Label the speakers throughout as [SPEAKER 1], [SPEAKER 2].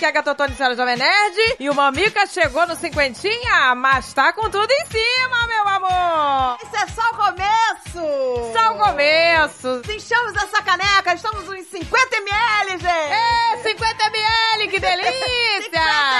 [SPEAKER 1] Mamica, tô atualizando o Jovem Nerd. E o Mamica chegou no cinquentinha, mas tá com tudo em cima, meu amor. É
[SPEAKER 2] Isso é só o começo!
[SPEAKER 1] Só o começo.
[SPEAKER 2] Enchamos essa caneca, estamos em 50 ml, gente!
[SPEAKER 1] É, 50 ml, que delícia!
[SPEAKER 2] 50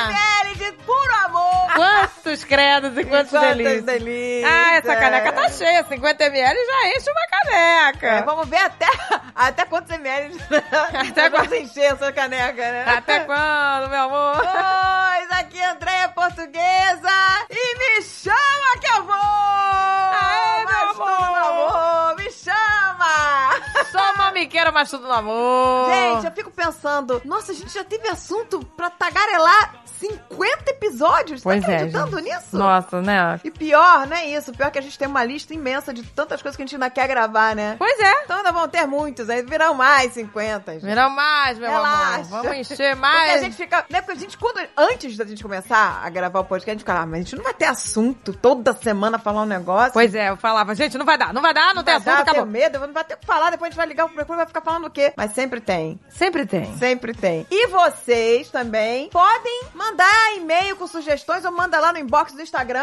[SPEAKER 2] ml de puro amor!
[SPEAKER 1] Quantos credos e quantos
[SPEAKER 2] Quantas
[SPEAKER 1] delícias.
[SPEAKER 2] delícias.
[SPEAKER 1] Ah, essa caneca tá cheia. 50 ml já enche uma
[SPEAKER 2] É,
[SPEAKER 1] caneca.
[SPEAKER 2] vamos ver até, até quantos ml até quanto encher essa caneca, né?
[SPEAKER 1] Até quando, meu amor?
[SPEAKER 2] Pois aqui é Andréia Portuguesa e me chama que eu vou!
[SPEAKER 1] Aê, meu
[SPEAKER 2] Mas tudo
[SPEAKER 1] amor!
[SPEAKER 2] amor, me chama!
[SPEAKER 1] Só mamiqueira, mas tudo no amor.
[SPEAKER 2] Gente, eu fico pensando, nossa, a gente já teve assunto pra tagarelar 50 episódios?
[SPEAKER 1] Pois
[SPEAKER 2] tá
[SPEAKER 1] é,
[SPEAKER 2] acreditando nisso?
[SPEAKER 1] Nossa, né?
[SPEAKER 2] E pior, não é isso. Pior que a gente tem uma lista imensa de tantas coisas que a gente ainda quer gravar, né?
[SPEAKER 1] Pois é.
[SPEAKER 2] Então ainda vão ter muitos, aí virão mais 50. gente.
[SPEAKER 1] Virão mais, meu amor.
[SPEAKER 2] Relaxa.
[SPEAKER 1] Vamos encher
[SPEAKER 2] Porque a
[SPEAKER 1] mais.
[SPEAKER 2] gente fica. Né, porque a gente, quando, antes da gente começar a gravar o podcast, a gente fica, ah, mas a gente não vai ter assunto toda semana falar um negócio.
[SPEAKER 1] Pois é, eu falava, gente, não vai dar, não vai dar, não, tem
[SPEAKER 2] vai
[SPEAKER 1] assunto,
[SPEAKER 2] dar,
[SPEAKER 1] acabou.
[SPEAKER 2] Tem medo, não vai ter o que falar, depois a gente vai ligar pro microfone e vai ficar falando o quê? Mas sempre tem.
[SPEAKER 1] Sempre tem.
[SPEAKER 2] Sempre tem. E vocês também podem mandar e-mail com sugestões ou manda lá no inbox do Instagram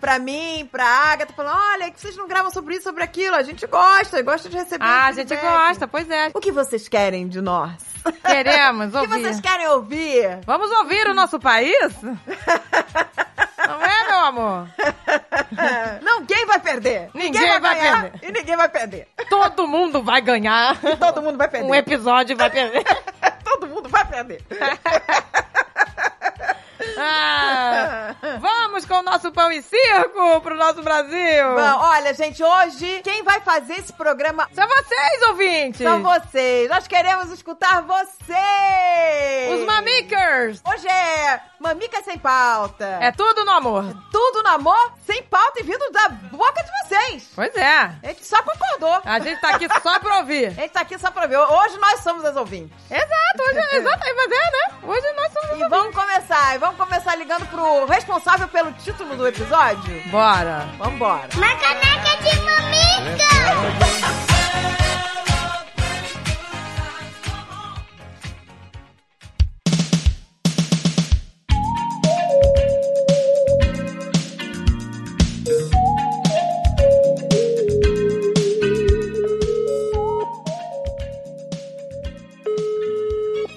[SPEAKER 2] pra mim, pra Agatha, falando: olha, que vocês não gravam sobre isso, sobre aquilo. A gente gosta, gosta de receber.
[SPEAKER 1] Ah, a
[SPEAKER 2] esse
[SPEAKER 1] gente
[SPEAKER 2] feedback.
[SPEAKER 1] gosta, pois é.
[SPEAKER 2] O que vocês querem de nós?
[SPEAKER 1] Queremos
[SPEAKER 2] O que
[SPEAKER 1] ouvir.
[SPEAKER 2] vocês querem ouvir?
[SPEAKER 1] Vamos ouvir o nosso país? Não é, meu amor?
[SPEAKER 2] Não, Ninguém vai perder.
[SPEAKER 1] Ninguém vai
[SPEAKER 2] vai ganhar
[SPEAKER 1] perder.
[SPEAKER 2] E ninguém vai perder.
[SPEAKER 1] Todo mundo vai ganhar.
[SPEAKER 2] Todo mundo vai
[SPEAKER 1] Um
[SPEAKER 2] perder.
[SPEAKER 1] episódio vai perder.
[SPEAKER 2] Todo mundo vai perder.
[SPEAKER 1] Ah, vamos com o nosso pão e circo pro nosso Brasil.
[SPEAKER 2] Bom, olha, gente, hoje quem vai fazer esse programa
[SPEAKER 1] São vocês, ouvintes.
[SPEAKER 2] São vocês! Nós queremos escutar vocês!
[SPEAKER 1] Os mamikers.
[SPEAKER 2] Hoje é Mamica Sem Pauta.
[SPEAKER 1] É tudo no amor.
[SPEAKER 2] tudo no amor, sem pauta e vindo da boca de vocês.
[SPEAKER 1] Pois é.
[SPEAKER 2] A gente só concordou.
[SPEAKER 1] A gente tá aqui só pra ouvir.
[SPEAKER 2] A gente tá aqui só pra ver. Hoje nós somos as ouvintes.
[SPEAKER 1] Exato, hoje é exatamente, mas é, né? Hoje nós somos.
[SPEAKER 2] E vamos começar. E vamos começar ligando pro responsável pelo título do episódio.
[SPEAKER 1] Bora!
[SPEAKER 2] Vambora.
[SPEAKER 3] Uma caneca de mamica!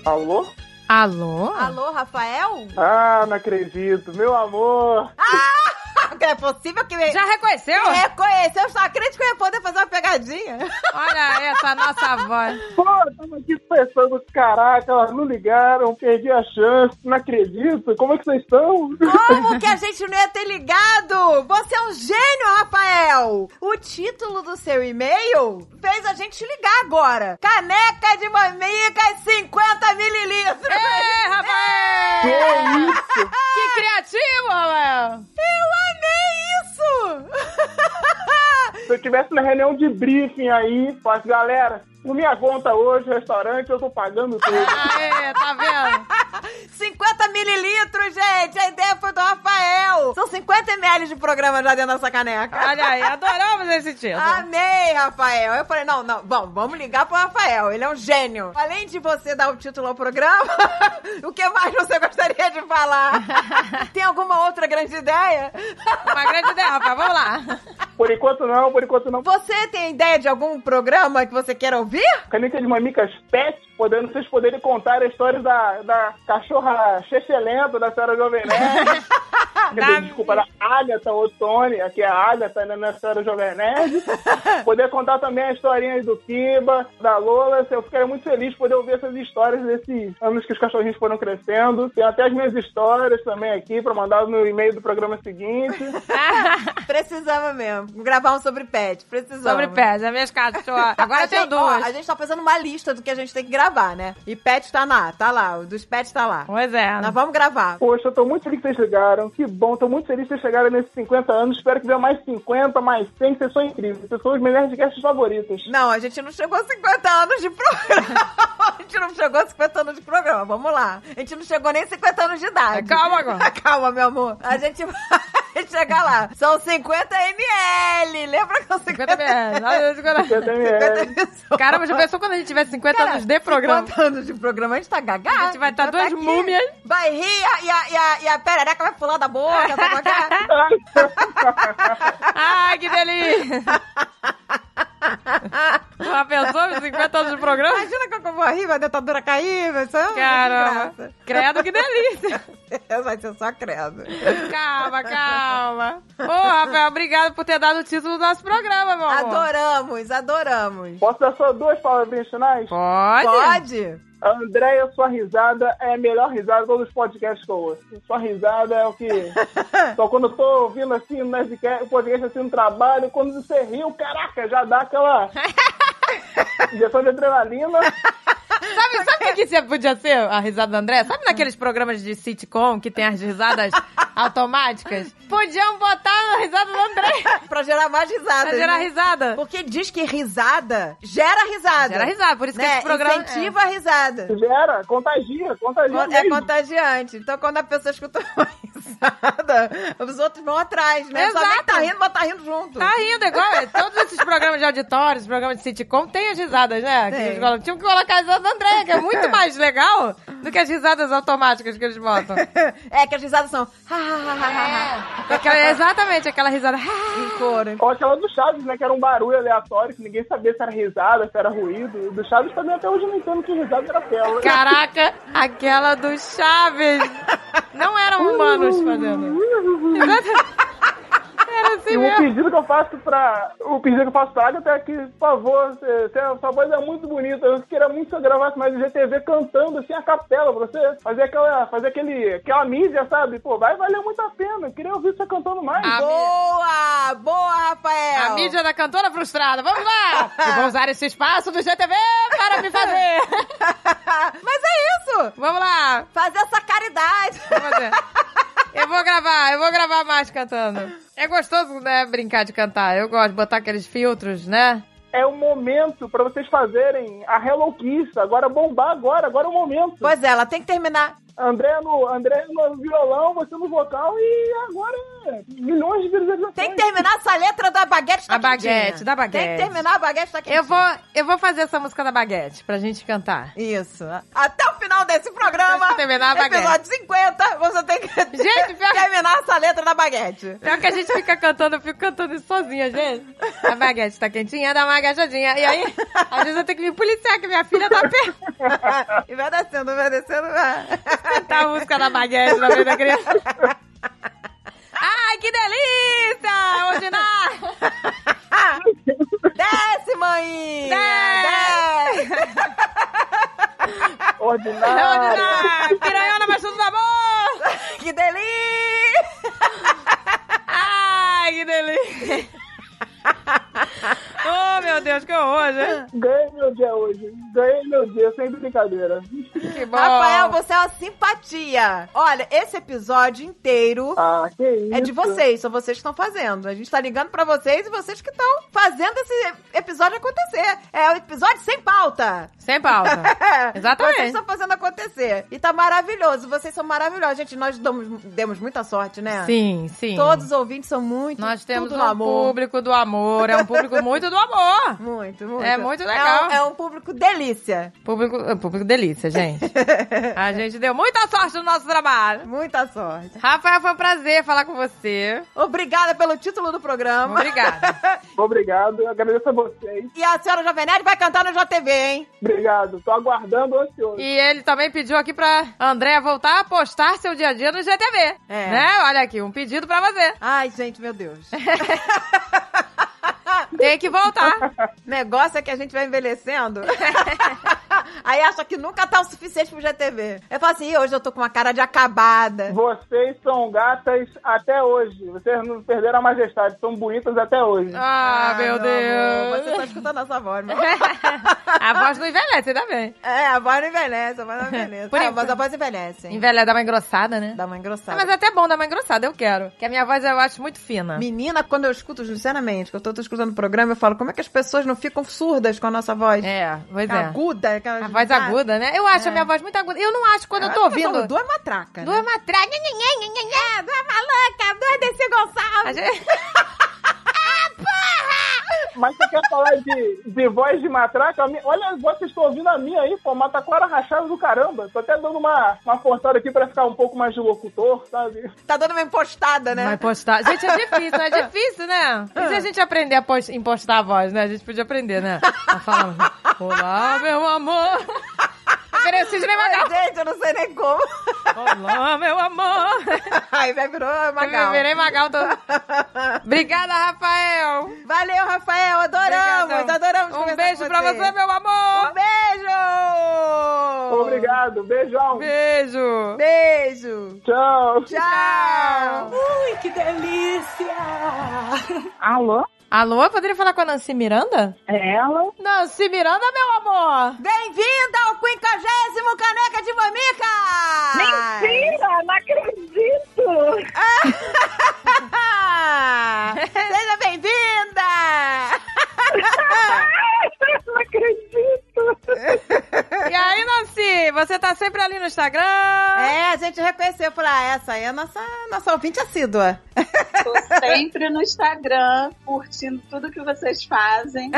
[SPEAKER 4] Alô?
[SPEAKER 1] Alô?
[SPEAKER 2] Alô, Rafael?
[SPEAKER 4] Ah, não acredito. Meu amor!
[SPEAKER 2] É possível que...
[SPEAKER 1] Já reconheceu?
[SPEAKER 2] É. Reconheceu, só acredito que eu ia poder fazer uma pegadinha.
[SPEAKER 1] Olha essa nossa voz.
[SPEAKER 4] Pô, eu tava aqui pensando, caraca, elas não ligaram, perdi a chance, não acredito. Como é que vocês estão?
[SPEAKER 2] Como que a gente não ia ter ligado? Você é um gênio, Rafael! O título do seu e-mail fez a gente ligar agora. Caneca de mamica 50 mililitros!
[SPEAKER 1] Ê,
[SPEAKER 4] Que
[SPEAKER 1] Rafael!
[SPEAKER 4] isso?
[SPEAKER 1] Que criativo, Rafael!
[SPEAKER 2] Eu amei isso!
[SPEAKER 4] Se eu tivesse na reunião de briefing aí, falasse, galera, por minha conta hoje, restaurante, eu tô pagando tudo.
[SPEAKER 1] Aê, tá vendo?
[SPEAKER 2] 50 mililitros, gente! A ideia foi do Rafael! São 50 ml de programa já dentro dessa caneca.
[SPEAKER 1] Olha aí, adoramos esse título.
[SPEAKER 2] Amei, Rafael! Eu falei, não, não, bom, vamos ligar pro Rafael, ele é um gênio. Além de você dar o título ao programa, o que mais você gostaria de falar? Tem alguma outra grande ideia?
[SPEAKER 1] Uma grande ideia, Rafael, vamos lá.
[SPEAKER 4] Por enquanto não, por enquanto não.
[SPEAKER 2] Você tem ideia de algum programa que você queira ouvir?
[SPEAKER 4] Caneca de mamicas pet, podendo vocês poderem contar a história da, da cachorra Chechelenta, da senhora Jovem Nerd. Quer dizer,
[SPEAKER 1] Da-
[SPEAKER 4] Desculpa, da Agatha Ottoni, aqui é a Agatha, né, minha senhora Jovem Nerd. poder contar também as historinhas do Kiba, da Lola. assim, Eu ficaria muito feliz de poder ouvir essas histórias desses anos que os cachorrinhos foram crescendo. Tem até as minhas histórias também aqui para mandar no e-mail do programa seguinte.
[SPEAKER 2] Precisamos mesmo. Gravar um sobre pet. Precisamos.
[SPEAKER 1] Sobre pés, as minhas cachorras. Agora
[SPEAKER 2] A
[SPEAKER 1] eu tenho
[SPEAKER 2] gente- ó, a
[SPEAKER 1] duas.
[SPEAKER 2] gente tá fazendo uma lista do que a gente tem que gravar, né? E pet tá lá, tá lá. O dos pets tá lá.
[SPEAKER 1] Pois é.
[SPEAKER 2] Nós vamos gravar.
[SPEAKER 4] Poxa, eu tô muito feliz que vocês ligaram. Que bom, tô muito feliz que vocês chegaram nesses 50 anos. Espero que venha mais 50, mais 100, que vocês são incríveis. Vocês são os melhores podcasts favoritos.
[SPEAKER 2] Não, a gente não chegou a 50 anos de programa. A gente não chegou a 50 anos de programa. Vamos lá. A gente não chegou nem a 50 anos de idade.
[SPEAKER 1] É, Calma agora.
[SPEAKER 2] Calma, meu amor. A gente. vai- vai chegar lá. São 50 ml. Lembra que são 50
[SPEAKER 1] 50 ml. Nada de guardar.
[SPEAKER 4] 50 ml.
[SPEAKER 2] pessoas?
[SPEAKER 1] né? Caramba, já pensou quando a gente tiver 50
[SPEAKER 2] Cara,
[SPEAKER 1] anos de programa?
[SPEAKER 2] 50 anos de programa, a gente tá gagá.
[SPEAKER 1] A gente vai tá
[SPEAKER 2] Já
[SPEAKER 1] duas
[SPEAKER 2] aqui.
[SPEAKER 1] múmias.
[SPEAKER 2] Vai rir e a, e, a, e a perereca vai pular da boca. tá pra cá.
[SPEAKER 1] Ai, que delícia! Já pensou em 50 anos de programa?
[SPEAKER 2] Imagina que eu vou rir, vai a dentadura cair, vai ser uma
[SPEAKER 1] Caramba! Credo, que delícia!
[SPEAKER 2] desgraça. Vai ser só credo.
[SPEAKER 1] Calma, calma! Ô, Rafael, obrigado por ter dado o título do nosso programa, meu amor!
[SPEAKER 2] Adoramos, adoramos.
[SPEAKER 4] Posso dar só duas palavrinhas finais?
[SPEAKER 1] Pode?
[SPEAKER 2] Pode?
[SPEAKER 4] Andréia, sua risada é a melhor risada de todos os podcasts que eu ouço. Sua risada é o que. Só quando eu tô ouvindo assim no Nerdcast, o podcast assim no trabalho, quando você riu, caraca, já dá aquela. injeção de adrenalina.
[SPEAKER 1] Sabe, sabe o que que isso é, podia ser a risada do André? Sabe naqueles programas de sitcom que tem as risadas automáticas? Podiam botar a risada do André
[SPEAKER 2] pra gerar mais risadas.
[SPEAKER 1] pra gerar
[SPEAKER 2] né?
[SPEAKER 1] risada.
[SPEAKER 2] Porque diz que risada gera risada.
[SPEAKER 1] Gera risada, por isso que
[SPEAKER 2] né?
[SPEAKER 1] esse programa...
[SPEAKER 2] Incentiva a risada.
[SPEAKER 4] Gera, contagia, contagia.
[SPEAKER 2] É
[SPEAKER 4] mesmo.
[SPEAKER 2] contagiante. Então, quando a pessoa escuta uma risada, os outros vão atrás, né? Só nem
[SPEAKER 1] Exato.
[SPEAKER 2] tá rindo, mas tá rindo junto.
[SPEAKER 1] Tá rindo, igual é, todos esses programas de auditório, esses programas de sitcom, tem as risadas, né? Que
[SPEAKER 2] Tem.
[SPEAKER 1] eles colocam. Tinham que colocar as risadas da Andréia, que é muito mais legal do que as risadas automáticas que eles botam.
[SPEAKER 2] É que as risadas são.
[SPEAKER 1] É aquela- exatamente, aquela risada.
[SPEAKER 2] Em coro.
[SPEAKER 4] Ou aquela do Chaves, né? Que era um barulho aleatório, que ninguém sabia se era risada, se era ruído. Do Chaves também até hoje eu não entendo que risada era aquela.
[SPEAKER 1] Caraca, aquela do Chaves. Não eram humanos fazendo. Era assim
[SPEAKER 4] E o
[SPEAKER 1] mesmo.
[SPEAKER 4] pedido que eu faço pra. O pedido que eu faço pra Agatha é que, por favor, você, você- sua voz é muito bonita. Eu queria muito que você gravasse mais GTV cantando assim a capela pra você fazer aquela. fazer aquele. aquela mídia, sabe? Pô, vai valer muito a pena. Eu queria ouvir você cantando mais.
[SPEAKER 1] Ah,
[SPEAKER 2] Boa! Boa,
[SPEAKER 1] A
[SPEAKER 2] Rafael!
[SPEAKER 1] mídia da cantora frustrada. Vamos lá! Eu vou usar esse espaço do GTV para me fazer.
[SPEAKER 2] Mas é isso!
[SPEAKER 1] Vamos lá.
[SPEAKER 2] Fazer essa caridade!
[SPEAKER 1] Vou fazer. Eu vou gravar, eu vou gravar mais cantando. É gostoso, né, brincar de cantar. Eu gosto de botar aqueles filtros, né?
[SPEAKER 4] É o momento pra vocês fazerem a Hello Kiss. Agora bombar agora, agora é o momento.
[SPEAKER 2] Pois é, ela tem que terminar.
[SPEAKER 4] André no, André no violão, você no vocal e agora é milhões de visualizações.
[SPEAKER 2] Tem que terminar essa letra da baguete da
[SPEAKER 1] A baguete,
[SPEAKER 2] Quintinha.
[SPEAKER 1] da baguete.
[SPEAKER 2] Tem que terminar a baguete da quentinha.
[SPEAKER 1] Eu vou, eu vou fazer essa música da Baguete pra gente cantar.
[SPEAKER 2] Isso. Até o final desse programa,
[SPEAKER 1] Tem que terminar a
[SPEAKER 2] episódio 50, você tem que
[SPEAKER 1] Gente, pior-
[SPEAKER 2] terminar essa letra da baguete.
[SPEAKER 1] Pior É que a gente fica cantando, eu fico cantando isso sozinha, gente. A baguete tá quentinha, dá uma agachadinha. E aí, às vezes eu tenho que me policiar, que minha filha tá perto.
[SPEAKER 2] e vai descendo, vai descendo, vai.
[SPEAKER 1] Tá a música da baguete na frente da criança. Ai, que delícia! Ordinar!
[SPEAKER 2] Desce, mãe!
[SPEAKER 1] Desce!
[SPEAKER 4] Ordinário.
[SPEAKER 1] Ordinar! Piranhona, mas tudo amor!
[SPEAKER 2] Que delícia!
[SPEAKER 1] Ai, que delícia! Oh, meu Deus, que horror, gente!
[SPEAKER 4] Ganhei meu dia hoje. Ganhei meu dia, sem brincadeira.
[SPEAKER 1] Que bom!
[SPEAKER 2] Rafael, você é uma simpatia. Olha, esse episódio inteiro
[SPEAKER 4] Ah, que isso.
[SPEAKER 2] é de vocês, só vocês que estão fazendo. A gente tá ligando pra vocês e vocês que estão fazendo esse episódio acontecer. É o episódio sem pauta. É,
[SPEAKER 1] Sem pauta. Exatamente.
[SPEAKER 2] Vocês estão fazendo acontecer. E tá maravilhoso. Vocês são maravilhosos. Gente, nós damos- demos muita sorte, né?
[SPEAKER 1] Sim, sim.
[SPEAKER 2] Todos os ouvintes são muito.
[SPEAKER 1] Nós temos
[SPEAKER 2] tudo
[SPEAKER 1] um
[SPEAKER 2] no amor.
[SPEAKER 1] público do amor, é um público muito do amor.
[SPEAKER 2] Muito, muito.
[SPEAKER 1] É muito legal.
[SPEAKER 2] É um, é um público delícia.
[SPEAKER 1] Público, é um público delícia, gente. A gente deu muita sorte no nosso trabalho.
[SPEAKER 2] Muita sorte.
[SPEAKER 1] Rafael, foi um prazer falar com você.
[SPEAKER 2] Obrigada pelo título do programa.
[SPEAKER 1] Obrigada.
[SPEAKER 4] Obrigado, eu agradeço a vocês.
[SPEAKER 2] E a senhora Jovem Nerd vai cantar no JTV, hein?
[SPEAKER 4] Obrigado, tô aguardando ansioso.
[SPEAKER 1] E ele também pediu aqui pra Andréa voltar a postar seu dia a dia no GTV.
[SPEAKER 2] É.
[SPEAKER 1] Né? Olha aqui, um pedido pra você.
[SPEAKER 2] Ai, gente, meu Deus.
[SPEAKER 1] Tem que voltar.
[SPEAKER 2] Negócio é que a gente vai envelhecendo. Aí acha que nunca tá o suficiente pro GTV. Eu falo assim, "Ih, hoje eu tô com uma cara de acabada.
[SPEAKER 4] Vocês são gatas até hoje. Vocês não perderam a majestade, são bonitas até hoje.
[SPEAKER 1] Ah, meu
[SPEAKER 2] meu amor,
[SPEAKER 1] Deus.
[SPEAKER 2] Você tá escutando essa voz, meu
[SPEAKER 1] tá- A voz não envelhece, ainda bem.
[SPEAKER 2] É, a voz não envelhece, a voz não envelhece.
[SPEAKER 1] Por
[SPEAKER 2] ah,
[SPEAKER 1] enquanto.
[SPEAKER 2] mas a voz envelhece, hein?
[SPEAKER 1] Envelhece, dá uma engrossada, né?
[SPEAKER 2] Dá uma
[SPEAKER 1] Ah,
[SPEAKER 2] engrossada.
[SPEAKER 1] mas é até bom dar uma engrossada, eu quero. Que a minha voz eu acho muito fina.
[SPEAKER 2] Menina, quando eu escuto, sinceramente, que eu tô, tô escutando o programa, eu falo, como é que as pessoas não ficam surdas com a nossa voz?
[SPEAKER 1] É, pois é.
[SPEAKER 2] Aguda, É. aquela Ah,
[SPEAKER 1] A voz aguda, né? Eu acho a minha voz muito aguda. Eu não acho quando eu tô ouvindo.
[SPEAKER 2] Duas matracas.
[SPEAKER 1] Duas
[SPEAKER 2] né?
[SPEAKER 1] matracas.
[SPEAKER 2] É, duas malucas, duas desse
[SPEAKER 1] A
[SPEAKER 2] Gonçalves.
[SPEAKER 1] gente-
[SPEAKER 4] Mas você quer falar de, de voz de matraca? A minha- Olha, vocês estão ouvindo a minha aí, pô, Matacora rachada do caramba. Tô até dando uma, uma forçada aqui pra ficar um pouco mais de locutor, sabe?
[SPEAKER 2] Tá dando uma impostada, né?
[SPEAKER 1] Vai postar. Gente, é difícil, não é difícil, né? E se a gente aprender a pos- impostar a voz, né? A gente podia aprender, né? A falar, olá, meu amor. Eu preciso
[SPEAKER 2] Ai,
[SPEAKER 1] levantar.
[SPEAKER 2] gente, eu não sei nem como.
[SPEAKER 1] Olá, meu amor.
[SPEAKER 2] Aí vai virou
[SPEAKER 1] Eu
[SPEAKER 2] Magal.
[SPEAKER 1] virei Magal. Tô... Obrigada, Rafael.
[SPEAKER 2] Valeu, Rafael. Adoramos,
[SPEAKER 1] Obrigadão.
[SPEAKER 2] adoramos
[SPEAKER 1] Um
[SPEAKER 2] conversar
[SPEAKER 1] beijo
[SPEAKER 2] com
[SPEAKER 1] pra você, meu amor.
[SPEAKER 2] Um beijo!
[SPEAKER 4] Obrigado, beijão.
[SPEAKER 2] Um
[SPEAKER 1] Beijo.
[SPEAKER 2] Beijo!
[SPEAKER 4] Tchau.
[SPEAKER 2] Tchau!
[SPEAKER 5] Alô?
[SPEAKER 1] Alô, eu poderia falar com a Nancy Miranda?
[SPEAKER 5] É ela?
[SPEAKER 1] Nancy Miranda, meu amor.
[SPEAKER 2] Bem-vinda ao 50 Caneca de Mamica!
[SPEAKER 6] ah,
[SPEAKER 5] Mentira, não acredito!
[SPEAKER 2] Ah, Seja bem-vinda!
[SPEAKER 5] não acredito!
[SPEAKER 1] E aí, Nancy, você tá sempre ali no Instagram.
[SPEAKER 2] É, a gente reconheceu. Falou, ah, essa aí é a nossa, nossa ouvinte assídua.
[SPEAKER 7] Tô sempre no Instagram, curtindo tudo que vocês fazem.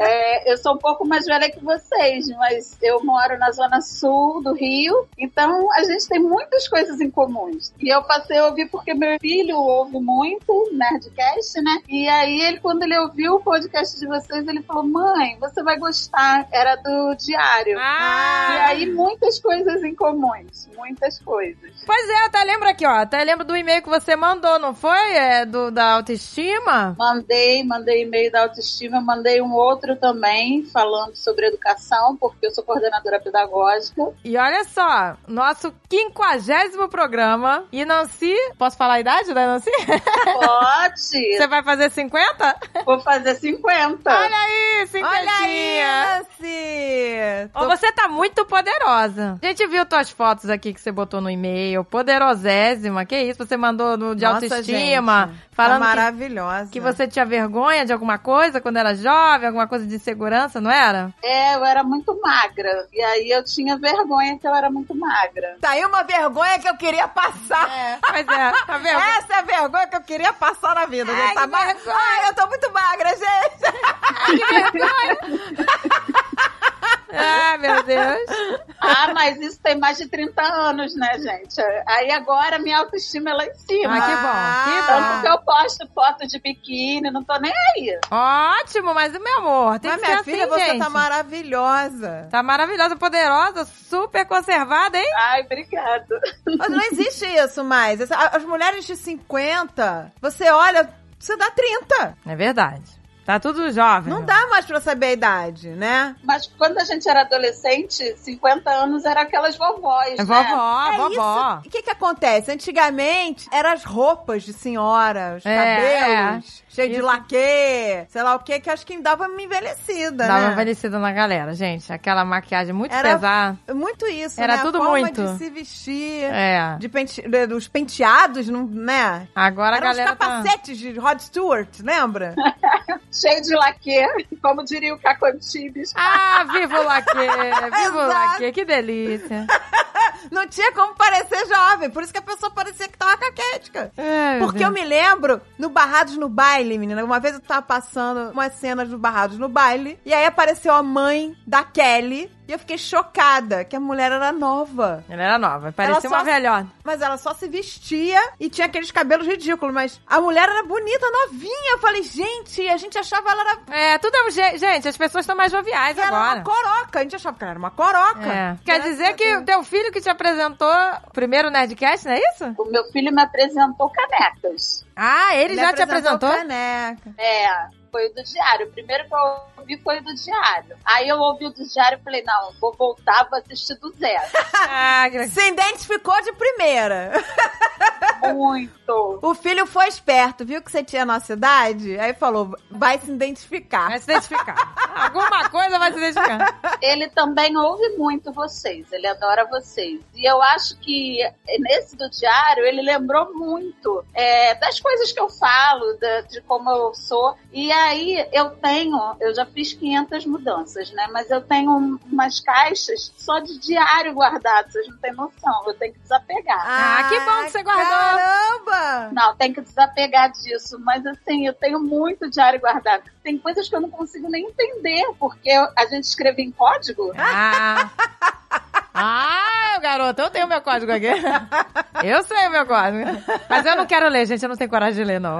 [SPEAKER 7] É, eu sou um pouco mais velha que vocês, mas eu moro na zona sul do Rio, então a gente tem muitas coisas em comuns. E eu passei a ouvir porque meu filho ouve muito Nerdcast, né? E aí, ele, quando ele ouviu o podcast de vocês, ele falou: Mãe, você vai gostar. Era do diário. E
[SPEAKER 1] Ah,
[SPEAKER 7] aí, muitas coisas em comuns. Muitas coisas.
[SPEAKER 1] pois é, até lembro aqui, ó. Até lembro do e-mail que você mandou, não foi? É do, da autoestima?
[SPEAKER 7] Mandei, mandei e-mail da autoestima, mandei um outro também falando sobre educação, porque eu sou coordenadora pedagógica.
[SPEAKER 1] E olha só, nosso quinquagésimo programa. E Nancy, posso falar a idade da Nancy?
[SPEAKER 7] Pode!
[SPEAKER 1] Você vai fazer 50?
[SPEAKER 7] Vou fazer 50.
[SPEAKER 1] Olha aí, 50.
[SPEAKER 2] Olha aí, Nancy!
[SPEAKER 1] Ô, você tá muito poderosa. A gente viu tuas fotos aqui que você botou no e-mail. Poderosésima, que isso? Você mandou no de
[SPEAKER 2] Nossa,
[SPEAKER 1] autoestima,
[SPEAKER 2] gente,
[SPEAKER 1] falando
[SPEAKER 2] tá
[SPEAKER 1] que
[SPEAKER 2] maravilhosa.
[SPEAKER 1] Que você tinha vergonha de alguma coisa quando era jovem, alguma coisa de insegurança, não era?
[SPEAKER 7] É, eu era muito magra. E aí eu tinha vergonha que eu era muito magra.
[SPEAKER 2] Tá aí uma vergonha que eu queria passar.
[SPEAKER 1] Pois é, tá vendo?
[SPEAKER 2] Essa é a vergonha que eu queria passar na vida. gente.
[SPEAKER 1] Ai,
[SPEAKER 2] tá
[SPEAKER 1] que
[SPEAKER 2] magra. Ai, eu tô muito magra, gente.
[SPEAKER 1] Ah, meu Deus.
[SPEAKER 7] Ah, mas isso tem mais de 30 anos, né, gente? Aí agora minha autoestima é lá em
[SPEAKER 1] Ah,
[SPEAKER 7] cima.
[SPEAKER 1] que bom, que
[SPEAKER 2] Ah.
[SPEAKER 7] Tanto
[SPEAKER 1] bom.
[SPEAKER 7] que eu posto foto de biquíni, não tô nem aí.
[SPEAKER 1] Ótimo, mas meu amor, tem
[SPEAKER 2] Mas
[SPEAKER 1] que ser
[SPEAKER 2] minha
[SPEAKER 1] assim,
[SPEAKER 2] filha, você
[SPEAKER 1] gente.
[SPEAKER 2] tá maravilhosa.
[SPEAKER 1] Tá maravilhosa, poderosa, super conservada, hein?
[SPEAKER 7] Ai, obrigada.
[SPEAKER 2] Mas não existe isso mais. Essa- As mulheres de 50, você olha, você dá 30.
[SPEAKER 1] É verdade. Tá tudo jovem.
[SPEAKER 2] Não dá mais pra saber a idade, né?
[SPEAKER 7] Mas quando a gente era adolescente, 50 anos era aquelas vovós,
[SPEAKER 1] É
[SPEAKER 7] né?
[SPEAKER 1] vovó,
[SPEAKER 2] É
[SPEAKER 1] vovó.
[SPEAKER 2] isso. O que que acontece? Antigamente, eram as roupas de senhora, os
[SPEAKER 1] É,
[SPEAKER 2] cabelos, cheio de
[SPEAKER 1] Isso.
[SPEAKER 2] laque, sei lá o que, que acho que dava uma envelhecida,
[SPEAKER 1] Dava
[SPEAKER 2] né?
[SPEAKER 1] envelhecida na galera, gente. Aquela maquiagem muito
[SPEAKER 2] Era-
[SPEAKER 1] pesada.
[SPEAKER 2] Muito isso,
[SPEAKER 1] Era
[SPEAKER 2] né?
[SPEAKER 1] tudo
[SPEAKER 2] a forma
[SPEAKER 1] muito.
[SPEAKER 2] de se vestir,
[SPEAKER 1] É.
[SPEAKER 2] de pente... de- os penteados, não- né?
[SPEAKER 1] Agora a
[SPEAKER 2] Eram os
[SPEAKER 1] galera tá...
[SPEAKER 2] capacetes de Rod Stewart, lembra?
[SPEAKER 7] Cheio de laque, como diria o Cacotibes.
[SPEAKER 1] Ah, vivo laque, vivo
[SPEAKER 2] Exato.
[SPEAKER 1] laque, que delícia.
[SPEAKER 2] não tinha como parecer jovem, por isso que a pessoa parecia que tava caquética.
[SPEAKER 1] Ai, meu
[SPEAKER 2] Porque eu me lembro no Barrados no Baile, menina. Uma vez eu tava passando umas cenas do Barrados no Baile. E aí apareceu a mãe da Kelly. E eu fiquei chocada que a mulher era nova.
[SPEAKER 1] Ela era nova, parecia
[SPEAKER 2] Ela só-
[SPEAKER 1] uma velhota.
[SPEAKER 2] Mas ela só se vestia e tinha aqueles cabelos ridículos. Mas a mulher era bonita, novinha. Eu falei, gente, a gente achava ela era.
[SPEAKER 1] É, tudo é um jeito. Gente, as pessoas estão mais joviais
[SPEAKER 2] Ela era
[SPEAKER 1] agora.
[SPEAKER 2] uma coroca. A gente achava que ela era uma coroca.
[SPEAKER 1] É. Quer dizer que o teu filho que te apresentou o primeiro Nerdcast, não é isso?
[SPEAKER 7] O meu filho me apresentou canecas.
[SPEAKER 1] Ah, ele, já te apresentou?
[SPEAKER 2] Caneca.
[SPEAKER 7] É, foi o do diário. O primeiro que eu ouvi foi o do diário. Aí eu ouvi o do diário e falei, não, vou voltar, vou assistir do zero.
[SPEAKER 1] Ah, que-
[SPEAKER 2] Se identificou de primeira.
[SPEAKER 7] muito.
[SPEAKER 2] O filho foi esperto, viu que você tinha nossa idade? Aí falou, vai se identificar.
[SPEAKER 1] Vai se identificar. Alguma coisa vai se identificar.
[SPEAKER 7] Ele também ouve muito vocês, ele adora vocês. E eu acho que nesse do diário ele lembrou muito é, das coisas que eu falo, da- de como eu sou. E aí eu tenho, eu já fiz 500 mudanças, né? Mas eu tenho um- umas caixas só de diário guardado, vocês não têm noção, eu tenho que desapegar.
[SPEAKER 1] Ah, que bom que você guardou.
[SPEAKER 2] Caramba!
[SPEAKER 7] Não, tem que desapegar disso. Mas assim, eu tenho muito diário guardado. Tem coisas que eu não consigo nem entender, porque eu- a gente escreve em código.
[SPEAKER 1] Ah. Ah, garota, eu tenho meu código aqui. Eu sei o meu código. Mas eu não quero ler, gente. Eu não tenho coragem de ler, não.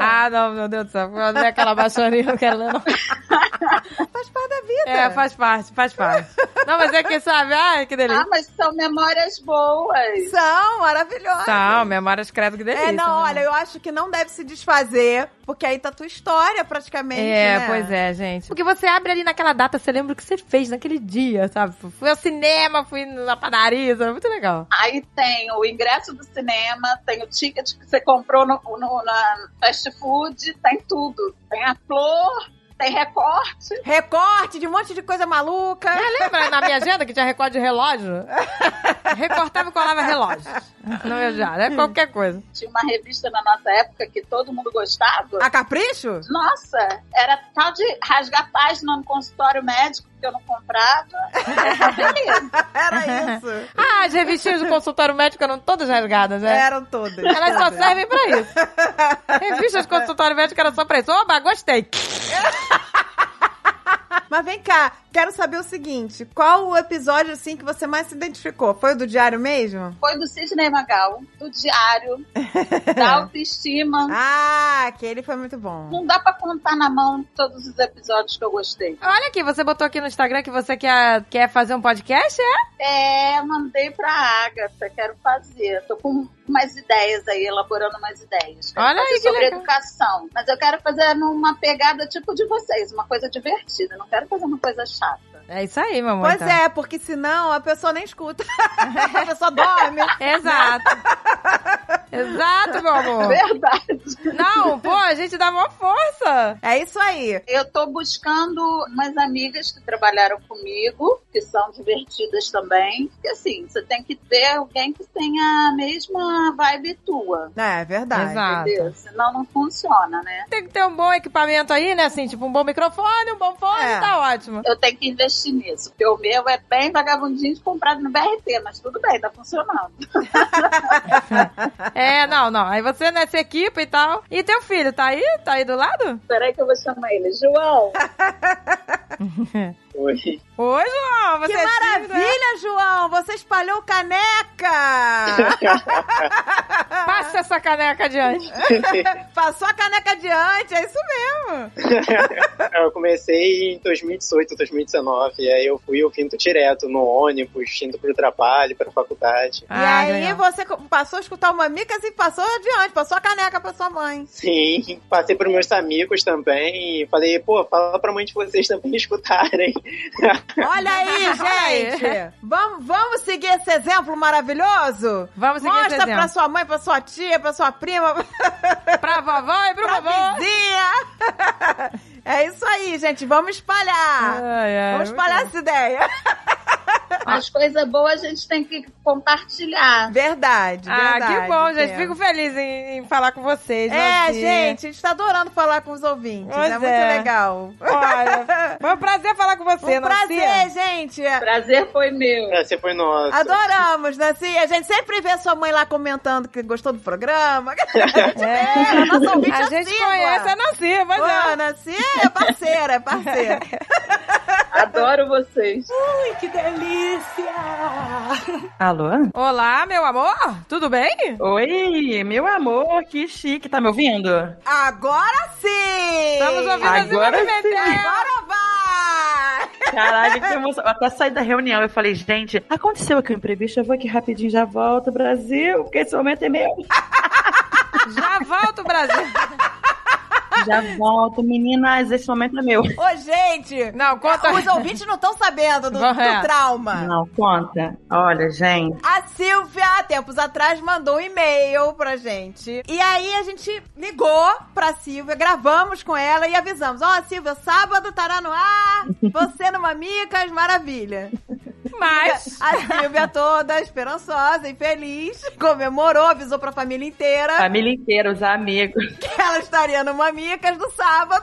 [SPEAKER 1] Ah, não, meu Deus do céu. Quando é aquela baixaria, eu não quero ler, não.
[SPEAKER 2] Faz parte da vida.
[SPEAKER 1] É, faz parte, faz parte. Não, mas é que sabe, ai, que delícia.
[SPEAKER 7] Ah, mas são memórias boas.
[SPEAKER 2] São maravilhosos.
[SPEAKER 1] Não, memórias credo, que Tá, delícia.
[SPEAKER 2] É, não,
[SPEAKER 1] né?
[SPEAKER 2] olha, eu acho que não deve se desfazer, porque aí tá tua história praticamente.
[SPEAKER 1] É,
[SPEAKER 2] né?
[SPEAKER 1] pois é, gente. Porque você abre ali naquela data, você lembra o que você fez naquele dia, sabe? Fui ao cinema, fui na padaria, sabe? Muito legal.
[SPEAKER 7] Aí tem o ingresso do cinema, tem o ticket que você comprou no, no- na fast food, tem tudo. Tem a flor, tem recorte.
[SPEAKER 2] Recorte de um monte de coisa maluca.
[SPEAKER 1] Mas lembra na minha agenda que tinha recorde de relógio? Recortava e colava relógio. No meu diário, é qualquer coisa.
[SPEAKER 7] Tinha uma revista na nossa época que todo mundo gostava.
[SPEAKER 2] A capricho?
[SPEAKER 7] Nossa, era tal de rasgar página no consultório médico que eu não comprava. Essa beleza.
[SPEAKER 2] Era isso.
[SPEAKER 1] Ah, as revistinhas do consultório médico eram todas rasgadas, né?
[SPEAKER 2] Eram todas.
[SPEAKER 1] Elas só
[SPEAKER 2] todas.
[SPEAKER 1] servem pra isso. Revistas do consultório médico eram só pra isso. Oba, gostei.
[SPEAKER 2] Mas vem cá, quero saber o seguinte: qual o episódio assim que você mais se identificou? Foi o do diário mesmo?
[SPEAKER 7] Foi do Sidney Magal, do diário, da autoestima.
[SPEAKER 2] Ah, aquele foi muito bom.
[SPEAKER 7] Não dá pra contar na mão todos os episódios que eu gostei.
[SPEAKER 1] Olha aqui, você botou aqui no Instagram que você quer, quer fazer um podcast, é?
[SPEAKER 7] É, mandei pra Agatha, quero fazer. Tô com umas ideias aí, elaborando umas ideias. Quero
[SPEAKER 1] Olha aí,
[SPEAKER 7] fazer
[SPEAKER 1] que
[SPEAKER 7] sobre
[SPEAKER 1] legal.
[SPEAKER 7] educação. Mas eu quero fazer numa pegada tipo de vocês, uma coisa divertida. Não quero fazer uma coisa chata.
[SPEAKER 1] É isso aí, mamãe.
[SPEAKER 2] Pois é, porque senão a pessoa nem escuta. a pessoa dorme.
[SPEAKER 1] Exato. Exato, meu amor.
[SPEAKER 7] Verdade.
[SPEAKER 1] Não, pô, a gente dá uma força.
[SPEAKER 2] É isso aí.
[SPEAKER 7] Eu tô buscando umas amigas que trabalharam comigo, que são divertidas também. Porque assim, você tem que ter alguém que tenha a mesma vibe tua.
[SPEAKER 2] É, é verdade.
[SPEAKER 1] Exato.
[SPEAKER 7] Entendeu? Senão não funciona, né?
[SPEAKER 1] Tem que ter um bom equipamento aí, né? Assim, tipo um bom microfone, um bom fone,
[SPEAKER 2] É.
[SPEAKER 1] tá ótimo.
[SPEAKER 7] Eu tenho que investir nisso, porque o meu é bem vagabundinho comprado no BRT, mas tudo bem, tá funcionando.
[SPEAKER 1] É, não, não. Aí você, né, se equipa e tal. E teu filho, tá aí? Tá aí do lado?
[SPEAKER 7] Peraí que eu vou chamar ele. João!
[SPEAKER 5] Oi.
[SPEAKER 1] Oi, João, você
[SPEAKER 2] Que
[SPEAKER 1] é tímido, né?
[SPEAKER 2] maravilha, João! Você espalhou caneca!
[SPEAKER 1] Passa essa caneca adiante.
[SPEAKER 2] Passou a caneca adiante, é isso mesmo!
[SPEAKER 5] Eu comecei em 2018, 2019, e aí eu fui ouvindo direto no ônibus, indo pro trabalho, pra faculdade.
[SPEAKER 1] Ah,
[SPEAKER 2] e aí
[SPEAKER 1] legal.
[SPEAKER 2] você co- passou a escutar o Mamicas e passou adiante, passou a caneca pra sua mãe.
[SPEAKER 5] Sim, passei pros meus amigos também e falei, pô, fala pra mãe de vocês também escutarem.
[SPEAKER 2] Olha aí,
[SPEAKER 1] Olha
[SPEAKER 2] gente! Vamos, vamos seguir esse exemplo maravilhoso?
[SPEAKER 1] Vamos seguir esse
[SPEAKER 2] Mostra
[SPEAKER 1] exemplo.
[SPEAKER 2] pra sua mãe, pra sua tia, pra sua prima,
[SPEAKER 1] Pra vovó e pro
[SPEAKER 2] pra
[SPEAKER 1] vovô.
[SPEAKER 2] vizinha! É isso aí, gente, vamos espalhar!
[SPEAKER 1] Ai, ai,
[SPEAKER 2] vamos
[SPEAKER 1] muito
[SPEAKER 2] espalhar essa ideia!
[SPEAKER 7] As coisas boas a gente tem que compartilhar.
[SPEAKER 2] Verdade,
[SPEAKER 1] Ah,
[SPEAKER 2] verdade.
[SPEAKER 1] que bom, gente.
[SPEAKER 2] Pia.
[SPEAKER 1] Fico feliz em, em falar com vocês.
[SPEAKER 2] É,
[SPEAKER 1] Joãozinho.
[SPEAKER 2] gente, a gente tá adorando falar com os ouvintes.
[SPEAKER 1] Pois
[SPEAKER 2] é
[SPEAKER 1] é.
[SPEAKER 2] muito legal.
[SPEAKER 1] Olha, foi um prazer falar com você, Nancy.
[SPEAKER 2] um prazer, gente.
[SPEAKER 7] Prazer foi meu.
[SPEAKER 5] Você foi nossa.
[SPEAKER 2] Adoramos, Nancy. A gente sempre vê sua mãe lá comentando que gostou do programa. A gente vê, a nossa ouvinte
[SPEAKER 1] A gente
[SPEAKER 2] assídua.
[SPEAKER 1] conhece a Nancy, mas é.
[SPEAKER 2] Pô, Nancy é parceira, é parceira.
[SPEAKER 7] Adoro vocês.
[SPEAKER 8] Alô?
[SPEAKER 1] Olá, meu amor, tudo bem?
[SPEAKER 8] Oi, meu amor, que chique, tá me ouvindo?
[SPEAKER 2] Agora sim!
[SPEAKER 1] Estamos ouvindo as
[SPEAKER 8] Agora
[SPEAKER 1] Ilha de
[SPEAKER 8] sim.
[SPEAKER 1] Metel.
[SPEAKER 2] Agora vai!
[SPEAKER 8] Caralho, que emoção. Eu até saí da reunião, eu falei, gente, aconteceu aqui um imprevisto, eu vou aqui rapidinho, já volto, Brasil, porque esse momento é meu.
[SPEAKER 1] Já volto, Brasil.
[SPEAKER 8] Já volto. Meninas, esse momento é meu.
[SPEAKER 2] Ô, gente!
[SPEAKER 1] Não, conta. é.
[SPEAKER 2] Os ouvintes não estão sabendo do,
[SPEAKER 1] Correto.
[SPEAKER 2] do trauma.
[SPEAKER 8] Não, conta. Olha, gente.
[SPEAKER 2] A Silvia, há tempos atrás, mandou um e-mail pra gente. E aí a gente ligou pra Silvia, gravamos com ela e avisamos: Ó, Silvia, sábado estará no ar, você no Mamicas, maravilha.
[SPEAKER 1] Mas.
[SPEAKER 2] A Silvia toda esperançosa e feliz comemorou, avisou pra família inteira
[SPEAKER 8] Família inteira, os amigos.
[SPEAKER 2] que ela estaria no Mamicas no sábado.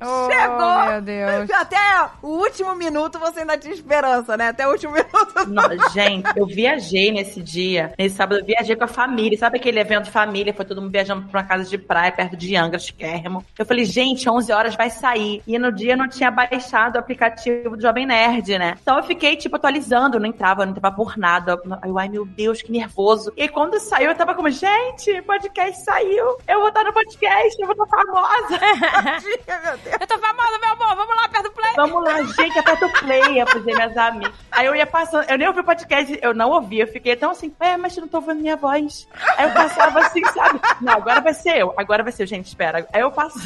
[SPEAKER 1] Oh,
[SPEAKER 2] Chegou!
[SPEAKER 1] meu Deus.
[SPEAKER 2] Até o último minuto você ainda tinha esperança, né? Até o último minuto.
[SPEAKER 8] Não, gente, eu viajei nesse dia. Nesse sábado, eu viajei com a família. Sabe aquele evento de família? Foi todo mundo viajando pra uma casa de praia, perto de Angra, Esquermo. Eu falei, gente, 11 horas vai sair. E no dia eu não tinha baixado o aplicativo do Jovem Nerd, né? Então eu fiquei, tipo, atualizando. Eu não entrava, eu não entrava por nada. Eu, ai, meu Deus, que nervoso. E aí, quando saiu, eu tava como, gente, podcast saiu. Eu vou estar no podcast, eu vou estar famosa.
[SPEAKER 1] Eu tô famosa, meu amor. Vamos lá, perto do play.
[SPEAKER 8] Vamos lá, gente, aperta o play, ia fazer minhas amigas. Aí eu ia passando, eu nem ouvi o podcast, eu não ouvi, eu fiquei tão assim, é, mas eu não tô ouvindo minha voz. Aí eu passava assim, sabe? Não, agora vai ser eu, agora vai ser eu, gente, espera. Aí eu passo.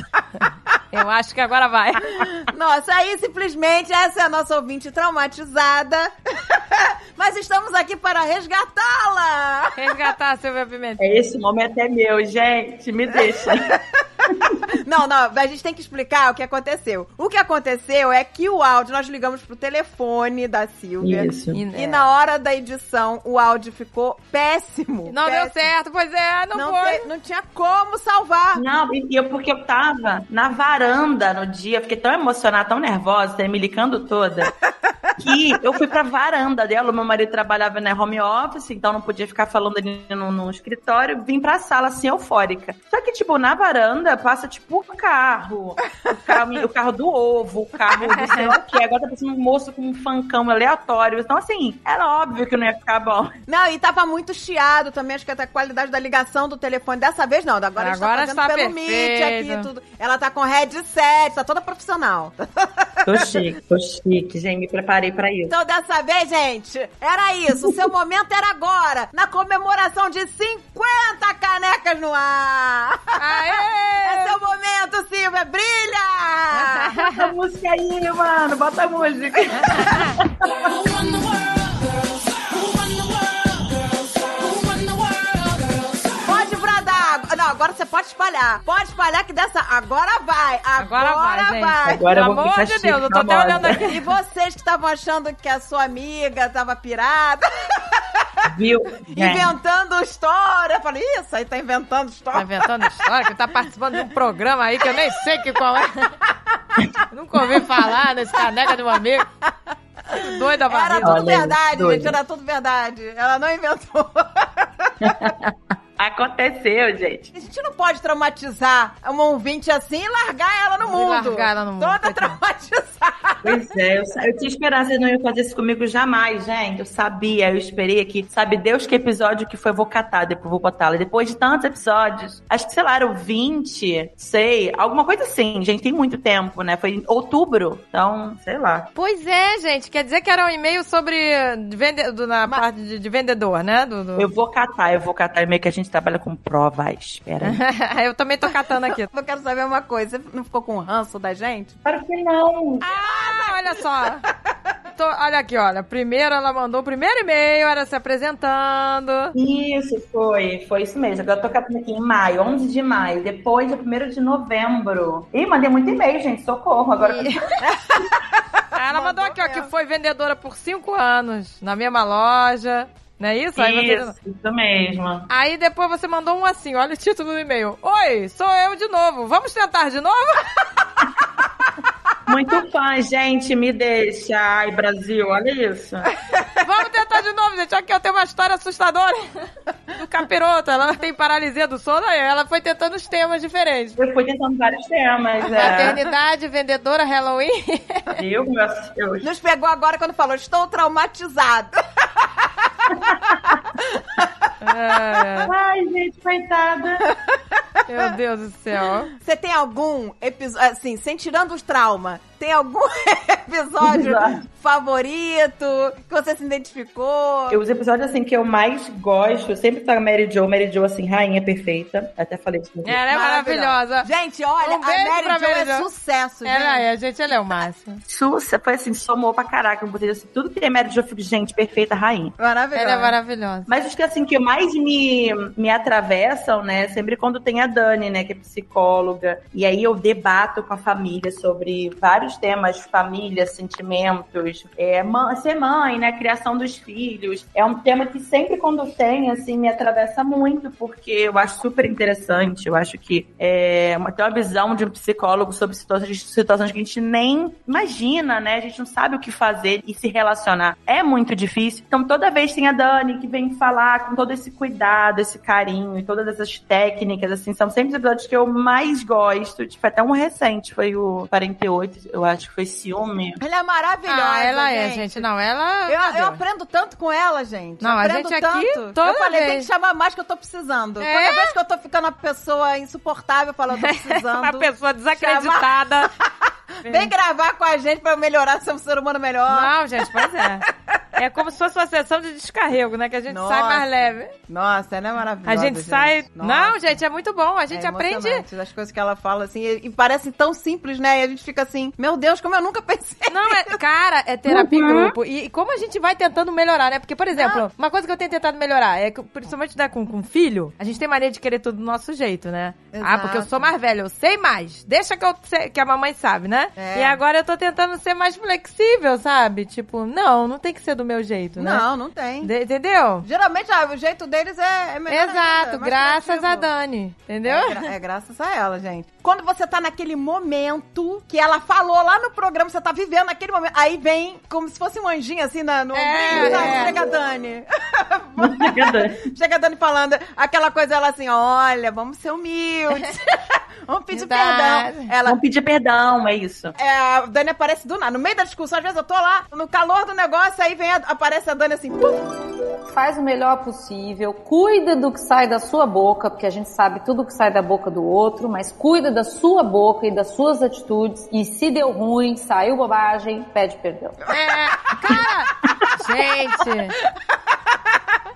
[SPEAKER 1] Eu acho que agora vai.
[SPEAKER 2] Nossa, aí simplesmente essa é a nossa ouvinte traumatizada. Mas estamos aqui para resgatá-la.
[SPEAKER 1] Resgatar a Silvia Pimentel.
[SPEAKER 8] É esse momento é meu, gente, me deixa.
[SPEAKER 2] Não, não, a gente tem que explicar o que aconteceu. O que aconteceu é que o áudio, nós ligamos pro telefone da Silvia.
[SPEAKER 8] Isso.
[SPEAKER 2] E na hora da edição, o áudio ficou péssimo.
[SPEAKER 1] Não deu
[SPEAKER 2] péssimo.
[SPEAKER 1] certo, pois é, não,
[SPEAKER 2] Não,
[SPEAKER 1] foi.
[SPEAKER 2] te- não tinha como salvar.
[SPEAKER 8] Não, e e eu porque eu tava na varanda no dia, eu fiquei tão emocionada, tão nervosa, tá me licando toda, que eu fui pra varanda dela. O meu marido trabalhava na home office, então não podia ficar falando ali no, no escritório. Vim pra sala, assim, eufórica. Só que, tipo, na varanda passa, tipo, o carro. O carro, o carro do ovo, o carro do sei lá o quê. Agora tá parecendo um moço com um fancão aleatório. Então, assim, era óbvio que não ia ficar bom.
[SPEAKER 2] Não, e tava muito chiado também, acho que até a qualidade da ligação do telefone. Dessa vez não,
[SPEAKER 1] Agora
[SPEAKER 2] agora, a gente tá
[SPEAKER 1] está
[SPEAKER 2] fazendo pelo
[SPEAKER 1] perfeito.
[SPEAKER 2] Meet aqui tudo. Ela tá com headset, tá toda profissional.
[SPEAKER 8] Tô chique, tô chique, gente. Me preparei pra isso.
[SPEAKER 2] Então dessa vez, gente, era isso. O seu momento era agora, na comemoração de 50 canecas no ar. É
[SPEAKER 1] Aê!
[SPEAKER 2] seu momento, Silvia, brilha!
[SPEAKER 8] Bota a música aí, mano. Bota a música.
[SPEAKER 2] Pode bradar. Não, agora você pode espalhar. Pode espalhar que dessa agora vai. Agora,
[SPEAKER 1] Agora vai, gente.
[SPEAKER 2] vai.
[SPEAKER 8] Agora eu
[SPEAKER 1] Pelo
[SPEAKER 8] vou
[SPEAKER 1] amor
[SPEAKER 8] ficar
[SPEAKER 1] de
[SPEAKER 8] chique,
[SPEAKER 1] Deus, eu tô até
[SPEAKER 8] famosa.
[SPEAKER 1] olhando aqui.
[SPEAKER 2] E vocês que estavam achando que a sua amiga tava pirada,
[SPEAKER 8] Viu?
[SPEAKER 1] É.
[SPEAKER 8] É. Gente,
[SPEAKER 2] inventando história. Eu falei, isso aí tá inventando
[SPEAKER 1] Tá
[SPEAKER 2] história.
[SPEAKER 1] inventando história, que tá participando de um programa aí que eu nem sei que qual é. Nunca ouvi falar nesse caneca de um amigo. Doida pra
[SPEAKER 2] Era
[SPEAKER 1] vida.
[SPEAKER 2] tudo
[SPEAKER 8] Olha aí,
[SPEAKER 2] verdade,
[SPEAKER 8] doido.
[SPEAKER 2] gente. Era tudo verdade. Ela não inventou.
[SPEAKER 8] Aconteceu, gente.
[SPEAKER 2] A gente não pode traumatizar uma ouvinte assim e largar ela
[SPEAKER 1] E
[SPEAKER 2] no mundo.
[SPEAKER 1] largar ela no mundo,
[SPEAKER 2] Toda
[SPEAKER 1] coitada.
[SPEAKER 2] traumatizada.
[SPEAKER 8] Pois é, eu, sa- eu tinha esperança, eles não iam fazer isso comigo jamais, gente. Eu sabia, eu esperei aqui. Sabe Deus que episódio que foi, eu vou catar, depois vou botá-la. Depois de tantos episódios, acho que, sei lá, era o 20, sei, alguma coisa assim, gente. Tem muito tempo, né? Foi em outubro, então, sei lá.
[SPEAKER 1] Pois é, gente. Quer dizer que era um e-mail sobre vende... do- na parte de, de vendedor, né? Do, do-
[SPEAKER 8] Eu vou catar, eu vou catar. E meio que a gente trabalha com provas. Pera aí.
[SPEAKER 1] eu também tô catando aqui.
[SPEAKER 2] Eu quero saber uma coisa. Você não ficou com ranço da gente?
[SPEAKER 8] Claro que não.
[SPEAKER 1] Ah, olha só. Tô- olha aqui, olha. Primeiro ela mandou o primeiro e-mail, era se apresentando.
[SPEAKER 8] Isso, foi. Foi isso mesmo. Agora eu tô catando aqui em maio, 11 de maio. Depois, é 1 de novembro. Ih, mandei muito e-mail, gente. Socorro. Agora
[SPEAKER 1] E- Aí Ela mandou,
[SPEAKER 2] Mandou
[SPEAKER 1] aqui, ó, que
[SPEAKER 2] mesmo.
[SPEAKER 1] foi vendedora por cinco anos na mesma loja. Não é isso? Aí você-
[SPEAKER 8] Isso, isso mesmo.
[SPEAKER 1] Aí depois você mandou um assim, olha o título do e-mail. Oi, sou eu de novo. Vamos tentar de novo?
[SPEAKER 8] Muito fã, gente. Me deixa. Ai, Brasil, olha isso.
[SPEAKER 1] Vamos tentar de novo, gente. Aqui eu tenho uma história assustadora do capiroto. Ela tem paralisia do sono, aí ela foi tentando os temas diferentes.
[SPEAKER 8] Eu fui tentando vários temas.
[SPEAKER 1] Tá
[SPEAKER 8] É.
[SPEAKER 1] Maternidade, vendedora, Halloween.
[SPEAKER 8] Viu, meu Deus?
[SPEAKER 2] Nos pegou agora quando falou, estou traumatizada.
[SPEAKER 1] É,
[SPEAKER 8] Ai, gente, coitada.
[SPEAKER 1] meu Deus do céu.
[SPEAKER 2] Você tem algum episódio, assim, sem tirando os traumas, Tem algum episódio favorito que você se identificou?
[SPEAKER 8] Os episódios assim que eu mais gosto, sempre tá a Mary Jo, Mary Jo assim, rainha perfeita. Até falei isso. no
[SPEAKER 1] Ela é maravilhosa.
[SPEAKER 2] Gente, olha,
[SPEAKER 1] Um
[SPEAKER 2] a
[SPEAKER 1] beijo
[SPEAKER 2] Mary
[SPEAKER 1] pra
[SPEAKER 2] Jo
[SPEAKER 1] Mary
[SPEAKER 2] é
[SPEAKER 1] Jo.
[SPEAKER 2] sucesso, gente.
[SPEAKER 1] Ela é, gente, ela é o máximo.
[SPEAKER 8] Sussa, foi assim, somou pra caraca. Eu botei assim, tudo que é Mary Jo, eu fico, gente, perfeita rainha.
[SPEAKER 2] Maravilhosa.
[SPEAKER 1] Ela é maravilhosa.
[SPEAKER 8] Mas os que assim que mais me, me atravessam, né? Sempre quando tem a Dani, né, que é psicóloga. E aí eu debato com a família sobre vários temas, família, sentimentos, é, ma- ser mãe, né? Criação dos filhos. É um tema que sempre quando tem, assim, me atravessa muito, porque eu acho super interessante. Eu acho que é uma, tem uma visão de um psicólogo sobre situações, situações que a gente nem imagina, né? A gente não sabe o que fazer e se relacionar. É muito difícil. Então, toda vez tem a Dani que vem falar com todo esse cuidado, esse carinho e todas essas técnicas, assim, são sempre os episódios que eu mais gosto. Tipo, até um recente, foi o 48, eu acho que foi Ciúme.
[SPEAKER 2] Ela é
[SPEAKER 1] Ah,
[SPEAKER 2] maravilhosa.
[SPEAKER 1] ela é,
[SPEAKER 2] gente.
[SPEAKER 1] gente. Não, ela.
[SPEAKER 2] Eu,
[SPEAKER 1] Meu
[SPEAKER 2] eu
[SPEAKER 1] Deus.
[SPEAKER 2] aprendo tanto com ela, gente.
[SPEAKER 1] Não, a
[SPEAKER 2] aprendo
[SPEAKER 1] gente
[SPEAKER 2] tanto.
[SPEAKER 1] aqui, toda
[SPEAKER 2] eu falei,
[SPEAKER 1] vez.
[SPEAKER 2] tem que chamar mais que eu tô precisando.
[SPEAKER 1] É?
[SPEAKER 2] Toda vez que eu tô ficando uma pessoa insuportável, eu falo, eu tô
[SPEAKER 1] Uma
[SPEAKER 2] precisando.
[SPEAKER 1] pessoa desacreditada.
[SPEAKER 2] Vem gravar com a gente pra eu melhorar, ser um ser humano melhor.
[SPEAKER 1] Não, gente, pois é. É como se fosse uma sessão de descarrego, né? Que a gente
[SPEAKER 2] Nossa.
[SPEAKER 1] sai mais leve.
[SPEAKER 2] Nossa, ela é
[SPEAKER 1] A
[SPEAKER 2] maravilhosa.
[SPEAKER 1] gente sai.
[SPEAKER 2] Nossa.
[SPEAKER 1] Não, gente, é muito bom. A
[SPEAKER 2] É
[SPEAKER 1] gente aprende.
[SPEAKER 2] emocionante, As coisas que ela fala, assim, e, e parecem tão simples, né? E a gente fica assim, meu Deus, como eu nunca pensei.
[SPEAKER 1] Não, é, cara, é terapia em grupo. E, e como a gente vai tentando melhorar, né? Porque, por
[SPEAKER 2] Ah.
[SPEAKER 1] exemplo, uma coisa que eu tenho tentado melhorar é que, principalmente né, com, com filho, a gente tem mania de querer tudo do nosso jeito, né? Ah,
[SPEAKER 2] Exato.
[SPEAKER 1] porque eu sou mais velha, eu sei mais. Deixa que, eu sei- que a mamãe sabe, né?
[SPEAKER 2] É.
[SPEAKER 1] E agora eu tô tentando ser mais flexível, sabe? Tipo, não, não tem que ser do meu jeito, né?
[SPEAKER 2] Não, não tem.
[SPEAKER 1] De- entendeu?
[SPEAKER 2] Geralmente, ah, o jeito deles é, é melhor ainda,
[SPEAKER 1] Exato,
[SPEAKER 2] é mais
[SPEAKER 1] graças
[SPEAKER 2] criativo.
[SPEAKER 1] a Dani. Entendeu?
[SPEAKER 2] É, gra- é graças a ela, gente. Quando você tá naquele momento que ela falou lá no programa, você tá vivendo naquele momento, aí vem como se fosse um anjinho assim na, no
[SPEAKER 1] É,
[SPEAKER 2] ombrinho, sabe?
[SPEAKER 1] é.
[SPEAKER 2] Chega a Dani.
[SPEAKER 8] Dani.
[SPEAKER 2] Chega a Dani falando aquela coisa, ela assim, olha, vamos ser humildes. vamos pedir
[SPEAKER 1] Verdade.
[SPEAKER 2] perdão. Ela,
[SPEAKER 8] Vamos pedir perdão, é isso.
[SPEAKER 2] é, a Dani aparece do nada. No meio da discussão, às vezes eu tô lá, no calor do negócio, aí vem a- aparece a Dani assim, pum,
[SPEAKER 9] faz o melhor possível, cuida do que sai da sua boca, porque a gente sabe tudo que sai da boca do outro, mas cuida da sua boca e das suas atitudes. E se deu ruim, saiu bobagem, pede perdão.
[SPEAKER 1] É, cara! Gente!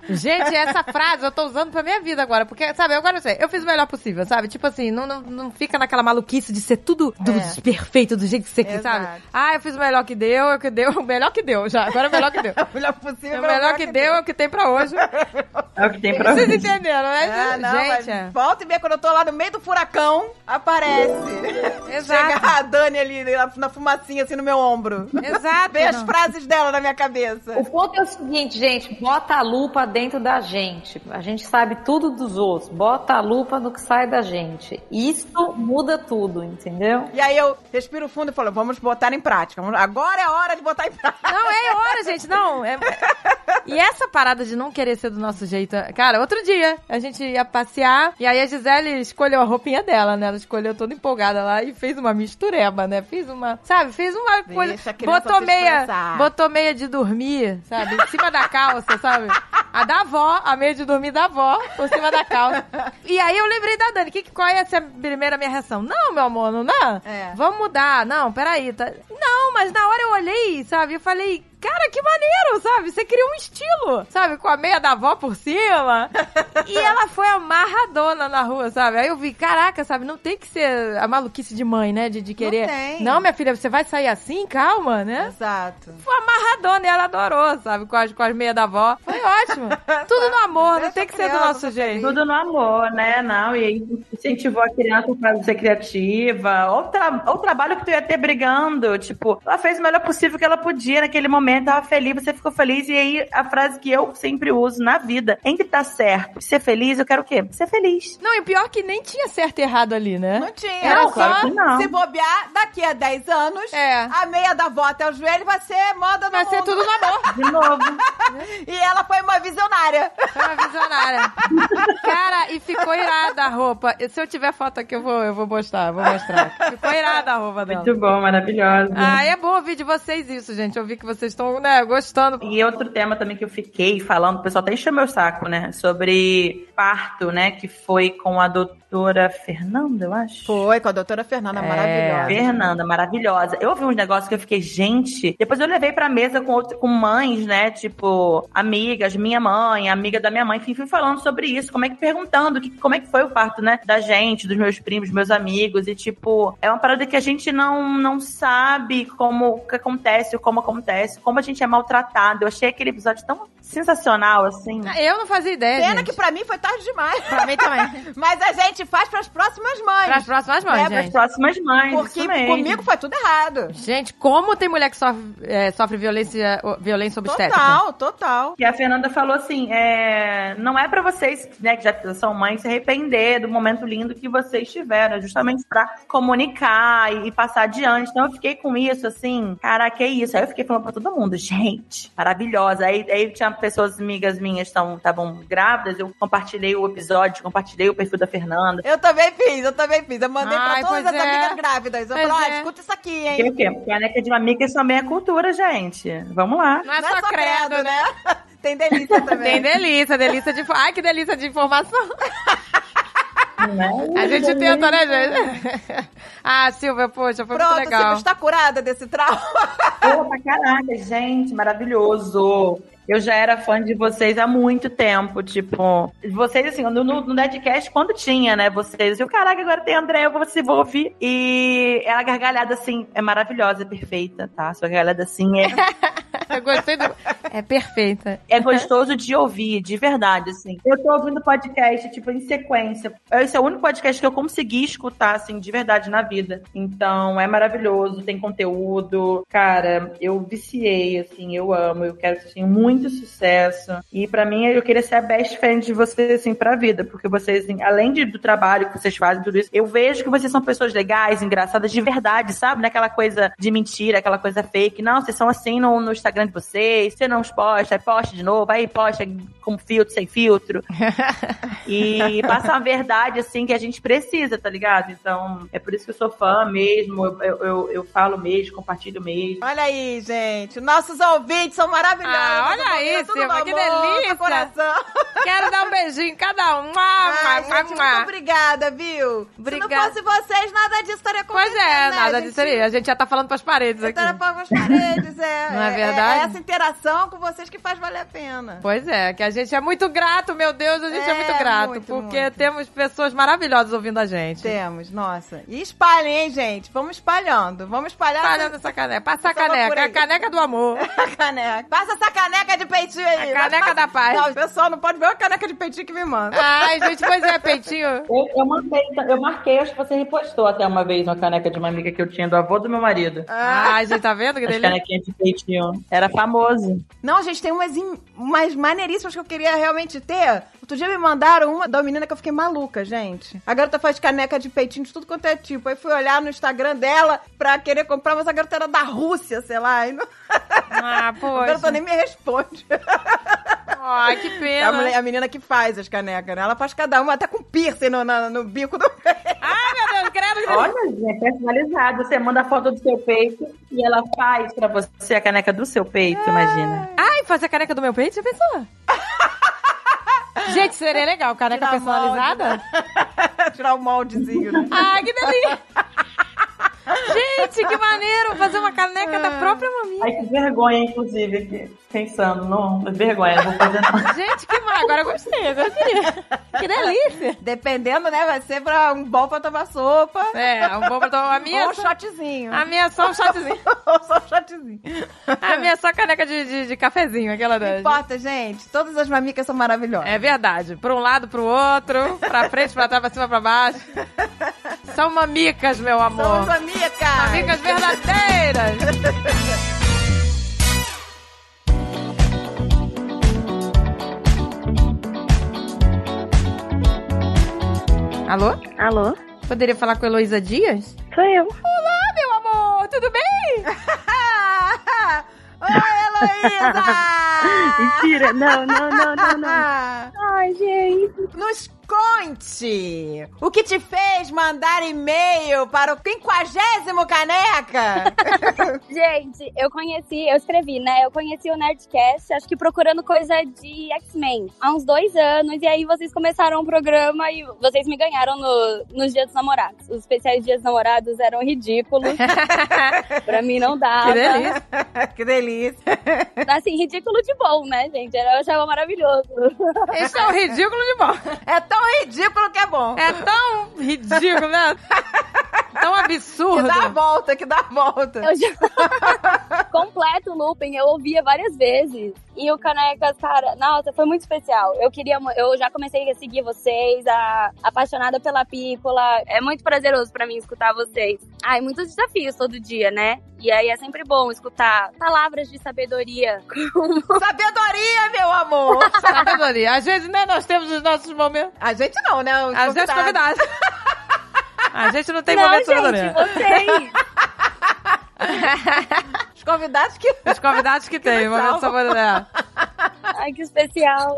[SPEAKER 1] Gente, essa frase eu tô usando pra minha vida agora, porque, sabe, agora eu sei, eu fiz o melhor possível, sabe? Tipo assim, não, não, não fica naquela maluquice de ser tudo do perfeito, do jeito que você quer,
[SPEAKER 2] Exato.
[SPEAKER 1] sabe? Ah, eu fiz o melhor que deu, é o que deu, o melhor que deu, já, agora é o melhor que deu.
[SPEAKER 2] o melhor possível.
[SPEAKER 1] É o melhor que deu, é o que tem pra hoje.
[SPEAKER 8] É o que tem pra
[SPEAKER 1] Vocês
[SPEAKER 8] hoje.
[SPEAKER 1] entenderam, né?
[SPEAKER 2] Ah, não,
[SPEAKER 1] Gente,
[SPEAKER 2] mas volta e meia, quando eu tô lá no meio do furacão, aparece.
[SPEAKER 1] Exato.
[SPEAKER 2] Chega a Dani ali na- na fumacinha, assim, no meu ombro.
[SPEAKER 1] Exato,
[SPEAKER 2] Vem as
[SPEAKER 1] não.
[SPEAKER 2] frases dela na minha cabeça.
[SPEAKER 9] O ponto é o seguinte, gente, bota a lupa dentro da gente. A gente sabe tudo dos outros, bota a lupa no que sai da gente. Isso muda tudo, entendeu?
[SPEAKER 2] E aí eu respiro fundo e falo, vamos botar em prática. Vamos- Agora é hora de botar em prática.
[SPEAKER 1] Não, é hora, gente, não. é- E essa parada de não querer ser do nosso jeito. Cara, outro dia a gente ia passear e aí a Gisele escolheu a roupinha dela, né? Ela escolheu toda empolgada lá e fez uma mistureba, né? Fez uma. Sabe? Fez uma coisa.
[SPEAKER 2] a criança
[SPEAKER 1] Botou
[SPEAKER 2] se
[SPEAKER 1] meia.
[SPEAKER 2] expressar.
[SPEAKER 1] Botou meia de dormir, sabe? Em cima da calça, sabe? A da avó, a meia de dormir da avó, por cima da calça. E aí eu lembrei da Dani. Que, que- qual ia ser a primeira minha reação? Não, meu amor, não dá.
[SPEAKER 2] É.
[SPEAKER 1] Vamos mudar. Não, peraí. Tá... Não, mas na hora eu olhei, sabe? Eu falei, cara, que maneiro, sabe? Você criou um estilo, sabe? Com a meia da avó por cima. e ela foi amarradona na rua, sabe? Aí eu vi, caraca, sabe? Não tem que ser a maluquice de mãe, né? De, de querer.
[SPEAKER 2] tem.
[SPEAKER 1] não, minha filha, você vai sair assim? Calma, né?
[SPEAKER 2] Exato.
[SPEAKER 1] Foi amarradona e ela adorou, sabe? Com as, com as meias da avó. Foi ótimo. Tudo no amor, não
[SPEAKER 2] Deixa
[SPEAKER 1] tem que
[SPEAKER 2] a
[SPEAKER 1] ser do
[SPEAKER 2] criança
[SPEAKER 1] nosso jeito.
[SPEAKER 8] Tudo no amor, né? Não, e aí incentivou a criança pra ser criativa. Ou, tra- ou o trabalho que tu ia ter brigando. Tipo, ela fez o melhor possível que ela podia naquele momento, tava feliz, você ficou feliz. E aí a frase que eu sempre uso na vida: entre tá certo e ser feliz, eu quero o quê? Ser feliz.
[SPEAKER 1] Não, e o pior que nem tinha certo e errado ali, né?
[SPEAKER 2] Não tinha.
[SPEAKER 1] Era
[SPEAKER 2] Era
[SPEAKER 1] claro
[SPEAKER 2] só
[SPEAKER 8] que não.
[SPEAKER 2] se bobear, daqui a 10 anos,
[SPEAKER 1] É.
[SPEAKER 2] a meia da avó até o joelho vai ser moda no
[SPEAKER 1] Vai ser
[SPEAKER 2] mundo.
[SPEAKER 1] tudo no amor.
[SPEAKER 8] De novo.
[SPEAKER 2] E ela foi uma visionária.
[SPEAKER 1] Foi uma visionária. Cara, e ficou Ficou irada a roupa. Se eu tiver foto aqui, eu vou, eu vou mostrar, vou mostrar. Ficou irada a roupa dela.
[SPEAKER 8] Muito bom, maravilhosa.
[SPEAKER 1] Ah, é bom ouvir de vocês isso, gente. Eu vi que vocês estão, né, gostando.
[SPEAKER 8] E outro tema também que eu fiquei falando, o pessoal até encheu meu saco, né? Sobre parto, né? Que foi com a doutora Fernanda, eu acho.
[SPEAKER 2] Foi, com a doutora Fernanda,
[SPEAKER 8] É,
[SPEAKER 2] maravilhosa.
[SPEAKER 8] Fernanda, maravilhosa. Eu ouvi uns negócios que eu fiquei, gente. Depois eu levei pra mesa com, outro, com mães, né? Tipo, amigas, minha mãe, amiga da minha mãe. Enfim, fui falando sobre isso. Como é que perguntando que, como é que foi o parto, né? Da gente, dos meus primos, meus amigos. E, tipo, é uma parada que a gente não, não sabe como que acontece, como acontece, como a gente é maltratado. Eu achei aquele episódio tão sensacional, assim.
[SPEAKER 1] Ah, Eu não fazia ideia.
[SPEAKER 2] Pena
[SPEAKER 1] gente.
[SPEAKER 2] que pra mim foi tarde demais.
[SPEAKER 1] Pra mim também.
[SPEAKER 2] Mas a gente faz pras próximas mães.
[SPEAKER 1] Para as próximas
[SPEAKER 8] É,
[SPEAKER 1] mães,
[SPEAKER 8] para as
[SPEAKER 1] gente.
[SPEAKER 8] próximas mães.
[SPEAKER 2] Porque
[SPEAKER 8] isso mesmo.
[SPEAKER 2] comigo foi tudo errado.
[SPEAKER 1] Gente, como tem mulher que sofre, é, sofre violência, o- violência obstétrica?
[SPEAKER 2] Total, total.
[SPEAKER 8] E a Fernanda falou assim: é, não é pra vocês, né, que já são mães, se arrepender do momento lindo que vocês tiveram, é justamente pra comunicar e, e passar adiante. Então eu fiquei com isso, assim, caraca, é isso. Aí eu fiquei falando pra todo mundo, gente, maravilhosa. Aí, aí tinha pessoas, amigas minhas, estavam grávidas, eu compartilhei o episódio, compartilhei o perfil da Fernanda.
[SPEAKER 2] Eu também fiz, eu também fiz. Eu mandei
[SPEAKER 1] Ai,
[SPEAKER 2] pra todas
[SPEAKER 1] pois
[SPEAKER 2] as
[SPEAKER 1] é.
[SPEAKER 2] amigas grávidas. Eu
[SPEAKER 1] Pois
[SPEAKER 2] falei, ó,
[SPEAKER 1] é.
[SPEAKER 2] escuta isso aqui, hein?
[SPEAKER 8] Porque o quê? Porque a Neca de Amigas também é cultura, gente. Vamos lá.
[SPEAKER 1] Não é só credo, né?
[SPEAKER 2] Tem delícia também.
[SPEAKER 1] Tem delícia, delícia de... Ai, que delícia de informação.
[SPEAKER 8] né?
[SPEAKER 1] A gente tenta, né, gente? Ah, Silvia, poxa, foi
[SPEAKER 2] Pronto,
[SPEAKER 1] muito legal.
[SPEAKER 2] Silvio, está curada desse trauma?
[SPEAKER 8] Pô, pra caraca, gente, maravilhoso. Eu já era fã de vocês há muito tempo, tipo... Vocês, assim, no, no no Nerdcast, quando tinha, né, vocês... Eu, caraca, agora tem André, eu vou, se vou ouvir. E ela gargalhada, assim, é maravilhosa, é perfeita, tá? Sua gargalhada, assim, é,
[SPEAKER 1] Eu gostei do... É perfeita.
[SPEAKER 8] é gostoso de ouvir, de verdade, assim. Eu tô ouvindo podcast, tipo, em sequência. Esse é o único podcast que eu consegui escutar, assim, de verdade, na vida. Então, é maravilhoso, tem conteúdo. Cara, eu viciei, assim, eu amo. Eu quero que vocês tenham muito sucesso. E pra mim, eu queria ser a best fan de vocês, assim, pra vida. Porque vocês, assim, além de- do trabalho que vocês fazem, tudo isso, eu vejo que vocês são pessoas legais, engraçadas, de verdade, sabe? Não é aquela coisa de mentira, aquela coisa fake. Não, vocês são assim no, no Instagram de vocês. Você não os posta, aí posta de novo, aí posta com filtro, sem filtro. E passa uma verdade, assim, que a gente precisa, tá ligado? Então, é por isso que eu sou fã mesmo. Eu, eu, eu, eu falo mesmo, compartilho mesmo.
[SPEAKER 2] Olha aí, gente. Nossos ouvintes são maravilhosos.
[SPEAKER 1] Ah, olha
[SPEAKER 2] Tá
[SPEAKER 1] aí,
[SPEAKER 2] comendo tudo
[SPEAKER 1] Silva,
[SPEAKER 2] no
[SPEAKER 1] que
[SPEAKER 2] almoço,
[SPEAKER 1] delícia.
[SPEAKER 2] coração.
[SPEAKER 1] Quero dar um beijinho em cada um.
[SPEAKER 2] Ai,
[SPEAKER 1] Ah,
[SPEAKER 2] gente, muito obrigada, viu? Se não
[SPEAKER 1] Obrigada.
[SPEAKER 2] fosse vocês, nada disso estaria
[SPEAKER 1] Pois
[SPEAKER 2] acontecendo,
[SPEAKER 1] é,
[SPEAKER 2] né?
[SPEAKER 1] nada
[SPEAKER 2] A gente
[SPEAKER 1] disso aí. A gente já tá falando pras paredes aqui.
[SPEAKER 2] Estaria para as paredes, é.
[SPEAKER 1] Não é verdade?
[SPEAKER 2] É essa interação com vocês que faz valer a pena.
[SPEAKER 1] Pois é, que a gente é muito grato, meu Deus, a gente é,
[SPEAKER 2] É,
[SPEAKER 1] muito grato.
[SPEAKER 2] muito,
[SPEAKER 1] porque
[SPEAKER 2] muito.
[SPEAKER 1] temos pessoas maravilhosas ouvindo a gente.
[SPEAKER 2] Temos, nossa. E espalhem, hein, gente? Vamos espalhando. Vamos espalhar
[SPEAKER 1] Espalhando essa caneca. Passa a
[SPEAKER 2] Essa
[SPEAKER 1] caneca, é
[SPEAKER 2] loucura
[SPEAKER 1] a
[SPEAKER 2] aí.
[SPEAKER 1] caneca do amor.
[SPEAKER 2] essa caneca. Passa essa caneca de peitinho aí.
[SPEAKER 1] A caneca
[SPEAKER 2] Passa-
[SPEAKER 1] da paz.
[SPEAKER 2] Não, o pessoal não pode ver a caneca de peitinho que me manda.
[SPEAKER 1] Ai, gente, pois é, peitinho.
[SPEAKER 8] Eu, eu, mandei, eu marquei, acho que você repostou até uma vez uma caneca de uma amiga que eu tinha do avô do meu marido.
[SPEAKER 2] Ah.
[SPEAKER 1] Ai, gente, tá vendo que
[SPEAKER 8] As
[SPEAKER 1] delícia?
[SPEAKER 8] canequinhas de peitinho. Era famoso.
[SPEAKER 2] Não, gente, tem umas, in- umas maneiríssimas que eu queria realmente ter. Outro dia me mandaram uma da menina que eu fiquei maluca, gente. A garota faz caneca de peitinho de tudo quanto é tipo. Aí fui olhar no Instagram dela pra querer comprar, mas a garota era da Rússia, sei lá. E não,
[SPEAKER 1] Ah,
[SPEAKER 2] a garota
[SPEAKER 1] poxa.
[SPEAKER 2] nem me responde.
[SPEAKER 1] Ai, que
[SPEAKER 2] A,
[SPEAKER 1] pena.
[SPEAKER 2] mulher- a menina que faz as canecas, né? Ela faz cada uma, até com piercing no, na- no bico do pé.
[SPEAKER 1] Ai, meu Deus, credo. que-
[SPEAKER 8] Olha, gente, é personalizado. Você manda a foto do seu peito e ela faz pra você a caneca do seu peito, imagina.
[SPEAKER 1] Ai, fazer a caneca do meu peito, já pensou? Gente, seria legal, caneca
[SPEAKER 2] Tirar a mão,
[SPEAKER 1] personalizada.
[SPEAKER 2] Tirar o moldezinho, né?
[SPEAKER 1] Ah, que delícia! Gente, que maneiro fazer uma caneca da própria maminha.
[SPEAKER 8] Ai, que vergonha, inclusive, aqui. Pensando, não, é vergonha, não vou fazer nada.
[SPEAKER 1] Gente, que maneiro. Agora eu gostei, gostei. Que delícia.
[SPEAKER 2] Dependendo, né? Vai ser pra um bom pra tomar sopa.
[SPEAKER 1] É, um bom botou a minha.
[SPEAKER 2] Ou um
[SPEAKER 1] só-
[SPEAKER 2] shotzinho.
[SPEAKER 1] A minha é só um shotzinho.
[SPEAKER 2] Ou só um shotzinho.
[SPEAKER 1] A minha é só caneca de, de, de cafezinho, aquela
[SPEAKER 2] Não
[SPEAKER 1] da.
[SPEAKER 2] importa, gente. Todas as mamicas são maravilhosas.
[SPEAKER 1] É verdade. Pra um lado, pro outro, pra frente, pra trás, pra cima, pra baixo. São mamicas, meu
[SPEAKER 2] São
[SPEAKER 1] amor.
[SPEAKER 2] as mamicas.
[SPEAKER 1] Mamicas verdadeiras. Alô?
[SPEAKER 10] Alô?
[SPEAKER 1] Poderia falar com a Heloísa Dias?
[SPEAKER 10] Sou eu.
[SPEAKER 1] Olá, meu amor! Tudo bem?
[SPEAKER 2] Oi, Heloísa!
[SPEAKER 10] Mentira. Não, não, não, não, não. Ai, gente.
[SPEAKER 2] Nos conte o que te fez mandar e-mail para o quinquagésimo caneca.
[SPEAKER 10] Gente, eu conheci, eu escrevi, né? Eu conheci o Nerdcast, acho que procurando coisa de X-Men, há uns dois anos. E aí vocês começaram o programa e vocês me ganharam no, nos Dias dos Namorados. Os especiais Dias dos Namorados eram ridículos. pra mim não dava.
[SPEAKER 1] Que delícia.
[SPEAKER 2] que delícia.
[SPEAKER 10] Assim, ridículo de bom, né, gente? Eu achava maravilhoso.
[SPEAKER 1] Esse é um ridículo de bom.
[SPEAKER 2] É tão ridículo que é bom.
[SPEAKER 1] É tão ridículo, né? Tão
[SPEAKER 2] Que
[SPEAKER 1] absurdo.
[SPEAKER 2] dá a volta, que dá a volta.
[SPEAKER 10] Eu já... Completo looping, eu ouvia várias vezes. E o Canecas, cara, nossa, foi muito especial. Eu queria, mu- eu já comecei a seguir vocês, a... apaixonada pela pícola. É muito prazeroso pra mim escutar vocês. Ai, muitos desafios todo dia, né? E aí é sempre bom escutar palavras de sabedoria.
[SPEAKER 2] Sabedoria, meu amor.
[SPEAKER 1] Sabedoria. Tá, Às vezes, né, nós temos os nossos momentos.
[SPEAKER 2] A gente não, né? Os
[SPEAKER 1] Às vezes
[SPEAKER 2] convidados.
[SPEAKER 1] convidados. A gente não tem
[SPEAKER 10] Não,
[SPEAKER 1] momento de
[SPEAKER 10] gente,
[SPEAKER 1] sabedoria.
[SPEAKER 10] vocês.
[SPEAKER 2] Os convidados que...
[SPEAKER 1] Os convidados que tem, momento de sabedoria.
[SPEAKER 10] Ai, que especial.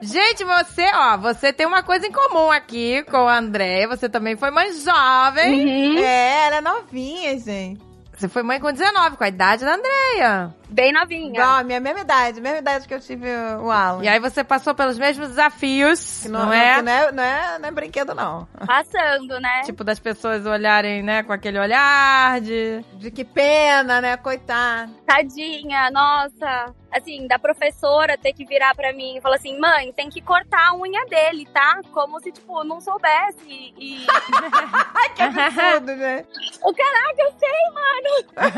[SPEAKER 1] Gente, você, ó, você tem uma coisa em comum aqui com a Andréia. Você também foi mãe jovem.
[SPEAKER 2] É, ela é novinha, gente.
[SPEAKER 1] Você foi mãe com 19, com a idade da Andréia.
[SPEAKER 10] Bem novinha.
[SPEAKER 2] Igual, a minha mesma idade, mesma idade que eu tive o Alan.
[SPEAKER 1] é. E aí você passou pelos mesmos desafios,
[SPEAKER 2] Que
[SPEAKER 1] não, é?
[SPEAKER 2] que Não é, não, é, não é brinquedo, não.
[SPEAKER 10] Passando, né?
[SPEAKER 1] Tipo, das pessoas olharem, né, com aquele olhar de...
[SPEAKER 2] De que pena, né? Coitado.
[SPEAKER 10] Tadinha, nossa. Assim, da professora ter que virar pra mim e falar assim: mãe, tem que cortar a unha dele, tá? Como se, tipo, não soubesse. E.
[SPEAKER 2] Tudo, né?
[SPEAKER 10] o caraca, eu sei, mano!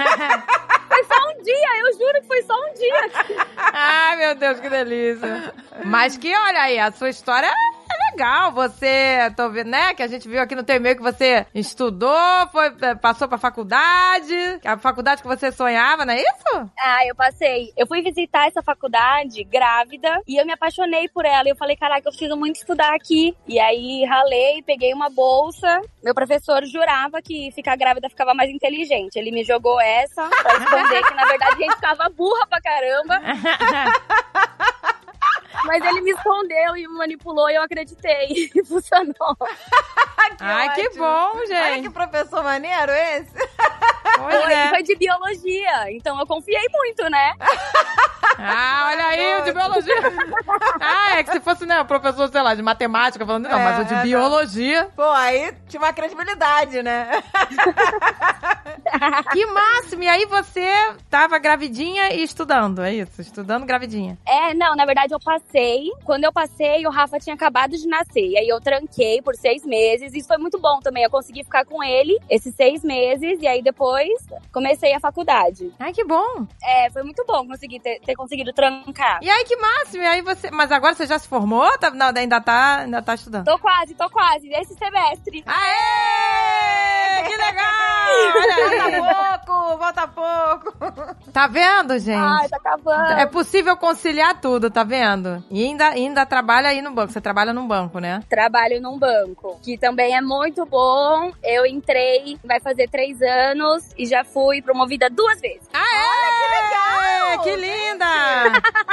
[SPEAKER 10] foi só um dia, eu juro que foi só um dia.
[SPEAKER 1] Ai, meu Deus, que delícia. Mas que, olha aí, a sua história é legal. Você, tô vendo, né, que a gente viu aqui no teu e-mail que você estudou, foi, eh, passou pra faculdade, a faculdade que você sonhava, não é isso?
[SPEAKER 10] Ah, eu passei. Eu fui visitar essa faculdade grávida e eu me apaixonei por ela. E eu falei: caraca, eu preciso muito estudar aqui. E aí ralei, peguei uma bolsa. Meu professor jurava que ficar grávida ficava mais inteligente. Ele me jogou essa pra esconder que, na verdade, a gente ficava burra pra caramba. Mas ele me escondeu e me manipulou e eu acreditei. E funcionou.
[SPEAKER 1] Ai, que
[SPEAKER 2] Ah, ótimo.
[SPEAKER 1] bom,
[SPEAKER 2] Olha que
[SPEAKER 1] gente.
[SPEAKER 2] professor maneiro esse.
[SPEAKER 1] Pois
[SPEAKER 10] Foi,
[SPEAKER 1] é.
[SPEAKER 10] foi de biologia, então eu confiei muito, né?
[SPEAKER 1] Ah, olha aí, o de biologia. Ah, é que se fosse, né, o professor, sei lá, de matemática, falando, não,
[SPEAKER 2] É,
[SPEAKER 1] mas o
[SPEAKER 2] é,
[SPEAKER 1] de
[SPEAKER 2] não.
[SPEAKER 1] biologia.
[SPEAKER 2] Pô, aí tinha uma credibilidade, né?
[SPEAKER 1] Que máximo! E aí você tava gravidinha e estudando, é isso? Estudando gravidinha.
[SPEAKER 10] É, não, na verdade eu passei. Quando eu passei, o Rafa tinha acabado de nascer. E aí eu tranquei por seis meses. Isso foi muito bom também. Eu consegui ficar com ele esses seis meses. E aí depois comecei a faculdade.
[SPEAKER 1] Ai, que bom!
[SPEAKER 10] É, foi muito bom conseguir ter, ter conseguido trancar.
[SPEAKER 1] E aí, que máximo! E aí você... Mas agora você já se formou? Tá... Não, ainda tá, ainda tá estudando.
[SPEAKER 10] Tô quase, tô quase. Esse semestre.
[SPEAKER 1] Aê! Que legal! Olha aí.
[SPEAKER 2] Volta pouco, volta pouco.
[SPEAKER 1] Tá vendo, gente?
[SPEAKER 10] Ai, tá acabando.
[SPEAKER 1] É possível conciliar tudo, tá vendo? E ainda, ainda trabalha aí no banco. Você trabalha num banco, né?
[SPEAKER 10] Trabalho num banco, que também é muito bom. Eu entrei, vai fazer três anos e já fui promovida duas vezes.
[SPEAKER 1] Ah, é?
[SPEAKER 2] Olha, que legal!
[SPEAKER 1] Que linda!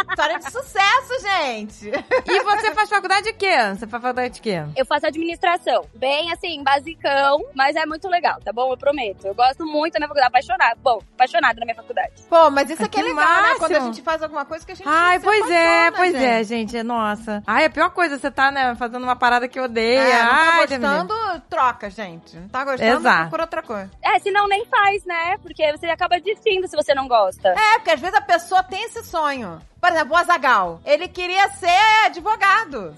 [SPEAKER 2] História de sucesso, gente.
[SPEAKER 1] E você faz faculdade de quê? Você faz faculdade de quê?
[SPEAKER 10] Eu faço administração. Bem assim, basicão, mas é muito legal, tá bom? Eu prometo. Eu gosto muito da minha faculdade, apaixonada. Bom, apaixonada na minha faculdade.
[SPEAKER 2] Pô, mas isso aqui é
[SPEAKER 1] Que
[SPEAKER 2] legal, né?
[SPEAKER 1] máximo.
[SPEAKER 2] Quando a gente faz alguma coisa que a gente
[SPEAKER 1] Ai,
[SPEAKER 2] se
[SPEAKER 1] pois é,
[SPEAKER 2] apaixona,
[SPEAKER 1] pois
[SPEAKER 2] gente.
[SPEAKER 1] é, gente. Nossa. Ai, a pior coisa, você tá, né, fazendo uma parada que odeia.
[SPEAKER 2] É, não tá
[SPEAKER 1] Ai,
[SPEAKER 2] gostando, troca, gente. Não tá gostando,
[SPEAKER 1] Exato.
[SPEAKER 2] procura outra coisa.
[SPEAKER 10] É, senão nem faz, né? Porque você acaba desistindo se você não gosta.
[SPEAKER 2] É, porque às vezes a pessoa tem esse sonho. Por exemplo, o Azagal. Ele queria ser advogado.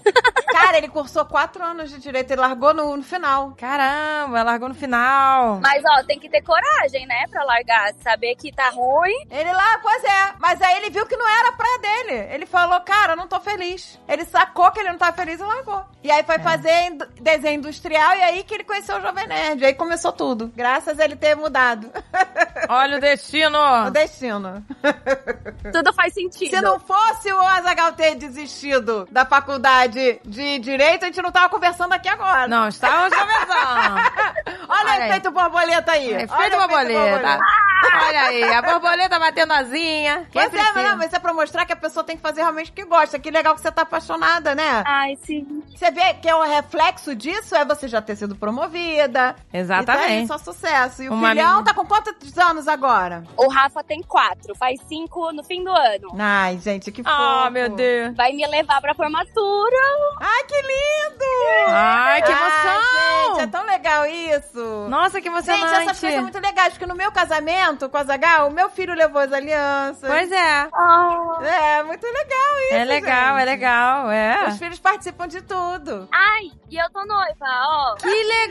[SPEAKER 2] Cara, ele cursou quatro anos de direito e largou no, no final.
[SPEAKER 1] Caramba, largou no final.
[SPEAKER 10] Mas, ó, tem que ter coragem, né? Pra largar. Saber que tá ruim.
[SPEAKER 2] Ele lá, pois é. Mas aí ele viu que não era pra dele. Ele falou, cara, eu não tô feliz. Ele sacou que ele não tava feliz e largou. E aí
[SPEAKER 1] É.
[SPEAKER 2] foi fazer ind- desenho industrial e aí que ele conheceu o Jovem Nerd. E aí começou tudo. Graças a ele ter mudado
[SPEAKER 1] Olha o destino.
[SPEAKER 2] o destino.
[SPEAKER 10] Tudo faz sentido.
[SPEAKER 2] Se É. não fosse o Azagal ter desistido da faculdade de direito, a gente não tava conversando aqui agora.
[SPEAKER 1] Não, estávamos conversando.
[SPEAKER 2] Olha o
[SPEAKER 1] Olha aí.
[SPEAKER 2] efeito borboleta aí.
[SPEAKER 1] Efeito
[SPEAKER 2] Olha o
[SPEAKER 1] borboleta. Olha aí, a borboleta batendo asinha. Quem
[SPEAKER 2] Pois é, mas,
[SPEAKER 1] precisa?
[SPEAKER 2] não, mas isso é pra mostrar que a pessoa tem que fazer realmente o que gosta. Que legal que você tá apaixonada, né?
[SPEAKER 10] Ai, sim.
[SPEAKER 2] Você vê que é o reflexo disso é você já ter sido promovida.
[SPEAKER 1] Exatamente.
[SPEAKER 2] E tá aí só sucesso. E o
[SPEAKER 1] Uma
[SPEAKER 2] filhão
[SPEAKER 1] menina-
[SPEAKER 2] tá com quantos anos agora?
[SPEAKER 10] O Rafa tem quatro, faz cinco no fim do ano.
[SPEAKER 2] Ai, gente, que fofo.
[SPEAKER 1] Ah, meu Deus.
[SPEAKER 10] Vai me levar pra formatura.
[SPEAKER 2] Ai, que lindo!
[SPEAKER 1] Ai, que
[SPEAKER 2] Ai,
[SPEAKER 1] emoção.
[SPEAKER 2] Ah, gente, é tão legal isso.
[SPEAKER 1] Nossa, que
[SPEAKER 2] Gente,
[SPEAKER 1] emocionante.
[SPEAKER 2] essas coisas são muito legais, porque no meu casamento com a Zagal, o meu filho levou as alianças.
[SPEAKER 1] Pois é.
[SPEAKER 10] Ah,
[SPEAKER 2] É, muito legal isso.
[SPEAKER 1] É legal,
[SPEAKER 2] gente.
[SPEAKER 1] é legal, é.
[SPEAKER 2] Os filhos participam de tudo.
[SPEAKER 10] Ai, e eu tô noiva, ó.
[SPEAKER 1] Que
[SPEAKER 2] Ah,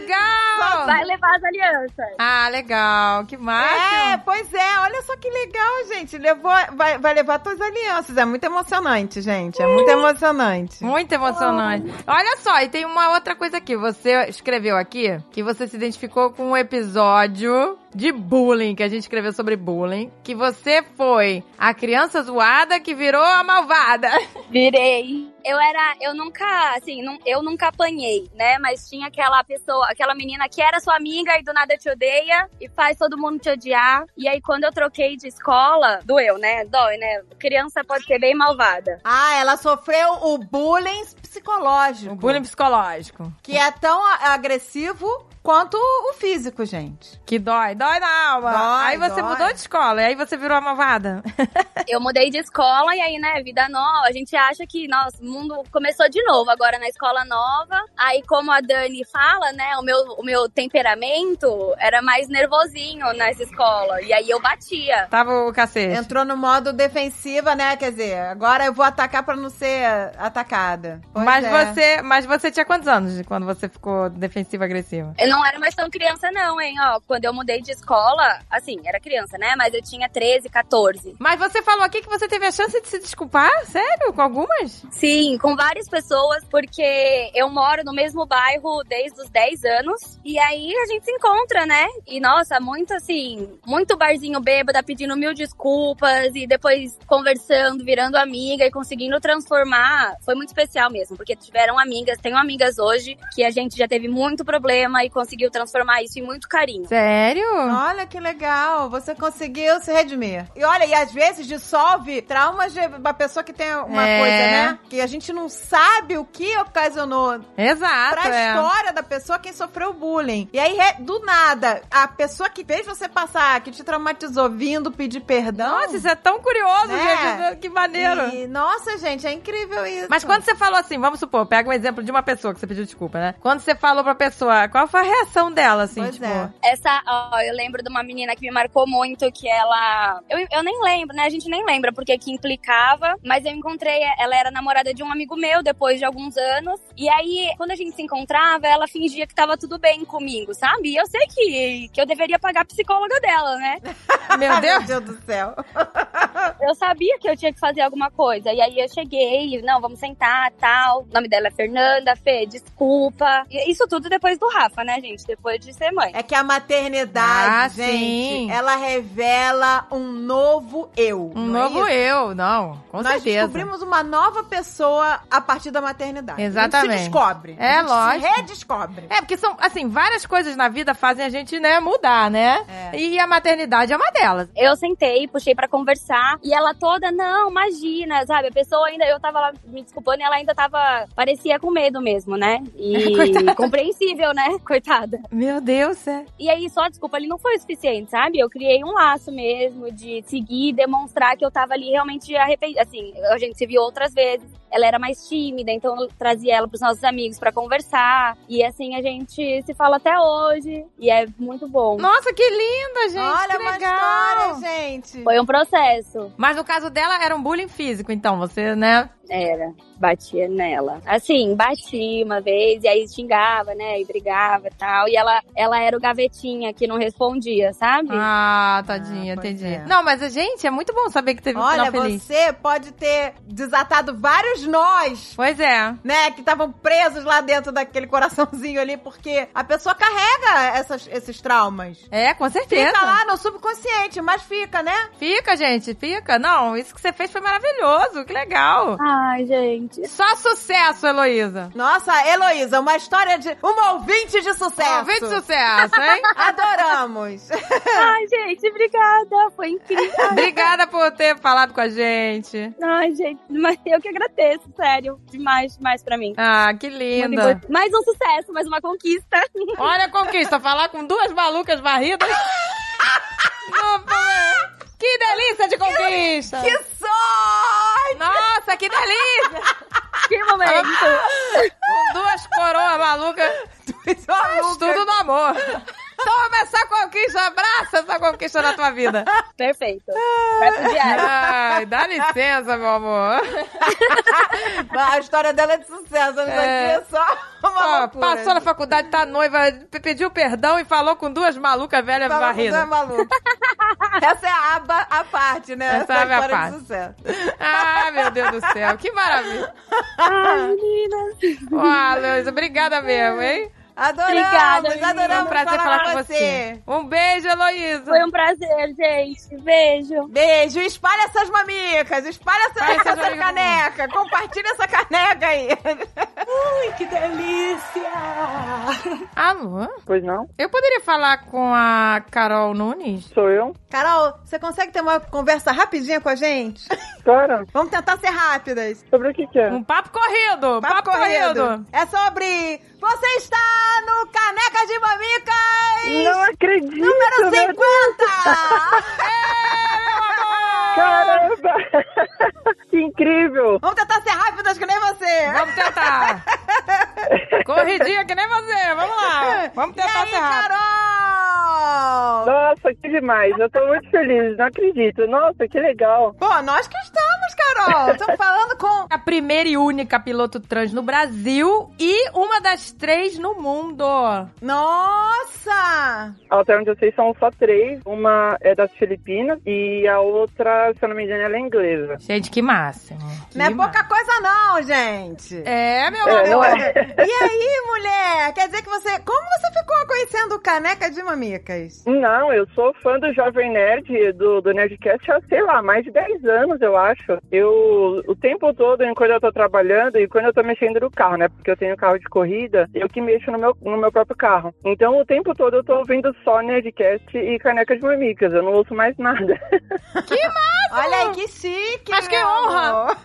[SPEAKER 1] legal!
[SPEAKER 10] Vai levar as alianças.
[SPEAKER 1] Ah, legal, que
[SPEAKER 2] É,
[SPEAKER 1] máximo.
[SPEAKER 2] pois é, olha só que legal, gente. Levou, vai, vai levar todas as alianças. É muito emocionante, gente. É muito emocionante.
[SPEAKER 1] Muito emocionante. Olha só, e tem uma outra coisa aqui. Você escreveu aqui que você se identificou com um episódio de bullying, que a gente escreveu sobre bullying, que você foi a criança zoada que virou a malvada.
[SPEAKER 10] Virei. Eu era, eu nunca, assim, nun- eu nunca apanhei, né? Mas tinha aquela pessoa, aquela menina que era sua amiga e do nada te odeia e faz todo mundo te odiar. E aí quando eu troquei de escola, doeu, né? Dói, né? Criança pode ser bem malvada.
[SPEAKER 2] Ah, ela sofreu o bullying psicológico.
[SPEAKER 1] O Um bullying psicológico.
[SPEAKER 2] Que é tão a- agressivo quanto o físico, gente.
[SPEAKER 1] Que dói, dói na alma.
[SPEAKER 2] Dói,
[SPEAKER 1] aí você
[SPEAKER 2] dói.
[SPEAKER 1] mudou de escola, e aí você virou a malvada.
[SPEAKER 10] Eu mudei de escola e aí, né, vida nova, a gente acha que, nossa, o mundo começou de novo agora na escola nova. Aí, como a Dani fala, né, o meu, o meu temperamento era mais nervosinho nessa escola. E aí eu batia.
[SPEAKER 1] Tava o cacete.
[SPEAKER 2] Entrou no modo defensiva, né? Quer dizer, agora eu vou atacar pra não ser atacada. Pois
[SPEAKER 1] mas,
[SPEAKER 2] é.
[SPEAKER 1] você, mas você tinha quantos anos de quando você ficou defensiva-agressiva?
[SPEAKER 10] Eu não era mais tão criança, não, hein, ó. Quando eu mudei de escola, assim, era criança, né, mas eu tinha 13, 14.
[SPEAKER 1] Mas você falou aqui que você teve a chance de se desculpar? Sério? Com algumas?
[SPEAKER 10] Sim, com várias pessoas, porque eu moro no mesmo bairro desde os 10 anos. E aí a gente se encontra, né? E nossa, muito assim, muito barzinho bêbada pedindo mil desculpas e depois conversando, virando amiga e conseguindo transformar. Foi muito especial mesmo, porque tiveram amigas, tenho amigas hoje que a gente já teve muito problema e conseguiu transformar isso em muito carinho.
[SPEAKER 1] Sério?
[SPEAKER 2] Olha que legal, você conseguiu se redimir. E olha, e às vezes dissolve traumas de uma pessoa que tem uma
[SPEAKER 1] É.
[SPEAKER 2] coisa, né? Que a gente não sabe o que ocasionou
[SPEAKER 1] Exato,
[SPEAKER 2] pra
[SPEAKER 1] é.
[SPEAKER 2] história da pessoa quem sofreu bullying. E aí, re- do nada, a pessoa que fez você passar, que te traumatizou vindo pedir perdão.
[SPEAKER 1] Nossa, isso é tão curioso,
[SPEAKER 2] É.
[SPEAKER 1] gente. Que maneiro.
[SPEAKER 2] e, nossa, gente, é incrível isso.
[SPEAKER 1] Mas quando você falou assim, vamos supor, pega um exemplo de uma pessoa que você pediu desculpa, né? Quando você falou pra pessoa, qual foi a reação dela, assim,
[SPEAKER 2] Pois
[SPEAKER 1] tipo...
[SPEAKER 2] é.
[SPEAKER 10] Essa, ó, eu lembro de uma menina que me marcou muito, que ela. Eu, eu nem lembro, né? A gente nem lembra porque que implicava, mas eu encontrei. Ela era namorada de um amigo meu depois de alguns anos. E aí, quando a gente se encontrava, ela fingia que tava tudo bem comigo, sabe? E eu sei que, que eu deveria pagar a psicóloga dela, né?
[SPEAKER 1] Meu
[SPEAKER 2] Ah, Meu
[SPEAKER 1] Deus!
[SPEAKER 2] Deus do céu.
[SPEAKER 10] eu sabia que eu tinha que fazer alguma coisa. E aí eu cheguei, não, vamos sentar, tal. O nome dela é Fernanda, Fê, desculpa. E isso tudo depois do Rafa, né, gente? Depois de ser mãe.
[SPEAKER 2] É que a maternidade,
[SPEAKER 1] Ah,
[SPEAKER 2] gente,
[SPEAKER 1] sim.
[SPEAKER 2] ela revela um novo eu.
[SPEAKER 1] Um
[SPEAKER 2] não é
[SPEAKER 1] novo
[SPEAKER 2] isso?
[SPEAKER 1] eu, não. Com
[SPEAKER 2] Nós
[SPEAKER 1] certeza.
[SPEAKER 2] descobrimos uma nova pessoa a partir da maternidade. A
[SPEAKER 1] Exatamente.
[SPEAKER 2] gente se descobre.
[SPEAKER 1] É,
[SPEAKER 2] a gente
[SPEAKER 1] lógico.
[SPEAKER 2] Se redescobre.
[SPEAKER 1] É, porque são, assim, várias coisas na vida fazem a gente, né, mudar, né?
[SPEAKER 2] É.
[SPEAKER 1] E a maternidade é uma delas.
[SPEAKER 10] Eu sentei, puxei pra conversar e ela toda, não, imagina, sabe? A pessoa ainda, eu tava lá me desculpando e ela ainda tava, parecia com medo mesmo, né? E compreensível, né? Coitada.
[SPEAKER 1] Meu Deus, é.
[SPEAKER 10] E aí só a desculpa ali não foi o suficiente, sabe? Eu criei um laço mesmo de seguir, demonstrar que eu tava ali realmente arrependida. Assim, a gente se viu outras vezes. Ela era mais tímida, então eu trazia ela pros nossos amigos pra conversar. E assim a gente se fala até hoje e é muito bom.
[SPEAKER 1] Nossa, que linda, gente.
[SPEAKER 2] Olha
[SPEAKER 1] que
[SPEAKER 2] uma
[SPEAKER 1] legal.
[SPEAKER 2] história, gente.
[SPEAKER 10] Foi um processo.
[SPEAKER 1] Mas no caso dela era um bullying físico, então você, né?
[SPEAKER 10] Era, batia nela. Assim, bati uma vez, e aí xingava, né? E brigava e tal. E ela, ela era o gavetinha que não respondia, sabe?
[SPEAKER 1] Ah, tadinha,
[SPEAKER 2] Ah, pois
[SPEAKER 1] entendi.
[SPEAKER 2] é.
[SPEAKER 1] Não, mas a gente, é muito bom saber que teve um
[SPEAKER 2] Olha,
[SPEAKER 1] final feliz.
[SPEAKER 2] você pode ter desatado vários nós.
[SPEAKER 1] Pois é.
[SPEAKER 2] Né, que estavam presos lá dentro daquele coraçãozinho ali, porque a pessoa carrega essas- esses traumas.
[SPEAKER 1] É, com certeza.
[SPEAKER 2] Fica lá no subconsciente, mas fica, né?
[SPEAKER 1] Fica, gente, fica. Não, isso que você fez foi maravilhoso, que legal.
[SPEAKER 10] Ai, gente. gente.
[SPEAKER 1] Só sucesso, Heloísa.
[SPEAKER 2] Nossa, Heloísa, uma história de. Uma ouvinte de sucesso.
[SPEAKER 1] Ouvinte de sucesso, hein?
[SPEAKER 2] Adoramos.
[SPEAKER 10] Ai, gente, obrigada. Foi incrível.
[SPEAKER 1] Obrigada por ter falado com a gente.
[SPEAKER 10] Ai, gente, mas eu que agradeço, sério. Demais, demais pra mim.
[SPEAKER 1] Ah, que
[SPEAKER 10] Muito
[SPEAKER 1] linda.
[SPEAKER 10] gostoso. Mais um sucesso, mais uma conquista.
[SPEAKER 1] Olha a conquista, falar com duas malucas varridas. Opa, que delícia de conquista!
[SPEAKER 2] Que sorte!
[SPEAKER 1] Nossa, que delícia!
[SPEAKER 10] Que momento.
[SPEAKER 1] Com duas coroas malucas, faz tudo no amor. Toma essa conquista, abraça essa conquista na tua vida.
[SPEAKER 10] Perfeito.
[SPEAKER 11] Ah.
[SPEAKER 10] Vai pro diário.
[SPEAKER 1] Ai, dá licença, meu amor.
[SPEAKER 2] Mas A história dela é de sucesso, isso
[SPEAKER 1] É.
[SPEAKER 2] aqui é só uma
[SPEAKER 1] Ó,
[SPEAKER 2] loucura.
[SPEAKER 1] passou na faculdade, tá noiva, pe- pediu perdão e falou com duas malucas velhas
[SPEAKER 2] Fala,
[SPEAKER 1] varridas.
[SPEAKER 2] você é maluco. Essa é a aba, a parte, né?
[SPEAKER 1] Essa é a minha
[SPEAKER 2] história
[SPEAKER 1] parte.
[SPEAKER 2] de sucesso.
[SPEAKER 1] Ah, meu Deus do céu, que maravilha.
[SPEAKER 11] Ah.
[SPEAKER 10] Ai, meninas.
[SPEAKER 1] Ó, Luiz, obrigada mesmo, hein?
[SPEAKER 2] Adoramos,
[SPEAKER 10] Obrigada, menina.
[SPEAKER 1] Foi
[SPEAKER 2] adoramos
[SPEAKER 1] um prazer falar, com você. Um beijo, Heloísa.
[SPEAKER 10] Foi um prazer, gente. Beijo.
[SPEAKER 2] Beijo, espalha essas mamicas, espalha essa,
[SPEAKER 1] Espalha essas
[SPEAKER 2] essa
[SPEAKER 1] mamicas.
[SPEAKER 2] caneca, compartilha essa caneca aí.
[SPEAKER 12] Que delícia!
[SPEAKER 6] um
[SPEAKER 1] Alô?
[SPEAKER 6] Pois não?
[SPEAKER 1] Eu poderia falar com a Carol Nunes?
[SPEAKER 6] Sou eu?
[SPEAKER 2] Carol, você consegue ter uma conversa rapidinha com a gente?
[SPEAKER 6] Cara,
[SPEAKER 2] Vamos tentar ser rápidas.
[SPEAKER 6] sobre o que que é?
[SPEAKER 1] Um papo corrido! Papo, corrido.
[SPEAKER 2] É sobre você está no Caneca de Mamicas
[SPEAKER 6] Não acredito!
[SPEAKER 2] número
[SPEAKER 6] meu
[SPEAKER 2] 50!
[SPEAKER 6] Caramba! que incrível!
[SPEAKER 2] Vamos tentar ser rápidas que nem você.
[SPEAKER 1] Vamos tentar! Corridinha que nem você, vamos lá! Vamos
[SPEAKER 2] e
[SPEAKER 1] tentar
[SPEAKER 2] aí,
[SPEAKER 1] ser rápido.
[SPEAKER 2] Carol?
[SPEAKER 6] Nossa, que demais! Eu tô muito feliz, não acredito. Nossa, que legal!
[SPEAKER 2] Pô, nós que estamos, Carol. Estamos falando com...
[SPEAKER 1] A primeira e única piloto trans no Brasil e uma das três no mundo.
[SPEAKER 2] Nossa!
[SPEAKER 6] Até onde eu sei, são só três. Uma é das Filipinas e a outra, se eu não me engano, ela é inglesa.
[SPEAKER 1] Gente, que máximo. Que
[SPEAKER 2] não é
[SPEAKER 1] máximo.
[SPEAKER 2] pouca coisa não, gente.
[SPEAKER 1] É, meu
[SPEAKER 6] É, não
[SPEAKER 1] amor.
[SPEAKER 6] é?
[SPEAKER 2] E aí, mulher? Quer dizer que você... Como você ficou conhecendo o Caneca de Mamicas?
[SPEAKER 6] Não, eu sou fã do Jovem Nerd, do, do Nerdcast, há, sei lá, mais de 10 anos, eu acho. Eu, o tempo todo, enquanto eu tô trabalhando e quando eu tô mexendo no carro, né? Porque eu tenho carro de corrida, eu que mexo no meu, no meu próprio carro. Então, o tempo todo eu tô ouvindo só Nerdcast e Caneca de Mamicas, eu não ouço mais nada.
[SPEAKER 2] Olha aí, que chique,
[SPEAKER 1] Mas que
[SPEAKER 2] meu
[SPEAKER 1] honra.
[SPEAKER 2] amor.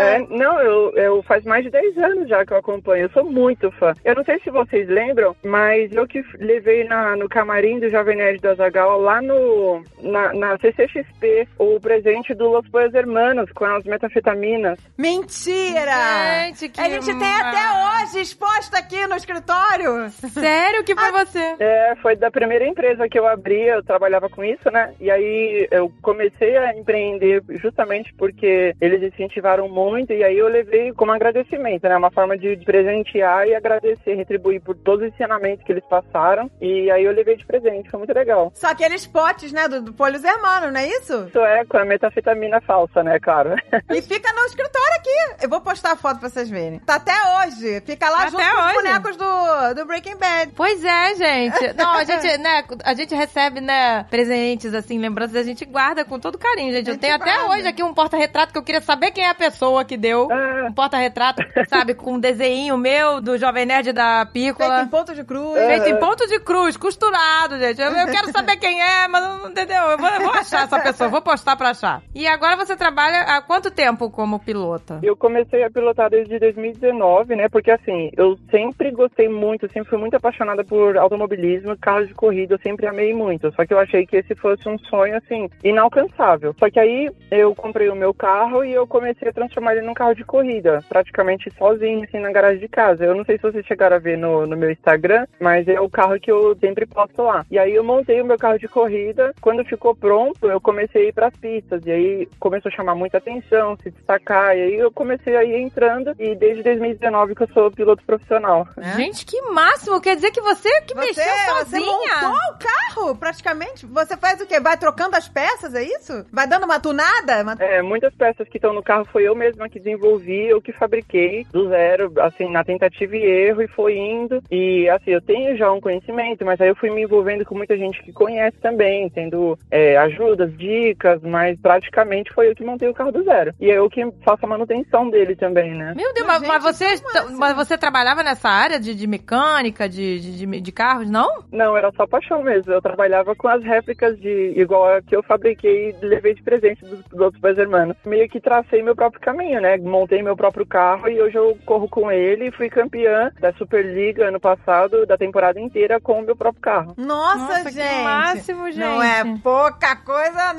[SPEAKER 6] É, não, eu, eu faz mais de 10 anos já que eu acompanho, eu sou muito fã. Eu não sei se vocês lembram, mas eu que f- levei na- no camarim do Jovem Nerd da Zagal, lá no, na, na CCXP, o presente do Los Boas Hermanos com as metafetaminas.
[SPEAKER 2] Mentira!
[SPEAKER 1] Gente, que
[SPEAKER 2] A gente tem
[SPEAKER 1] ma-
[SPEAKER 2] até hoje exposta aqui no escritório.
[SPEAKER 1] Sério que foi você?
[SPEAKER 6] É, foi da primeira empresa que eu abri, eu trabalhava com isso, né? E aí eu comecei a empreender justamente porque eles incentivaram muito e aí eu levei como agradecimento, né? Uma forma de presentear e agradecer, retribuir por todos os ensinamentos que eles passaram. E aí eu levei de presente, foi muito legal.
[SPEAKER 2] Só aqueles potes, né, do, do Polhos Hermano, não é isso?
[SPEAKER 6] Isso é com a metafetamina falsa, né, claro?
[SPEAKER 2] E fica no escritório aqui. Eu vou postar a foto pra vocês verem. Tá até hoje. Fica lá
[SPEAKER 1] Tá
[SPEAKER 2] junto
[SPEAKER 1] até
[SPEAKER 2] com os
[SPEAKER 1] hoje.
[SPEAKER 2] bonecos do, do Breaking Bad.
[SPEAKER 1] Pois é, gente. Não, a gente, né, a gente recebe, né, presentes, assim, lembranças, a gente guarda com todo carinho, gente. Eu
[SPEAKER 2] gente
[SPEAKER 1] tenho até
[SPEAKER 2] guarda.
[SPEAKER 1] hoje aqui um porta-retrato que eu queria saber quem é a pessoa que deu.
[SPEAKER 6] Ah,
[SPEAKER 1] Um porta-retrato, sabe, com um desenho meu do Jovem Nerd da
[SPEAKER 2] Feito em
[SPEAKER 1] Pícola.
[SPEAKER 2] ponto de cruz.
[SPEAKER 1] Feito em ponto de cruz, costurado, gente. Eu, eu quero saber quem é, mas eu não entendeu. Eu vou, eu vou achar essa pessoa, vou postar pra achar. E agora você trabalha há quanto tempo como pilota?
[SPEAKER 6] Eu comecei a pilotar desde 2019, né? Porque assim, eu sempre gostei muito, sempre fui muito apaixonada por automobilismo, carro de corrida, eu sempre amei muito. Só que eu achei que esse fosse um sonho, assim, inalcançável. Só que aí eu comprei o meu carro e eu comecei a transformar ele num carro de corrida, praticamente sozinho, assim, na garagem de casa. Eu não sei se vocês chegaram a ver no, no meu Instagram, mas é o carro que eu sempre posto lá. E aí eu montei o meu carro de corrida. Quando ficou pronto, eu comecei a ir pras pistas. E aí começou a chamar muita atenção, se destacar. E aí eu comecei a ir entrando. E desde 2019 que eu sou piloto profissional.
[SPEAKER 5] não.
[SPEAKER 1] Gente, que máximo! Quer dizer que você que
[SPEAKER 2] Você, é,
[SPEAKER 1] mexeu
[SPEAKER 2] você
[SPEAKER 1] sozinha.
[SPEAKER 2] montou o carro, praticamente? Você faz o quê? Vai trocando as peças, é isso? Vai dando uma tunada? Uma-
[SPEAKER 6] É, muitas peças que estão no carro foi eu mesma que desenvolvi, eu que fabriquei do zero, assim, na tentativa e erro, e foi indo. E, assim, eu tenho já um conhecimento, mas aí eu fui me envolvendo com muita gente que conhece também, tendo é, ajudas, dicas, mas praticamente foi eu que montei o carro do zero. E é eu que faço a manutenção dele também, né?
[SPEAKER 1] Meu Deus, mas,
[SPEAKER 2] Gente, assim?
[SPEAKER 1] mas você, tá,
[SPEAKER 2] que máximo.
[SPEAKER 1] mas você trabalhava nessa área de, de mecânica, de, de, de- de carros, não?
[SPEAKER 6] Não, era só paixão mesmo. Eu trabalhava com as réplicas de igual a que eu fabriquei e levei de presente dos, dos outros pais irmãos. Meio que tracei meu próprio caminho, né? Montei meu próprio carro e hoje eu corro com ele e fui campeã da Superliga ano passado, da temporada inteira, com o meu próprio carro.
[SPEAKER 2] Nossa,
[SPEAKER 1] que
[SPEAKER 2] gente.
[SPEAKER 1] máximo, gente.
[SPEAKER 2] Não é pouca coisa,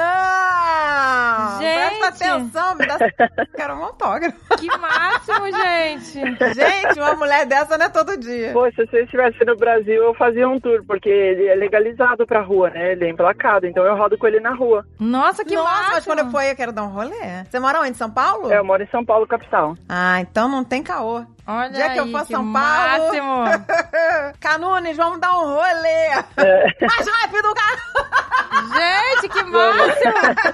[SPEAKER 2] não!
[SPEAKER 1] Gente.
[SPEAKER 2] Presta atenção, me dá... Quero um autógrafo.
[SPEAKER 1] Que máximo, gente.
[SPEAKER 2] Gente, uma mulher dessa não é todo dia.
[SPEAKER 6] Pô, se você estivesse no Brasil, eu fazia um tour, porque ele é legalizado pra rua, né? Ele é emplacado, então eu rodo com ele na rua.
[SPEAKER 1] Nossa, que
[SPEAKER 2] Nossa,
[SPEAKER 1] máximo.
[SPEAKER 2] mas quando eu for aí, eu quero dar um rolê. Você mora onde? São Paulo?
[SPEAKER 6] É, eu moro em São Paulo, capital.
[SPEAKER 2] Ah, então não tem caô.
[SPEAKER 1] Olha
[SPEAKER 2] Dia que eu
[SPEAKER 1] aí,
[SPEAKER 2] for a
[SPEAKER 1] que
[SPEAKER 2] São Paulo.
[SPEAKER 1] máximo.
[SPEAKER 2] Canunes, vamos dar um rolê. Mais rápido, cara.
[SPEAKER 1] gente, que máximo.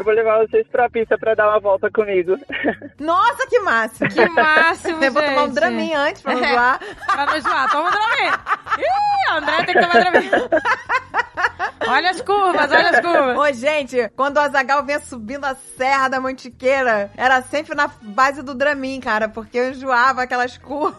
[SPEAKER 6] Eu vou levar vocês pra pista pra dar uma volta comigo.
[SPEAKER 2] Nossa, que máximo.
[SPEAKER 1] Que máximo,
[SPEAKER 2] Eu vou tomar um
[SPEAKER 1] gente. É.
[SPEAKER 2] dramin antes pra não zoar.
[SPEAKER 1] Pra não zoar, toma um Dramin. Ih, André tem que tomar Dramin. Olha as curvas, olha as curvas.
[SPEAKER 2] Ô, gente, quando o Azagal vinha subindo a Serra da Mantiqueira, era sempre na base do Dramin, cara, porque eu enjoava aquelas curvas.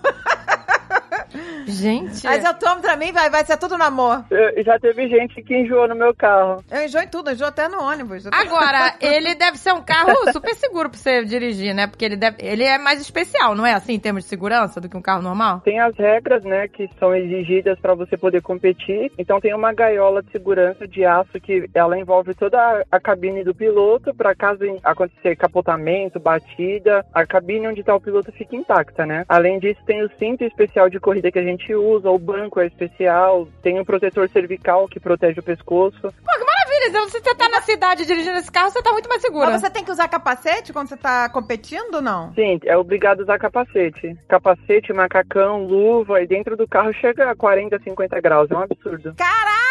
[SPEAKER 1] Gente,
[SPEAKER 2] Mas eu tomo Dramin, vai, vai ser tudo no amor.
[SPEAKER 6] Eu- já teve gente que enjoou no meu carro.
[SPEAKER 2] Eu enjoo em tudo, eu enjoo até no ônibus. Eu tô-
[SPEAKER 1] agora, ele deve ser um carro super seguro pra você dirigir, né? Porque ele, deve, ele é mais especial, não é assim, em termos de segurança, do que um carro normal?
[SPEAKER 6] Tem as regras, né, que são exigidas para você poder competir. Então tem uma gaiola de segurança de aço que ela envolve toda a- a cabine do piloto para caso em- acontecer capotamento, batida, a cabine onde está o piloto fica intacta, né? Além disso, tem o cinto especial de corrida que a gente usa, o banco é especial, tem o protetor cervical que protege o pescoço.
[SPEAKER 1] Filha, se você tá na cidade dirigindo esse carro, você tá muito mais segura.
[SPEAKER 2] Mas você tem que usar capacete quando você tá competindo ou não?
[SPEAKER 6] Sim, é obrigado a usar capacete. Capacete, macacão, luva e dentro do carro chega a 40, 50 graus, é um absurdo.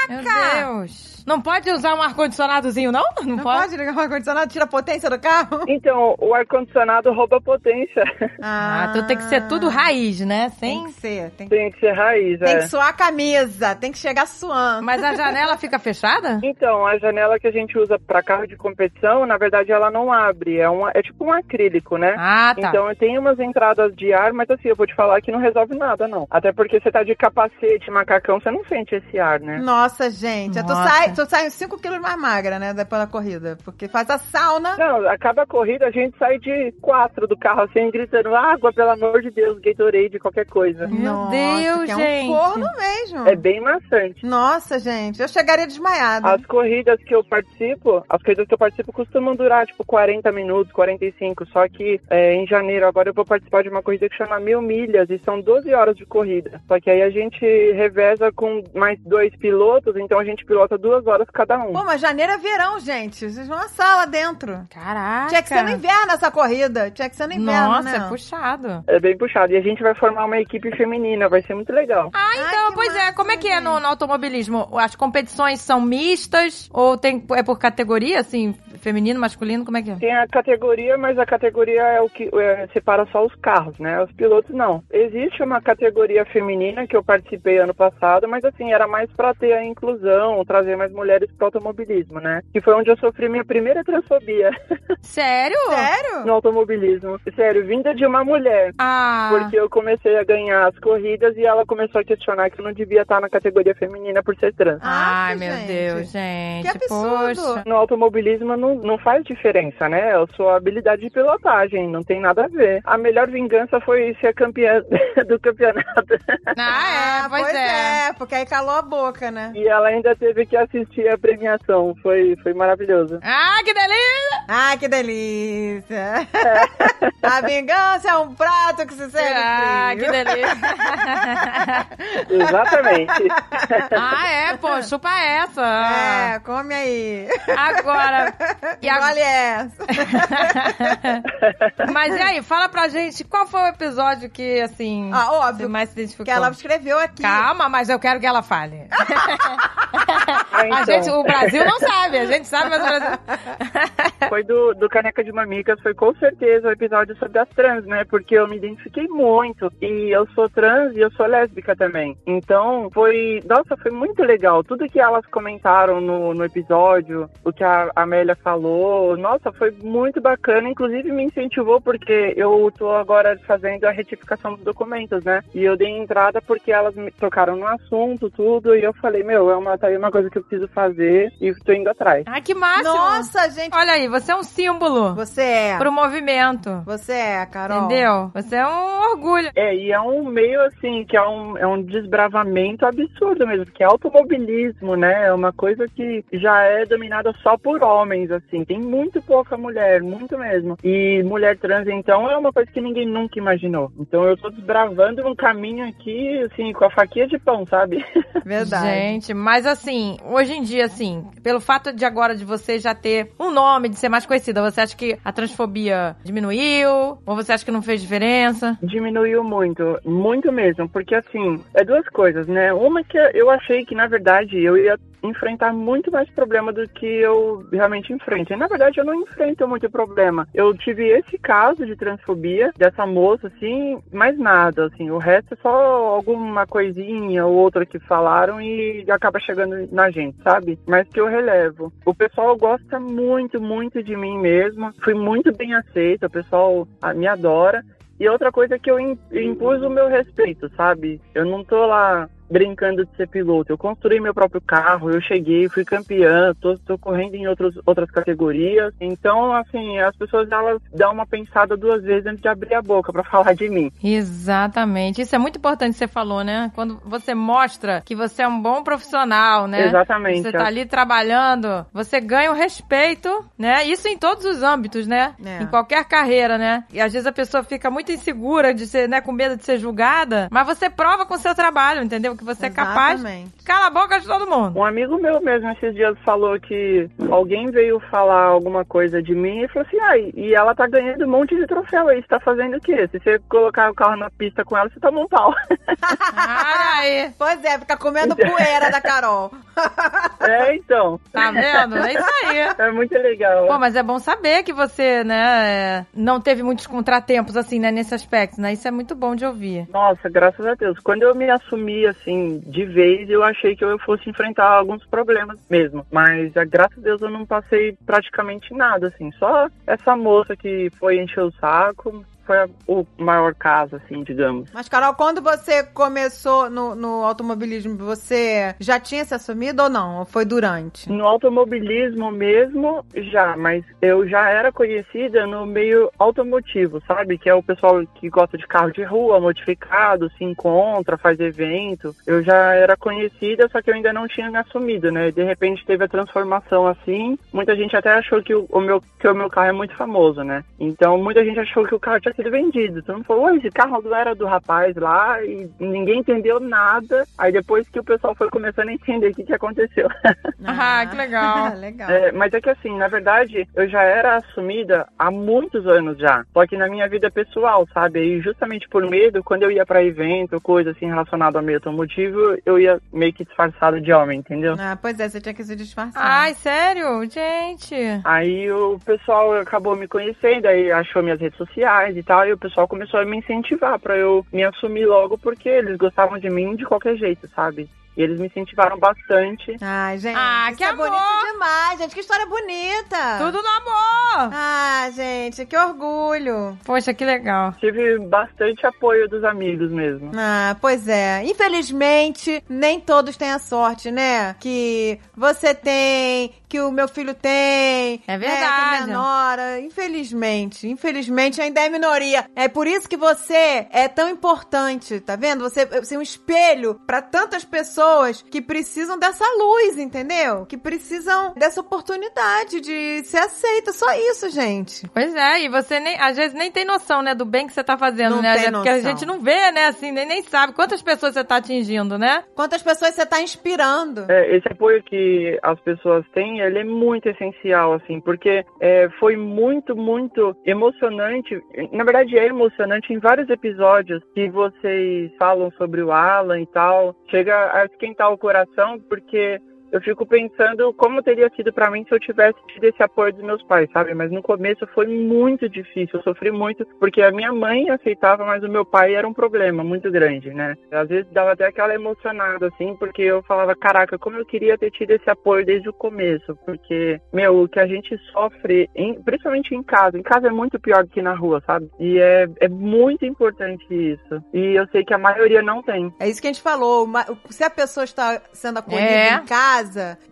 [SPEAKER 1] Meu Deus. Não pode usar um ar-condicionadozinho, não? Não,
[SPEAKER 2] Não
[SPEAKER 1] pode?
[SPEAKER 2] pode ligar o ar-condicionado, tira a potência do carro?
[SPEAKER 6] Então, o ar-condicionado rouba potência.
[SPEAKER 1] Ah, então tem que ser tudo raiz, né?
[SPEAKER 2] Tem
[SPEAKER 1] Sem...
[SPEAKER 2] que ser, tem,
[SPEAKER 6] Tem que ser raiz,
[SPEAKER 2] tem
[SPEAKER 6] é.
[SPEAKER 2] que suar a camisa, tem que chegar suando.
[SPEAKER 1] Mas a janela fica fechada?
[SPEAKER 6] Então, a janela que a gente usa para carro de competição, na verdade, ela não abre. É, uma, é tipo um acrílico, né?
[SPEAKER 1] Ah, tá.
[SPEAKER 6] Então, tem umas entradas de ar, mas assim, eu vou te falar que não resolve nada, não. Até porque você tá de capacete, macacão, você não sente esse ar,
[SPEAKER 2] Hum.
[SPEAKER 6] né?
[SPEAKER 2] Nossa, gente. Tu,
[SPEAKER 1] Nossa.
[SPEAKER 2] sai, tu sai uns 5 quilos mais magra, né? Depois da corrida. Porque faz a sauna.
[SPEAKER 6] Não, acaba a corrida, a gente sai de quatro do carro assim, gritando água, pelo amor de Deus, Gatorade, qualquer coisa.
[SPEAKER 1] Meu
[SPEAKER 2] Nossa,
[SPEAKER 1] Deus,
[SPEAKER 2] que
[SPEAKER 1] gente.
[SPEAKER 2] É um forno mesmo.
[SPEAKER 6] É bem maçante.
[SPEAKER 2] Nossa, gente. Eu chegaria desmaiada.
[SPEAKER 6] As corridas que eu participo, as corridas que eu participo costumam durar tipo 40 minutos, 45. Só que é, em janeiro agora eu vou participar de uma corrida que chama Mil Milhas e são 12 horas de corrida. Só que aí a gente reveza com mais dois pilotos, então a gente pilota duas horas cada um.
[SPEAKER 2] Pô, mas janeiro é verão, gente. Vocês vão assar lá dentro.
[SPEAKER 1] Caraca.
[SPEAKER 2] Tinha que ser no inverno essa corrida. Tinha que ser no inverno,
[SPEAKER 1] Ah, tá. Nossa,
[SPEAKER 2] né?
[SPEAKER 1] é puxado.
[SPEAKER 6] É bem puxado. E a gente vai formar uma equipe feminina, vai ser muito legal.
[SPEAKER 1] Ah, então,
[SPEAKER 2] que
[SPEAKER 1] pois é. Como é que é no, no automobilismo? As competições são mistas? Ou tem, é por categoria, assim, feminino, masculino? Como é que é?
[SPEAKER 6] Tem a categoria, mas a categoria é o que é, separa só os carros, né? Os pilotos não. Existe uma categoria feminina que eu participei ano passado, mas assim, era mais pra ter a inclusão, trazer mais mulheres pro automobilismo, né? Que foi onde eu sofri minha primeira transfobia
[SPEAKER 1] Sério?
[SPEAKER 2] Sério?
[SPEAKER 6] no automobilismo. Sério, vinda de uma mulher.
[SPEAKER 1] Ah,
[SPEAKER 6] Porque eu comecei a ganhar as corridas e ela começou a questionar que eu não devia estar na categoria feminina por ser trans.
[SPEAKER 1] ai,
[SPEAKER 2] Aff,
[SPEAKER 1] meu
[SPEAKER 2] gente.
[SPEAKER 1] Deus, gente.
[SPEAKER 2] Que absurdo.
[SPEAKER 1] Poxa.
[SPEAKER 6] No automobilismo não, não faz diferença, né? É a sua habilidade de pilotagem, não tem nada a ver. A melhor vingança foi ser campeã do campeonato.
[SPEAKER 1] Ah, é, pois, é.
[SPEAKER 2] Porque aí calou a boca, né?
[SPEAKER 6] E ela ainda teve que assistir a premiação. Foi, foi maravilhoso.
[SPEAKER 1] Ah, que delícia!
[SPEAKER 2] Ah, que delícia! A vingança é um prato que se serve.
[SPEAKER 1] Ah,
[SPEAKER 2] frio.
[SPEAKER 1] que delícia.
[SPEAKER 6] Exatamente.
[SPEAKER 1] Ah, é, pô, chupa essa.
[SPEAKER 2] É, come aí.
[SPEAKER 1] Agora. E agora
[SPEAKER 2] Olha essa.
[SPEAKER 1] Mas e aí, fala pra gente qual foi o episódio que, assim,
[SPEAKER 2] Ah,
[SPEAKER 1] você
[SPEAKER 2] óbvio
[SPEAKER 1] mais se identificou?
[SPEAKER 2] que ela escreveu aqui.
[SPEAKER 1] Calma, mas eu quero que ela fale.
[SPEAKER 6] Ah,
[SPEAKER 1] A
[SPEAKER 6] então,
[SPEAKER 1] gente, o Brasil não sabe, a gente sabe, mas o Brasil.
[SPEAKER 6] Foi do, do Caneca de Mamicas, foi com certeza o episódio sobre as trans, né? Porque eu me identifiquei muito. E eu sou trans e eu sou lésbica também. Então, foi. Nossa, foi muito legal. Tudo que elas comentaram no, no episódio, o que a Amélia falou, nossa, foi muito bacana. Inclusive, me incentivou porque eu tô agora fazendo a retificação dos documentos, né? E eu dei entrada porque elas me tocaram no assunto, tudo. E eu falei, meu, é uma, tá aí uma coisa que eu preciso fazer e tô indo atrás.
[SPEAKER 1] Ai, que máximo!
[SPEAKER 2] Nossa, gente.
[SPEAKER 1] Olha aí, você é um símbolo
[SPEAKER 2] Você é.
[SPEAKER 1] pro movimento.
[SPEAKER 2] Você é, Carol.
[SPEAKER 1] Entendeu? Você é um orgulho.
[SPEAKER 6] É, e é um meio assim, que é um, é um desbravamento absurdo mesmo, que é automobilismo, né? É uma coisa que já é dominada só por homens, assim. Tem muito pouca mulher, muito mesmo. E mulher trans, então, é uma coisa que ninguém nunca imaginou. Então eu tô desbravando um caminho aqui, assim, com a faquinha de pão, sabe?
[SPEAKER 2] Verdade.
[SPEAKER 1] Gente, mas assim, hoje em dia, assim, pelo fato de agora de você já ter um nome, de ser mais conhecida, você acha que a transfobia diminuiu? Ou você acha que não fez diferença?
[SPEAKER 6] Diminuiu muito, muito mesmo, porque assim, é duas coisas, né? Uma que eu achei que, na verdade, eu ia enfrentar muito mais problema do que eu realmente enfrento. E, na verdade, eu não enfrento muito problema. Eu tive esse caso de transfobia dessa moça, assim, mais nada, assim. O resto é só alguma coisinha ou outra que falaram e acaba chegando na gente, sabe? Mas que eu relevo. O pessoal gosta muito, muito de mim mesmo. Fui muito bem aceita, o pessoal ah, me adora. E outra coisa é que eu im- impus o meu respeito, sabe? Eu não tô lá brincando de ser piloto. Eu construí meu próprio carro, eu cheguei, fui campeã, tô, tô correndo em outros, outras categorias. Então, assim, as pessoas elas dão uma pensada duas vezes antes de abrir a boca pra falar de mim.
[SPEAKER 1] Exatamente. Isso é muito importante que você falou, né? Quando você mostra que você é um bom profissional, né?
[SPEAKER 6] Exatamente.
[SPEAKER 1] Você tá ali trabalhando, você ganha o respeito, né? Isso em todos os âmbitos, né?
[SPEAKER 2] É.
[SPEAKER 1] Em qualquer carreira, né? E às vezes a pessoa fica muito insegura de ser, né, com medo de ser julgada, mas você prova com o seu trabalho, entendeu? Que você é capaz.
[SPEAKER 2] Exatamente.
[SPEAKER 1] Cala a boca de todo mundo.
[SPEAKER 6] Um amigo meu mesmo esses dias falou que alguém veio falar alguma coisa de mim e falou assim: ah, e ela tá ganhando um monte de troféu aí, você tá fazendo o quê? Se você colocar o carro na pista com ela, você toma um pau.
[SPEAKER 1] Olha aí.
[SPEAKER 2] Pois é, fica comendo poeira da Carol.
[SPEAKER 6] é, então.
[SPEAKER 1] Tá vendo? É isso aí.
[SPEAKER 6] É muito legal.
[SPEAKER 1] Pô, mas é bom saber que você, né, é, não teve muitos contratempos, assim, né, nesse aspecto, né? Isso é muito bom de ouvir.
[SPEAKER 6] Nossa, graças a Deus. Quando eu me assumi, assim, de vez, eu achei que eu fosse enfrentar alguns problemas mesmo. Mas, ah, graças a Deus, eu não passei praticamente nada, assim. Só essa moça que foi encher o saco foi a- o maior caso, assim, digamos.
[SPEAKER 2] Mas, Carol, quando você começou no, no automobilismo, você já tinha se assumido ou não? Ou foi durante?
[SPEAKER 6] No automobilismo mesmo, já, mas eu já era conhecida no meio automotivo, sabe? Que é o pessoal que gosta de carro de rua, modificado, se encontra, faz evento. Eu já era conhecida, só que eu ainda não tinha me assumido, né? De repente teve a transformação assim. Muita gente até achou que o, o meu, que o meu carro é muito famoso, né? Então muita gente achou que o carro tinha sido vendido. Então falou, "Ué, esse carro não era do rapaz lá e ninguém entendeu nada. Aí depois que o pessoal foi começando a entender o que, que aconteceu.
[SPEAKER 1] Ah, que legal.
[SPEAKER 2] legal.
[SPEAKER 6] É, mas é que assim, na verdade, eu já era assumida há muitos anos já. Só que na minha vida pessoal, sabe? E justamente por medo, quando eu ia pra evento, coisa assim relacionada ao meio automotivo, eu ia meio que disfarçado de homem, entendeu?
[SPEAKER 2] Ah, pois é, você tinha que se disfarçar.
[SPEAKER 1] Ai, sério? Gente.
[SPEAKER 6] Aí o pessoal acabou me conhecendo, aí achou minhas redes sociais e tal, e o pessoal começou a me incentivar pra eu me assumir logo, porque eles gostavam de mim de qualquer jeito, sabe? E eles me incentivaram bastante.
[SPEAKER 2] Ai, gente.
[SPEAKER 1] Ah,
[SPEAKER 2] isso
[SPEAKER 1] que
[SPEAKER 2] é
[SPEAKER 1] amor!
[SPEAKER 2] bonito demais, gente. Que história bonita.
[SPEAKER 1] Tudo no amor.
[SPEAKER 2] Ah, gente, que orgulho.
[SPEAKER 1] Poxa, que legal.
[SPEAKER 6] Tive bastante apoio dos amigos mesmo.
[SPEAKER 2] Ah, pois é. Infelizmente, nem todos têm a sorte, né? Que você tem, que o meu filho
[SPEAKER 1] É
[SPEAKER 2] tem. né? Que a
[SPEAKER 1] verdade.
[SPEAKER 2] minha nora. Infelizmente. Infelizmente, ainda é minoria. É por isso que você é tão importante, tá vendo? Você é um espelho pra tantas pessoas pessoas que precisam dessa luz, entendeu? Que precisam dessa oportunidade de ser aceita. Só isso, gente.
[SPEAKER 1] Pois é, e você nem, às vezes nem tem noção, né, do bem que você tá fazendo,
[SPEAKER 2] Não
[SPEAKER 1] né?
[SPEAKER 2] tem
[SPEAKER 1] gente? Porque a
[SPEAKER 2] noção.
[SPEAKER 1] gente não vê, né, assim, nem, nem sabe quantas pessoas você tá atingindo, né?
[SPEAKER 2] Quantas pessoas você tá inspirando?
[SPEAKER 6] É, esse apoio que as pessoas têm, ele é muito essencial, assim, porque é, foi muito, muito emocionante. Na verdade, é emocionante em vários episódios que vocês falam sobre o Alan e tal. Chega a esquentar o coração, porque eu fico pensando como teria sido pra mim se eu tivesse tido esse apoio dos meus pais, sabe? Mas no começo foi muito difícil, eu sofri muito, porque a minha mãe aceitava, mas o meu pai era um problema muito grande, né? Às vezes dava até aquela emocionada, assim, porque eu falava, caraca, como eu queria ter tido esse apoio desde o começo, porque, meu, o que a gente sofre, em- principalmente em casa, em casa é muito pior do que na rua, sabe? E é, é muito importante isso. E eu sei que a maioria não tem.
[SPEAKER 2] É isso que a gente falou. uma- Se a pessoa está sendo acolhida
[SPEAKER 1] É.
[SPEAKER 2] em casa,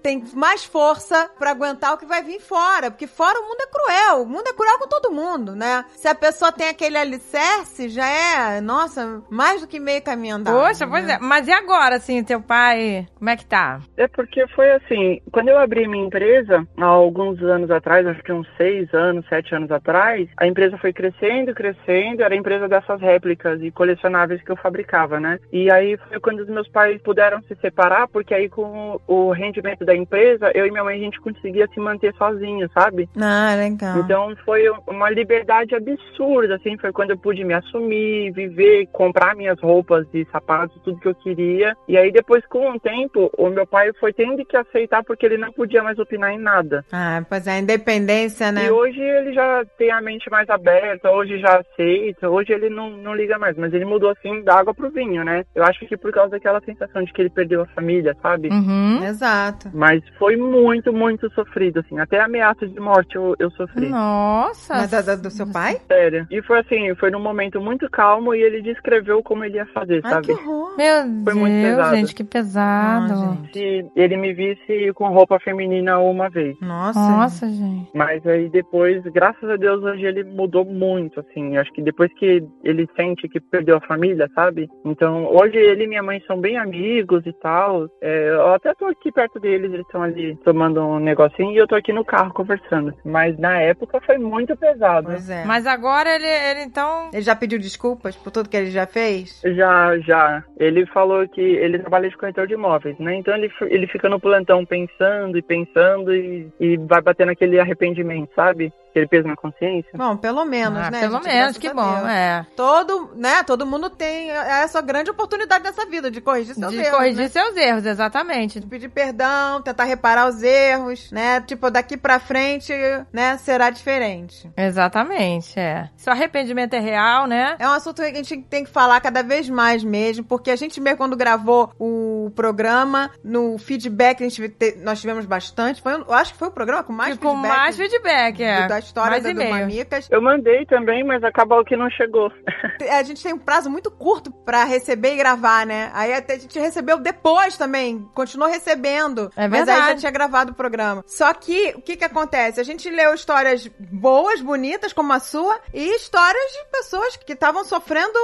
[SPEAKER 2] tem mais força pra aguentar o que vai vir fora. Porque fora o mundo é cruel. O mundo é cruel com todo mundo, né? Se a pessoa tem aquele alicerce, já é, nossa, mais do que meio caminho andado.
[SPEAKER 1] Poxa, pois
[SPEAKER 2] né?
[SPEAKER 1] é. Mas e agora, assim, teu pai, como é que tá?
[SPEAKER 6] É porque foi assim, quando eu abri minha empresa, há alguns anos atrás, acho que uns seis anos, sete anos atrás, a empresa foi crescendo, crescendo, era a empresa dessas réplicas e colecionáveis que eu fabricava, né? E aí foi quando os meus pais puderam se separar, porque aí com o rendimento da empresa, eu e minha mãe, a gente conseguia se manter sozinho, sabe?
[SPEAKER 2] Ah, legal.
[SPEAKER 6] Então foi uma liberdade absurda, assim, foi quando eu pude me assumir, viver, comprar minhas roupas e sapatos, tudo que eu queria. E aí depois, com o tempo, o meu pai foi tendo que aceitar porque ele não podia mais opinar em nada.
[SPEAKER 2] Ah, pois é, a independência, né?
[SPEAKER 6] E hoje ele já tem a mente mais aberta, hoje já aceita, hoje ele não, não liga mais, mas ele mudou assim da água pro vinho, né? Eu acho que por causa daquela sensação de que ele perdeu a família, sabe?
[SPEAKER 1] Uhum.
[SPEAKER 2] Exato.
[SPEAKER 6] Mas foi muito, muito sofrido, assim. Até ameaças de morte eu, eu sofri.
[SPEAKER 1] Nossa.
[SPEAKER 2] Mas a da- do seu pai?
[SPEAKER 6] Sério. E foi assim, foi num momento muito calmo e ele descreveu como ele ia fazer,
[SPEAKER 2] Ai, que
[SPEAKER 6] sabe?
[SPEAKER 2] horror.
[SPEAKER 1] Meu
[SPEAKER 6] Foi muito
[SPEAKER 1] Deus,
[SPEAKER 6] pesado.
[SPEAKER 1] gente, que pesado.
[SPEAKER 2] Ah, gente.
[SPEAKER 6] Se ele me visse com roupa feminina uma vez.
[SPEAKER 2] Nossa.
[SPEAKER 1] Nossa, gente.
[SPEAKER 6] Mas aí depois, graças a Deus, hoje ele mudou muito, assim. Eu Acho que depois que ele sente que perdeu a família, sabe? Então, hoje ele e minha mãe são bem amigos e tal. É, eu até tô aqui perto deles, eles estão ali tomando um negocinho e eu tô aqui no carro conversando. Mas na época foi muito pesado.
[SPEAKER 2] Pois é.
[SPEAKER 1] Mas agora ele, ele então.
[SPEAKER 2] Ele já pediu desculpas por tudo que ele já fez?
[SPEAKER 6] Já, já. Ele falou que ele trabalha de corretor de imóveis, né? Então ele, fi- ele fica no plantão pensando e pensando e, e vai batendo aquele arrependimento, sabe? Aquele peso na consciência.
[SPEAKER 2] Bom, pelo menos,
[SPEAKER 1] Ah,
[SPEAKER 2] né?
[SPEAKER 1] pelo
[SPEAKER 2] gente?
[SPEAKER 1] menos,
[SPEAKER 2] Graças
[SPEAKER 1] que
[SPEAKER 2] a
[SPEAKER 1] bom,
[SPEAKER 2] Deus.
[SPEAKER 1] é.
[SPEAKER 2] Todo, né, todo mundo tem essa grande oportunidade dessa vida de corrigir seus
[SPEAKER 1] de
[SPEAKER 2] erros,
[SPEAKER 1] corrigir
[SPEAKER 2] né?
[SPEAKER 1] seus erros, exatamente.
[SPEAKER 2] De pedir perdão, tentar reparar os erros, né? Tipo, daqui pra frente, né, será diferente.
[SPEAKER 1] Exatamente, é. Se o arrependimento é real, né?
[SPEAKER 2] É um assunto que a gente tem que falar cada vez mais mesmo, porque a gente mesmo quando gravou o programa, no feedback a gente te- nós tivemos bastante, foi, um, eu acho que foi o programa com mais
[SPEAKER 1] Ficou
[SPEAKER 2] feedback
[SPEAKER 1] mais feedback, é.
[SPEAKER 2] do- da história
[SPEAKER 1] mais
[SPEAKER 2] da, do
[SPEAKER 1] e-mail.
[SPEAKER 2] Mamicas.
[SPEAKER 6] Eu mandei também, mas acabou que não chegou.
[SPEAKER 2] Te- a gente tem um prazo muito curto pra receber e gravar, né? Aí até a gente recebeu depois também, continuou recebendo.
[SPEAKER 1] É
[SPEAKER 2] mas aí já
[SPEAKER 1] verdade.
[SPEAKER 2] tinha gravado o programa. Só que o que que acontece? A gente leu histórias boas, bonitas como a sua e histórias de pessoas que estavam sofrendo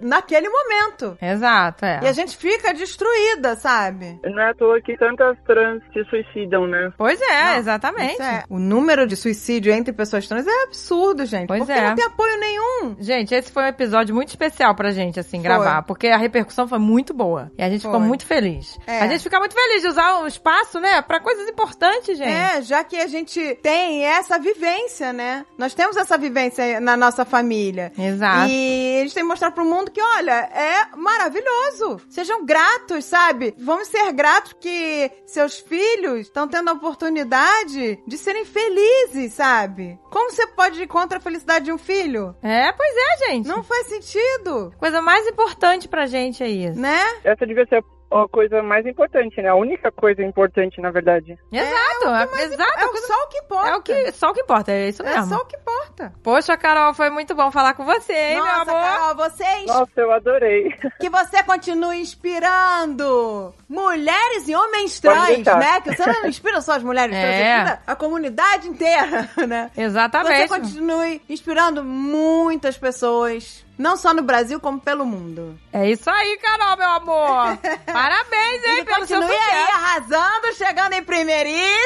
[SPEAKER 2] naquele momento.
[SPEAKER 1] Exato, é.
[SPEAKER 2] E a gente fica destruída, sabe?
[SPEAKER 6] Não é à toa que tantas trans se suicidam, né?
[SPEAKER 1] Pois é,
[SPEAKER 2] Não,
[SPEAKER 1] exatamente.
[SPEAKER 2] Isso é- o número de suicídio entre pessoas trans é absurdo, gente.
[SPEAKER 1] Pois
[SPEAKER 2] porque
[SPEAKER 1] é.
[SPEAKER 2] não tem apoio nenhum.
[SPEAKER 1] Gente, esse foi um episódio muito especial pra gente, assim, gravar, porque a repercussão foi muito boa. E a gente ficou
[SPEAKER 2] Foi.
[SPEAKER 1] muito feliz.
[SPEAKER 2] É.
[SPEAKER 1] A gente fica muito feliz de usar o espaço, né, pra coisas importantes, gente.
[SPEAKER 2] É, já que a gente tem essa vivência, né? Nós temos essa vivência na nossa família.
[SPEAKER 1] Exato.
[SPEAKER 2] É. E eles têm que mostrar pro mundo que, olha, é maravilhoso. Sejam gratos, sabe? Vamos ser gratos que seus filhos estão tendo a oportunidade de serem felizes, sabe? Como você pode ir contra a felicidade de um filho?
[SPEAKER 1] É, pois é, gente.
[SPEAKER 2] Não faz sentido,
[SPEAKER 1] Coisa mais importante pra gente é isso.
[SPEAKER 2] né?
[SPEAKER 6] Essa devia ser a coisa mais importante, né? A única coisa importante, na verdade.
[SPEAKER 1] Exato, é, exato.
[SPEAKER 2] É
[SPEAKER 1] a
[SPEAKER 2] o
[SPEAKER 1] coisa-
[SPEAKER 2] só o que importa.
[SPEAKER 1] é o que, só o que importa, é isso
[SPEAKER 2] É
[SPEAKER 1] mesmo.
[SPEAKER 2] só o que importa.
[SPEAKER 1] Poxa, Carol, foi muito bom falar com você, hein, meu
[SPEAKER 2] Nossa,
[SPEAKER 1] amor?
[SPEAKER 2] Carol, vocês
[SPEAKER 6] Nossa, eu adorei.
[SPEAKER 2] Que você continue inspirando mulheres e homens
[SPEAKER 6] Pode
[SPEAKER 2] trans,
[SPEAKER 6] deixar.
[SPEAKER 2] né? Que você não inspira só as mulheres trans,
[SPEAKER 1] É.
[SPEAKER 2] você inspira a comunidade inteira, né?
[SPEAKER 1] Tá
[SPEAKER 2] Você
[SPEAKER 1] Exatamente.
[SPEAKER 2] continue inspirando muitas pessoas Não só no Brasil, como pelo mundo.
[SPEAKER 1] É isso aí, Carol, meu amor. Parabéns, hein,
[SPEAKER 2] Ele
[SPEAKER 1] pelo seu
[SPEAKER 2] continue
[SPEAKER 1] sucesso.
[SPEAKER 2] aí arrasando, chegando em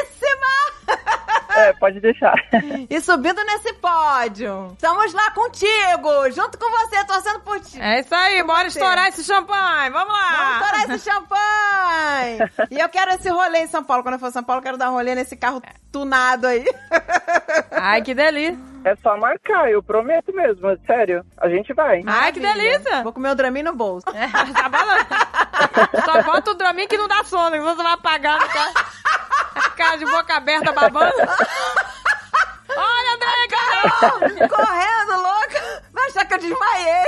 [SPEAKER 2] primeiríssima
[SPEAKER 6] É, pode deixar.
[SPEAKER 2] e subindo nesse pódio. Estamos lá contigo, junto com você, torcendo por ti.
[SPEAKER 1] É isso aí, bora
[SPEAKER 2] você.
[SPEAKER 1] estourar esse champanhe. Vamos
[SPEAKER 2] Vamos
[SPEAKER 1] lá.
[SPEAKER 2] estourar esse champanhe! E eu quero esse rolê em São Paulo. Quando eu for em São Paulo, eu quero dar rolê nesse carro
[SPEAKER 1] É.
[SPEAKER 2] tunado aí.
[SPEAKER 1] Ai, que delícia.
[SPEAKER 6] É só marcar, eu prometo mesmo, é sério. A gente vai.
[SPEAKER 1] Ai, que
[SPEAKER 2] Maravilha.
[SPEAKER 1] delícia.
[SPEAKER 2] Vou comer o Dramin no bolso.
[SPEAKER 1] É, tá balançando. Só bota o Dramin que não dá sono, que você vai apagar. Ficar, ficar de boca aberta, babando. Olha, André, Carol!
[SPEAKER 2] Correndo, louca! Vai achar que eu desmaiei!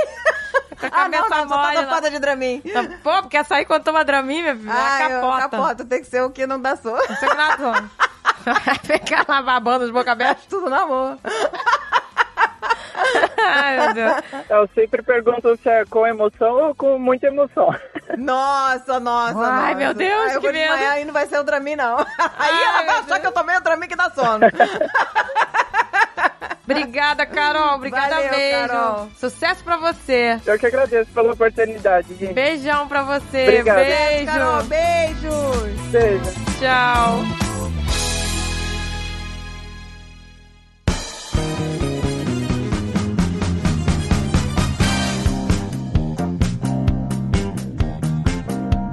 [SPEAKER 1] Com a
[SPEAKER 2] Ah, não,
[SPEAKER 1] cabeça
[SPEAKER 2] não, só tá
[SPEAKER 1] mole, né?
[SPEAKER 2] dopada de Dramin.
[SPEAKER 1] Pô, quer sair quando toma Dramin, minha filha?
[SPEAKER 2] Ah, eu-
[SPEAKER 1] capota.
[SPEAKER 2] capota, tem que ser o que não dá sono.
[SPEAKER 1] Isso que dá sono. Vai ficar lá babando de boca aberta.
[SPEAKER 2] Tudo no amor.
[SPEAKER 1] Ai, meu Deus.
[SPEAKER 6] Eu sempre pergunto se é com emoção ou com muita emoção.
[SPEAKER 2] Nossa, nossa,
[SPEAKER 1] Ai,
[SPEAKER 2] nossa.
[SPEAKER 1] meu Deus,
[SPEAKER 2] Ai, eu
[SPEAKER 1] que
[SPEAKER 2] vou desmaiar
[SPEAKER 1] medo.
[SPEAKER 2] e não vai ser o Dramin, não. Aí
[SPEAKER 1] Ai,
[SPEAKER 2] ela vai
[SPEAKER 1] meu
[SPEAKER 2] achar
[SPEAKER 1] Deus.
[SPEAKER 2] que eu tomei o Dramin que dá sono.
[SPEAKER 1] Obrigada, Carol. Obrigada
[SPEAKER 2] Valeu,
[SPEAKER 1] mesmo.
[SPEAKER 2] Carol.
[SPEAKER 1] Sucesso pra você.
[SPEAKER 6] Eu que agradeço pela oportunidade, gente.
[SPEAKER 1] Beijão pra você.
[SPEAKER 6] Obrigado.
[SPEAKER 1] Beijo.
[SPEAKER 2] Carol, beijos!
[SPEAKER 6] Beijo.
[SPEAKER 1] Tchau.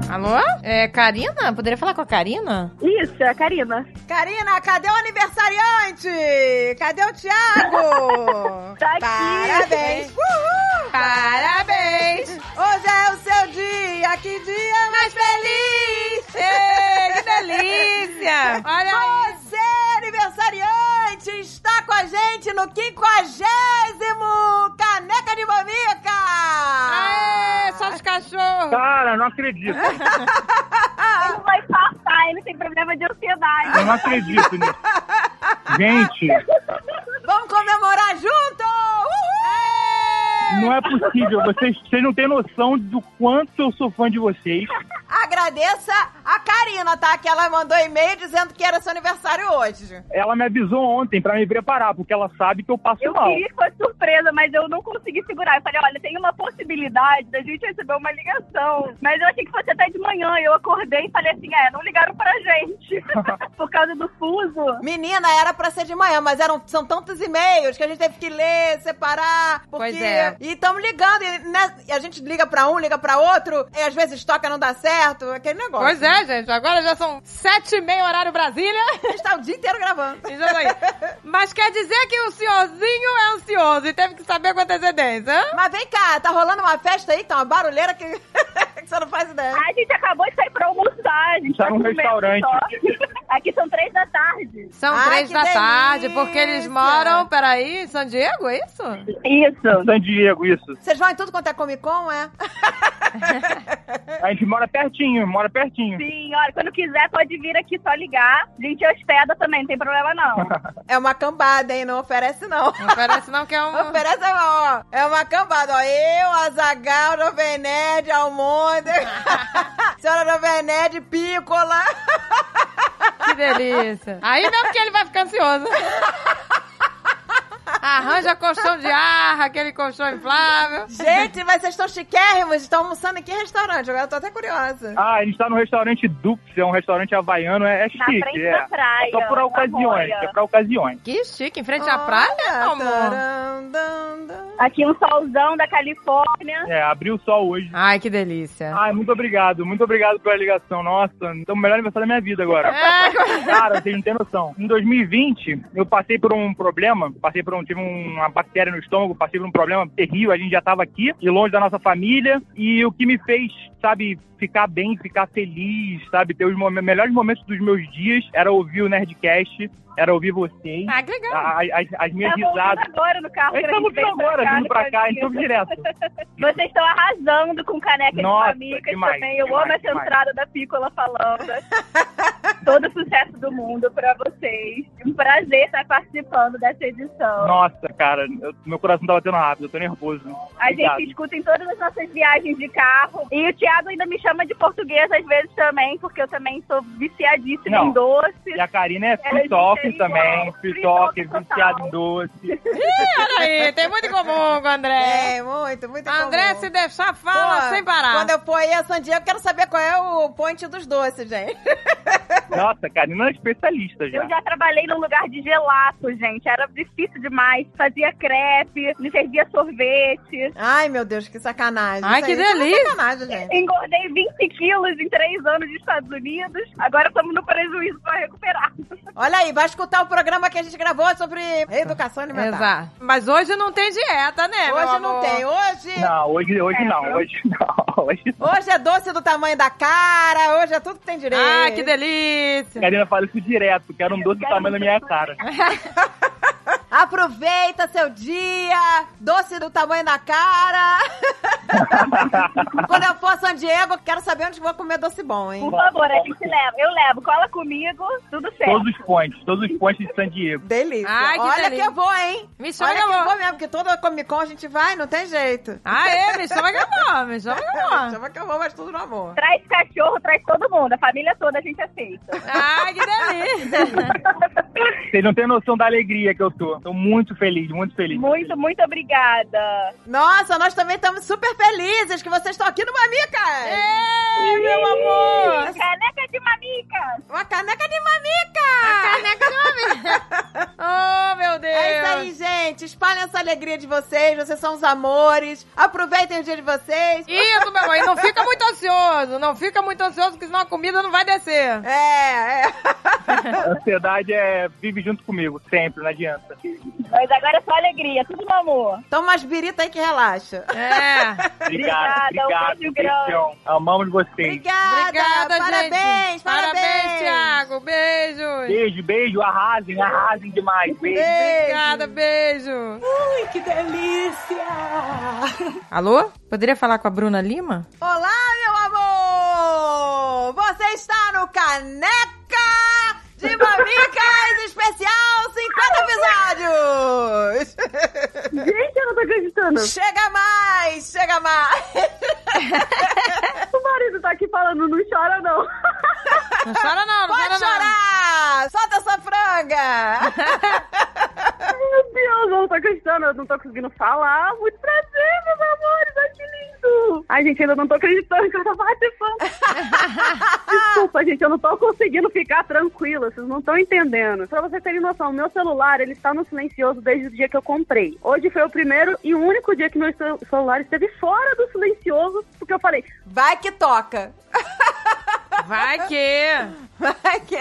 [SPEAKER 1] Alô? É, Karina? Poderia falar com a Karina?
[SPEAKER 11] Isso, é a Karina.
[SPEAKER 2] Karina, cadê o aniversariante? Cadê o Thiago?
[SPEAKER 11] Tá aqui.
[SPEAKER 2] Parabéns! Uhul! Parabéns! Hoje é o seu dia, que dia mais feliz!
[SPEAKER 1] Ei, que delícia! Olha aí.
[SPEAKER 2] Você, aniversariante, está com a gente no quinquagésimo Caneca de Mamica!
[SPEAKER 1] Aê, só os cachorros!
[SPEAKER 13] Cara, não acredito.
[SPEAKER 11] Ele vai passar, ele tem problema de ansiedade.
[SPEAKER 13] Eu não acredito nisso. Gente,
[SPEAKER 2] Vamos comemorar junto! Uhul!
[SPEAKER 13] não é possível. Vocês, vocês não têm noção do quanto eu sou fã de vocês.
[SPEAKER 2] Agradeça a Karina, tá? Que ela mandou e-mail dizendo que era seu aniversário hoje.
[SPEAKER 13] Ela me avisou ontem pra me preparar, porque ela sabe que eu passo
[SPEAKER 11] Eu
[SPEAKER 13] mal.
[SPEAKER 11] queria que fosse surpresa, mas eu não consegui segurar. Eu falei, olha, tem uma possibilidade da gente receber uma ligação. Mas eu achei que fosse até de manhã. Eu acordei e falei assim, é, não ligaram pra gente. Por causa do fuso.
[SPEAKER 2] Menina, era pra ser de manhã, mas eram, são tantos e-mails que a gente teve que ler, separar. Porque...
[SPEAKER 1] Pois é.
[SPEAKER 2] E estamos ligando, e, né, e a gente liga pra um, liga pra outro, e às vezes toca, não dá certo, aquele negócio.
[SPEAKER 1] Pois é, gente. Agora já são sete e meia horário Brasília.
[SPEAKER 2] A gente tá o dia inteiro gravando.
[SPEAKER 1] E já tá aí. Mas quer dizer que o senhorzinho é ansioso e teve que saber com antecedência. hã?
[SPEAKER 2] Mas vem cá, tá rolando uma festa aí, tá uma barulheira que, que você não faz ideia.
[SPEAKER 11] A gente acabou de sair pra almoçar. A gente
[SPEAKER 13] Tá
[SPEAKER 11] tá
[SPEAKER 13] num
[SPEAKER 11] comendo
[SPEAKER 13] restaurante.
[SPEAKER 11] só. Aqui são três da tarde.
[SPEAKER 1] São
[SPEAKER 2] Ai,
[SPEAKER 1] três
[SPEAKER 2] que
[SPEAKER 1] da tarde,
[SPEAKER 2] delícia.
[SPEAKER 1] porque eles moram, peraí, em São Diego, é isso?
[SPEAKER 11] Isso.
[SPEAKER 13] San Diego, isso.
[SPEAKER 2] Vocês vão em tudo quanto é Comic Con, é?
[SPEAKER 13] A gente mora pertinho, mora pertinho.
[SPEAKER 11] Sim, assim, olha, quando quiser pode vir aqui só ligar. A gente hospeda também, não tem problema não.
[SPEAKER 2] É uma cambada, hein? Não oferece, não.
[SPEAKER 1] Não parece não que é um...
[SPEAKER 2] Oferece, ó, é uma cambada, ó. Eu, Azagal, Jovem Nerd, Almonda, Senhora Jovem Nerd, Pícola.
[SPEAKER 1] Que delícia. Aí mesmo que ele vai ficar ansioso. Arranja colchão de arra, aquele colchão inflável.
[SPEAKER 2] Gente, mas vocês estão chiquérrimos, estão almoçando em que restaurante? Agora eu tô até curiosa.
[SPEAKER 13] Ah, a gente tá no restaurante Dux, é um restaurante havaiano, é, é
[SPEAKER 11] Na
[SPEAKER 13] chique.
[SPEAKER 11] frente
[SPEAKER 13] É.
[SPEAKER 11] da praia.
[SPEAKER 13] É só por
[SPEAKER 11] na
[SPEAKER 13] ocasiões,
[SPEAKER 11] Moia.
[SPEAKER 13] é pra ocasiões.
[SPEAKER 1] Que chique, em frente à praia,
[SPEAKER 2] Olha,
[SPEAKER 1] amor.
[SPEAKER 2] taram, dam, dam.
[SPEAKER 11] Aqui um solzão da Califórnia.
[SPEAKER 13] É, abriu o sol hoje.
[SPEAKER 1] Ai, que delícia.
[SPEAKER 13] Ai, muito obrigado, muito obrigado pela ligação. Nossa, então o melhor aniversário da minha vida agora.
[SPEAKER 1] É.
[SPEAKER 13] Cara, vocês não têm noção. Em 2020, eu passei por um problema, passei por um, tive um- uma bactéria no estômago, passei por um problema terrível, a gente já tava aqui, e longe da nossa família, e o que me fez, sabe, ficar bem, ficar feliz, sabe, ter os momen- melhores momentos dos meus dias, era ouvir o Nerdcast, era ouvir vocês,
[SPEAKER 1] Ah, que legal.
[SPEAKER 13] a- a- as, as minhas
[SPEAKER 11] Tá voltando
[SPEAKER 13] risadas.
[SPEAKER 11] agora no carro.
[SPEAKER 13] A gente
[SPEAKER 11] que a
[SPEAKER 13] tá
[SPEAKER 11] gente veio
[SPEAKER 13] voltando agora,
[SPEAKER 11] cá,
[SPEAKER 13] vindo
[SPEAKER 11] no
[SPEAKER 7] né,
[SPEAKER 13] pra cá, então, a gente
[SPEAKER 11] caminho.
[SPEAKER 13] foi direto.
[SPEAKER 11] Vocês estão arrasando com caneca
[SPEAKER 13] Nossa,
[SPEAKER 11] de mamicas
[SPEAKER 13] demais,
[SPEAKER 11] também. Eu
[SPEAKER 13] demais,
[SPEAKER 11] amo essa
[SPEAKER 13] demais.
[SPEAKER 11] entrada da Pícola falando. Todo sucesso do mundo pra vocês. Um prazer estar participando dessa edição.
[SPEAKER 13] Nossa, cara, eu- meu coração tá batendo rápido, eu tô nervoso.
[SPEAKER 11] A
[SPEAKER 13] Obrigado.
[SPEAKER 11] gente escuta em todas as nossas viagens de carro. E o Thiago ainda me chama de português às vezes também, porque eu também sou viciadíssima
[SPEAKER 13] Não.
[SPEAKER 11] em doce.
[SPEAKER 13] E a Karina é
[SPEAKER 11] Ela é
[SPEAKER 13] fritoque
[SPEAKER 11] diferente,
[SPEAKER 13] também, fritoque, viciado em doce.
[SPEAKER 1] Ih, olha aí, tem muito em comum com o André.
[SPEAKER 2] É, muito, muito
[SPEAKER 1] Ah, André, tá-
[SPEAKER 2] comum.
[SPEAKER 1] se deixar, fala
[SPEAKER 2] Pô,
[SPEAKER 1] sem parar.
[SPEAKER 2] Quando eu for aí a San Diego, eu quero saber qual é o ponte dos doces, gente.
[SPEAKER 13] Nossa, Karina é especialista já.
[SPEAKER 11] Eu já trabalhei num lugar de gelato, gente. Era difícil demais. Fazia crepe, me servia sorvete.
[SPEAKER 2] Ai, meu Deus, que sacanagem.
[SPEAKER 1] Ai,
[SPEAKER 2] Isso
[SPEAKER 1] que
[SPEAKER 2] aí, isso é uma
[SPEAKER 1] delícia.
[SPEAKER 2] sacanagem, gente.
[SPEAKER 11] Engordei 20 quilos em 3 anos nos Estados Unidos. Agora estamos no prejuízo para recuperar.
[SPEAKER 2] Olha aí, vai escutar o programa que a gente gravou sobre educação alimentar.
[SPEAKER 1] Exato. Mas hoje não tem dieta, né? meu
[SPEAKER 2] Hoje não
[SPEAKER 1] amor?
[SPEAKER 2] tem. Hoje,
[SPEAKER 13] Não, hoje, hoje não, hoje não. Hoje não.
[SPEAKER 2] hoje é doce do tamanho da cara, hoje é tudo que tem direito.
[SPEAKER 1] Ai, Ah, que delícia.
[SPEAKER 13] A Karina fala isso direto, quero um doce do tamanho da minha cara.
[SPEAKER 2] Aproveita seu dia, doce do tamanho da cara. Quando eu for a San Diego, quero saber onde vou comer doce bom, hein?
[SPEAKER 11] Por favor, a gente leva. Eu levo. Cola comigo. Tudo certo.
[SPEAKER 13] Todos os pontes, todos os pontes de San Diego.
[SPEAKER 2] Delícia.
[SPEAKER 1] Ai, que
[SPEAKER 2] Olha
[SPEAKER 1] delícia.
[SPEAKER 2] que eu vou, hein?
[SPEAKER 1] Me chama
[SPEAKER 2] Olha
[SPEAKER 1] que eu
[SPEAKER 2] que eu
[SPEAKER 1] vou.
[SPEAKER 2] vou mesmo, porque toda Comic Con a gente vai, não tem jeito.
[SPEAKER 1] Ah, é, me chama que eu vou, me chama que eu
[SPEAKER 2] Me
[SPEAKER 1] vou.
[SPEAKER 2] chama que eu vou, mas tudo no amor.
[SPEAKER 11] Traz cachorro, traz todo mundo. A família toda a gente aceita.
[SPEAKER 1] Ai, que delícia.
[SPEAKER 13] Vocês não têm noção da alegria que eu tô. Tô muito feliz, muito feliz.
[SPEAKER 11] Muito, muito obrigada.
[SPEAKER 2] Nossa, nós também estamos super felizes que vocês estão aqui no Mamica! É, meu amor!
[SPEAKER 11] Caneca de mamica.
[SPEAKER 2] Uma caneca de Mamica!
[SPEAKER 1] Oh, meu Deus.
[SPEAKER 2] É isso aí, gente. Espalhem essa alegria de vocês. Vocês são os amores. Aproveitem o dia de vocês.
[SPEAKER 1] Isso, meu amor. E não fica muito ansioso. Não fica muito ansioso, porque senão a comida não vai descer.
[SPEAKER 2] É, é.
[SPEAKER 13] A ansiedade é vive junto comigo, sempre, não adianta.
[SPEAKER 11] Mas agora é só alegria. Tudo no amor.
[SPEAKER 2] Toma umas birita aí que relaxa.
[SPEAKER 1] É.
[SPEAKER 13] Obrigado,
[SPEAKER 11] Obrigada, um
[SPEAKER 13] obrigado.
[SPEAKER 11] beijo grande.
[SPEAKER 13] beijão. Amamos vocês.
[SPEAKER 2] Obrigada,
[SPEAKER 1] Obrigada, gente.
[SPEAKER 2] parabéns,
[SPEAKER 1] Parabéns, Thiago. Beijos.
[SPEAKER 13] Beijo, beijo, arrasem, arrasem demais. Beijo.
[SPEAKER 1] Obrigada, beijo. Ui, que delícia. Alô? Poderia falar com a Bruna Lima?
[SPEAKER 2] Olá, meu amor! Você está no Caneca de Mamicas Especial 50 episódios!
[SPEAKER 11] Gente, eu não tô acreditando.
[SPEAKER 2] Chega mais, chega mais!
[SPEAKER 11] O marido tá aqui falando, não chora não.
[SPEAKER 1] Não chora não, não chora
[SPEAKER 2] Pode
[SPEAKER 1] não.
[SPEAKER 2] chorar! Solta essa franga!
[SPEAKER 11] Meu Deus, eu não tô acreditando, eu não tô conseguindo falar. Muito prazer, meus amores, ai que lindo. Ai, gente, ainda não tô acreditando que eu tô participando. Desculpa, gente, eu não tô conseguindo ficar tranquila, vocês não estão entendendo. Pra vocês terem noção, meu celular, ele está no silencioso desde o dia que eu comprei. Hoje foi o primeiro e único dia que meu cel- celular esteve fora do silencioso, porque eu falei,
[SPEAKER 2] Vai que toca!
[SPEAKER 1] Vai que...
[SPEAKER 2] Vai que...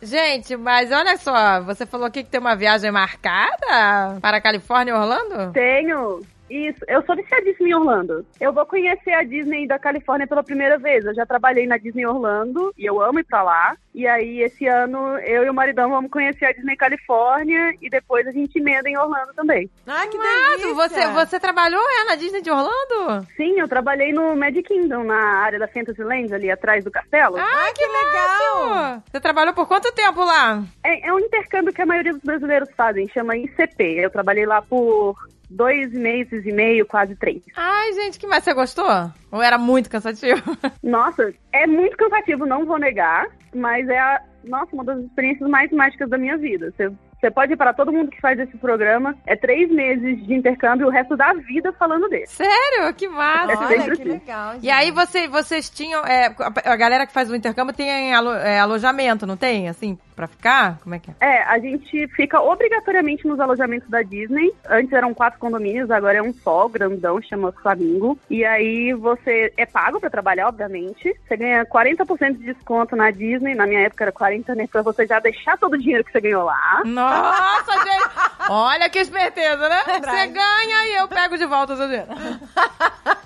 [SPEAKER 1] Gente, mas olha só, você falou aqui que tem uma viagem marcada para a Califórnia e Orlando?
[SPEAKER 11] Tenho. Isso, eu sou viciadíssima em Orlando. Eu vou conhecer a Disney da Califórnia pela primeira vez. Eu já trabalhei na Disney Orlando e eu amo ir pra lá. E aí, esse ano, eu e o maridão vamos conhecer a Disney Califórnia e depois a gente emenda em Orlando também.
[SPEAKER 2] Ai, que
[SPEAKER 1] Mas
[SPEAKER 2] delícia!
[SPEAKER 1] você, você trabalhou é, na Disney de Orlando?
[SPEAKER 11] Sim, eu trabalhei no Magic Kingdom, na área da Fantasyland, ali atrás do castelo.
[SPEAKER 1] Ah, que, legal! Você trabalhou por quanto tempo lá?
[SPEAKER 11] É, é um intercâmbio que a maioria dos brasileiros fazem, chama ICP. Eu trabalhei lá por dois meses e meio, quase três.
[SPEAKER 1] Ai, gente, que mais você gostou? Ou era muito cansativo?
[SPEAKER 11] Nossa, é muito cansativo, não vou negar, mas é a, nossa, uma das experiências mais mágicas da minha vida. Você, você pode ir para todo mundo que faz esse programa, é três meses de intercâmbio, o resto da vida falando dele.
[SPEAKER 1] Sério? Que
[SPEAKER 9] É
[SPEAKER 1] massa!
[SPEAKER 2] Olha,
[SPEAKER 9] assim.
[SPEAKER 2] que legal, gente.
[SPEAKER 1] E aí você- vocês tinham... é, a galera que faz o intercâmbio tem alo- é, alojamento, não tem? Assim, pra ficar? Como é que é?
[SPEAKER 11] É, a gente fica obrigatoriamente nos alojamentos da Disney. Antes eram quatro condomínios, agora é um só, grandão, chama Flamingo. E aí você é pago pra trabalhar, obviamente. Você ganha 40% de desconto na Disney. Na minha época era 40, né? Pra você já deixar todo o dinheiro que você ganhou lá.
[SPEAKER 1] Nossa, gente! Olha que esperteza, né? Você ganha e eu pego de volta o seu dinheiro.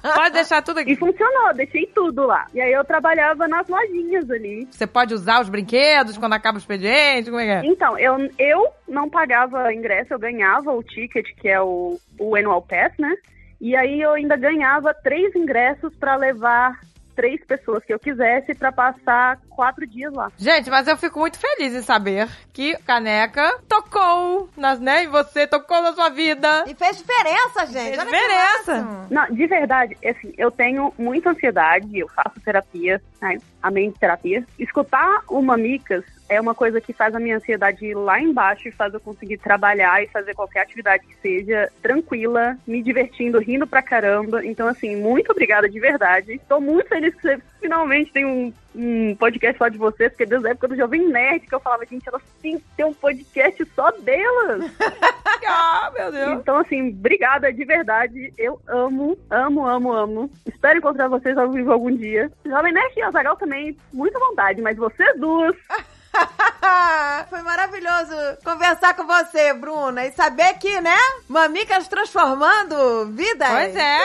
[SPEAKER 1] Pode deixar tudo
[SPEAKER 11] E
[SPEAKER 1] aqui.
[SPEAKER 11] funcionou, deixei tudo lá. E aí eu trabalhava nas lojinhas ali.
[SPEAKER 1] Você pode usar os brinquedos quando acaba o expediente, como é que é?
[SPEAKER 11] Então, eu, eu não pagava ingresso, eu ganhava o ticket, que é o, o annual pass, né? E aí eu ainda ganhava três ingressos pra levar três pessoas que eu quisesse pra passar quatro dias lá.
[SPEAKER 1] Gente, mas eu fico muito feliz em saber que Caneca tocou, nas, né? E você tocou na sua vida.
[SPEAKER 2] E fez diferença, gente.
[SPEAKER 1] Fez diferença.
[SPEAKER 11] Não, de verdade, assim, eu tenho muita ansiedade, eu faço terapia, né? Amém de terapia. Escutar o Mamicas é uma coisa que faz a minha ansiedade ir lá embaixo e faz eu conseguir trabalhar e fazer qualquer atividade que seja tranquila, me divertindo, rindo pra caramba. Então, assim, muito obrigada de verdade. Tô muito feliz que você finalmente tem um, um podcast só de vocês, porque desde a época do Jovem Nerd que eu falava, gente, elas têm que ter um podcast só delas.
[SPEAKER 1] ah, meu Deus.
[SPEAKER 11] Então, assim, obrigada de verdade. Eu amo, amo, amo, amo. Espero encontrar vocês ao vivo algum dia. Jovem Nerd e Azagal também, muita vontade, mas vocês duas.
[SPEAKER 2] Foi maravilhoso conversar com você, Bruna, e saber que, né? Mamicas transformando vidas.
[SPEAKER 1] Pois é,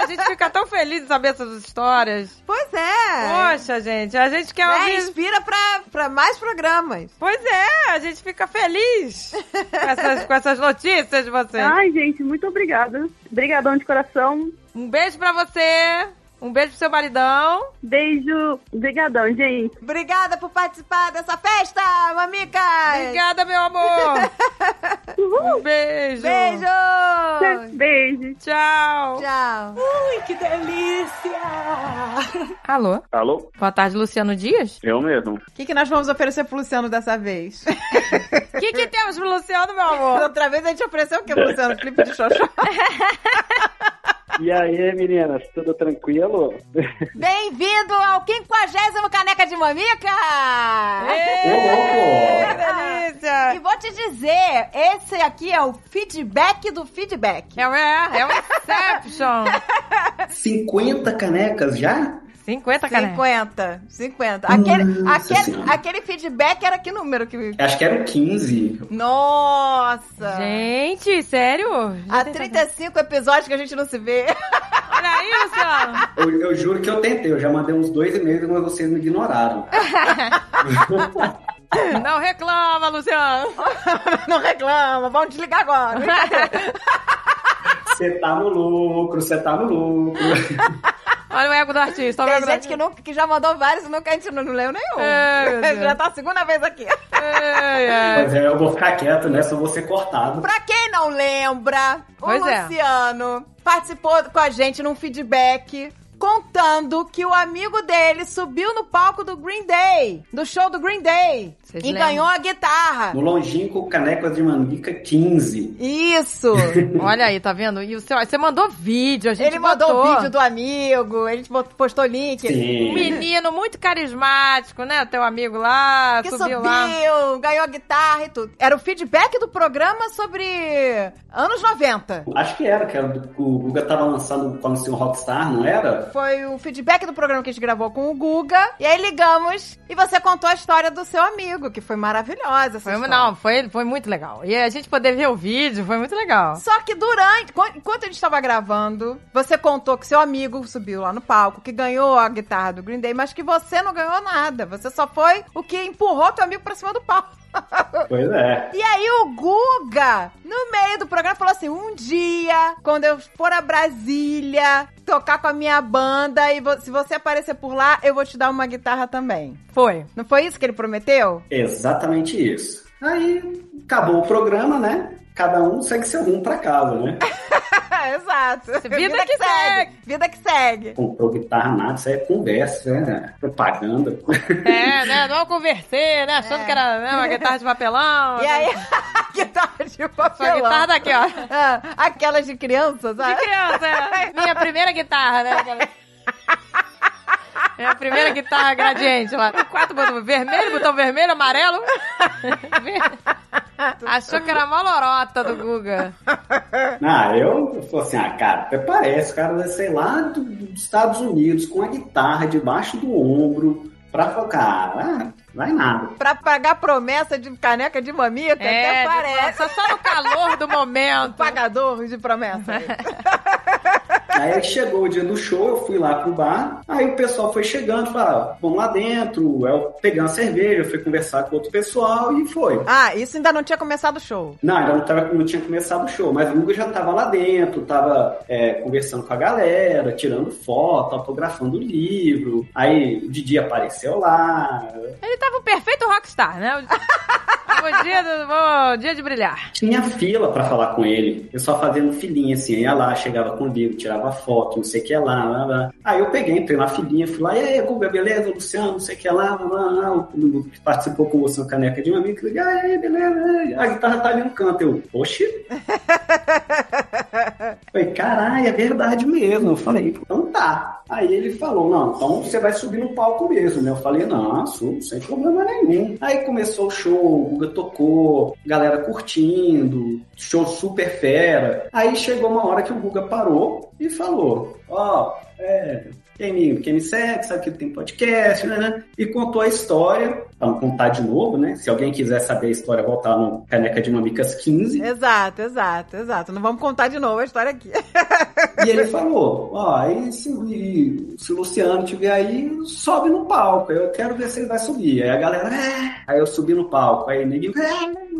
[SPEAKER 1] a gente fica tão feliz de saber essas histórias.
[SPEAKER 2] Pois é.
[SPEAKER 1] Poxa, gente, a gente quer
[SPEAKER 2] né?
[SPEAKER 1] ouvir.
[SPEAKER 2] Inspira pra, pra mais programas.
[SPEAKER 1] Pois é, a gente fica feliz com essas, com essas notícias de você.
[SPEAKER 11] Ai, gente, muito obrigada. Obrigadão de coração.
[SPEAKER 1] Um beijo pra você. Um beijo pro seu maridão.
[SPEAKER 11] Beijo. Obrigadão, gente.
[SPEAKER 2] Obrigada por participar dessa festa, mamicas.
[SPEAKER 1] Obrigada, meu amor. Uhul. Um beijo.
[SPEAKER 2] Beijo.
[SPEAKER 11] Beijo.
[SPEAKER 1] Tchau.
[SPEAKER 2] Tchau.
[SPEAKER 1] Ui, que delícia. Alô?
[SPEAKER 14] Alô?
[SPEAKER 1] Boa tarde, Luciano Dias.
[SPEAKER 14] Eu mesmo.
[SPEAKER 2] O que, que nós vamos oferecer pro Luciano dessa vez?
[SPEAKER 1] O que, que temos pro Luciano, meu amor?
[SPEAKER 2] Outra vez a gente ofereceu o que, Luciano? Felipe de xoxó.
[SPEAKER 14] E aí, meninas, tudo tranquilo?
[SPEAKER 2] Bem-vindo ao 50 Caneca de Mamica!
[SPEAKER 1] Êêê, que delícia!
[SPEAKER 2] E vou te dizer, esse aqui é o feedback do feedback.
[SPEAKER 1] É, é, é o Inception!
[SPEAKER 14] 50 canecas já?
[SPEAKER 1] 50, cara.
[SPEAKER 2] 50, 50. Aquele, aquele, senhora. aquele feedback era que número que.
[SPEAKER 14] Acho que era 15.
[SPEAKER 2] Nossa!
[SPEAKER 1] Gente, sério?
[SPEAKER 2] Já Há 35 episódios que a gente não se vê.
[SPEAKER 1] Olha aí, Luciano.
[SPEAKER 14] Eu, eu juro que eu tentei, eu já mandei uns dois e-mails, mas vocês me ignoraram.
[SPEAKER 1] Não reclama, Luciano.
[SPEAKER 2] Não reclama, vamos desligar agora.
[SPEAKER 14] Você tá no lucro, você tá no lucro.
[SPEAKER 1] Olha o ego do artista.
[SPEAKER 2] Olha
[SPEAKER 1] Tem
[SPEAKER 2] gente artista. Que, nunca, que já mandou vários e nunca a gente não, não leu nenhum.
[SPEAKER 1] É,
[SPEAKER 2] já tá a segunda vez aqui.
[SPEAKER 1] É, é.
[SPEAKER 14] Pois é, eu vou ficar quieto, né? Só vou ser cortado.
[SPEAKER 2] Pra quem não lembra,
[SPEAKER 1] Pois
[SPEAKER 2] o
[SPEAKER 1] é.
[SPEAKER 2] Luciano participou com a gente num feedback contando que o amigo dele subiu no palco do Green Day, do show do Green Day,
[SPEAKER 1] Vocês
[SPEAKER 2] e
[SPEAKER 1] lembram?
[SPEAKER 2] ganhou a guitarra.
[SPEAKER 14] No longínquo, canecas de mandica 15.
[SPEAKER 2] Isso!
[SPEAKER 1] Olha aí, tá vendo? E o seu, você mandou vídeo, a gente
[SPEAKER 2] Ele mandou
[SPEAKER 1] botou.
[SPEAKER 2] o vídeo do amigo, ele bot- postou link.
[SPEAKER 1] Um menino muito carismático, né? Teu amigo lá,
[SPEAKER 2] Que
[SPEAKER 1] subiu
[SPEAKER 2] subiu,
[SPEAKER 1] lá.
[SPEAKER 2] ganhou a guitarra e tudo. Era o feedback do programa sobre anos 90.
[SPEAKER 14] Acho que era, que era do- o Guga tava lançando quando tinha um Rockstar, não era?
[SPEAKER 2] Foi o feedback do programa que a gente gravou com o Guga. E aí ligamos e você contou a história do seu amigo, que foi maravilhosa. Essa
[SPEAKER 1] Foi,
[SPEAKER 2] história.
[SPEAKER 1] não, foi, foi muito legal. E a gente poder ver o vídeo, foi muito legal.
[SPEAKER 2] Só que durante, quan- enquanto a gente estava gravando, você contou que seu amigo subiu lá no palco, que ganhou a guitarra do Green Day, mas que você não ganhou nada. Você só foi o que empurrou teu amigo pra cima do palco.
[SPEAKER 14] Pois é.
[SPEAKER 2] E aí o Guga, no meio do programa, falou assim: um dia, quando eu for a Brasília, tocar com a minha banda, e vo- se você aparecer por lá, eu vou te dar uma guitarra também.
[SPEAKER 1] Foi.
[SPEAKER 2] Não foi isso que ele prometeu?
[SPEAKER 14] Exatamente isso. Aí acabou o programa, né? Cada um segue seu rumo pra casa, né?
[SPEAKER 2] Exato.
[SPEAKER 1] Vida que
[SPEAKER 2] Vida que segue.
[SPEAKER 14] Comprou guitarra nada, isso aí é conversa, né? Propaganda.
[SPEAKER 1] É, né? Não conversei, né? Achando que era né, uma guitarra de papelão.
[SPEAKER 2] É. E
[SPEAKER 1] né?
[SPEAKER 2] aí, a guitarra de papelão.
[SPEAKER 1] Sua guitarra daqui, ó.
[SPEAKER 2] Ah, aquelas de criança,
[SPEAKER 1] De
[SPEAKER 2] sabe?
[SPEAKER 1] criança, é. Minha primeira guitarra, né? Aquela- Minha primeira guitarra gradiente lá. Quatro botões. Vermelho, botão vermelho, amarelo. Achou que era a malorota do Guga.
[SPEAKER 14] Ah, eu, eu falei assim, ah, cara, até parece, o cara, né, sei lá, do- dos Estados Unidos, com a guitarra debaixo do ombro, pra focar, ah, vai nada.
[SPEAKER 2] Pra pagar promessa de caneca de mamita,
[SPEAKER 1] É,
[SPEAKER 2] até
[SPEAKER 1] de-
[SPEAKER 2] parece.
[SPEAKER 1] Só, só no calor do momento.
[SPEAKER 2] Pagador de promessa.
[SPEAKER 14] Aí é chegou o dia do show, eu fui lá pro bar, aí o pessoal foi chegando, falava, vamos lá dentro, eu peguei uma cerveja, fui conversar com outro pessoal e foi.
[SPEAKER 2] Ah, isso ainda não tinha começado o show.
[SPEAKER 14] Não, ainda não, tava, não tinha começado o show, mas o Hugo já tava lá dentro, tava é, conversando com a galera, tirando foto, autografando o livro, aí o Didi apareceu lá.
[SPEAKER 1] Ele tava um perfeito rockstar, né? O dia, do, o dia de brilhar.
[SPEAKER 14] Tinha fila pra falar com ele, eu só fazendo filinha assim, ia lá, chegava com o livro, tirava foto, não sei o que lá, lá, lá. Aí eu peguei, entrei na filinha, fui lá, e aí, Guga, beleza, Luciano, não sei o que lá, lá, lá, todo mundo que participou com você no caneca de um amigo, e aí, beleza, a guitarra tá ali no canto, eu, oxi. falei, caralho, é verdade mesmo. Eu falei, então tá. Aí ele falou, não, então você vai subir no palco mesmo, né? Eu falei, não, subo, sem problema nenhum. Aí começou o show, o Guga tocou, galera curtindo, show super fera. Aí chegou uma hora que o Guga parou e falou, ó, oh, é, quem me, quem me segue sabe que tem podcast, né, né? E contou a história, pra não contar de novo, né? Se alguém quiser saber a história, voltar no Caneca de Mamicas 15.
[SPEAKER 2] Exato, exato, exato. Não vamos contar de novo a história aqui.
[SPEAKER 14] Tá. e ele falou, ó, e se, Assim, e, se o Luciano tiver aí, sobe no palco, eu quero ver se ele vai subir. Aí a galera, é. aí eu subi no palco, aí ninguém, é.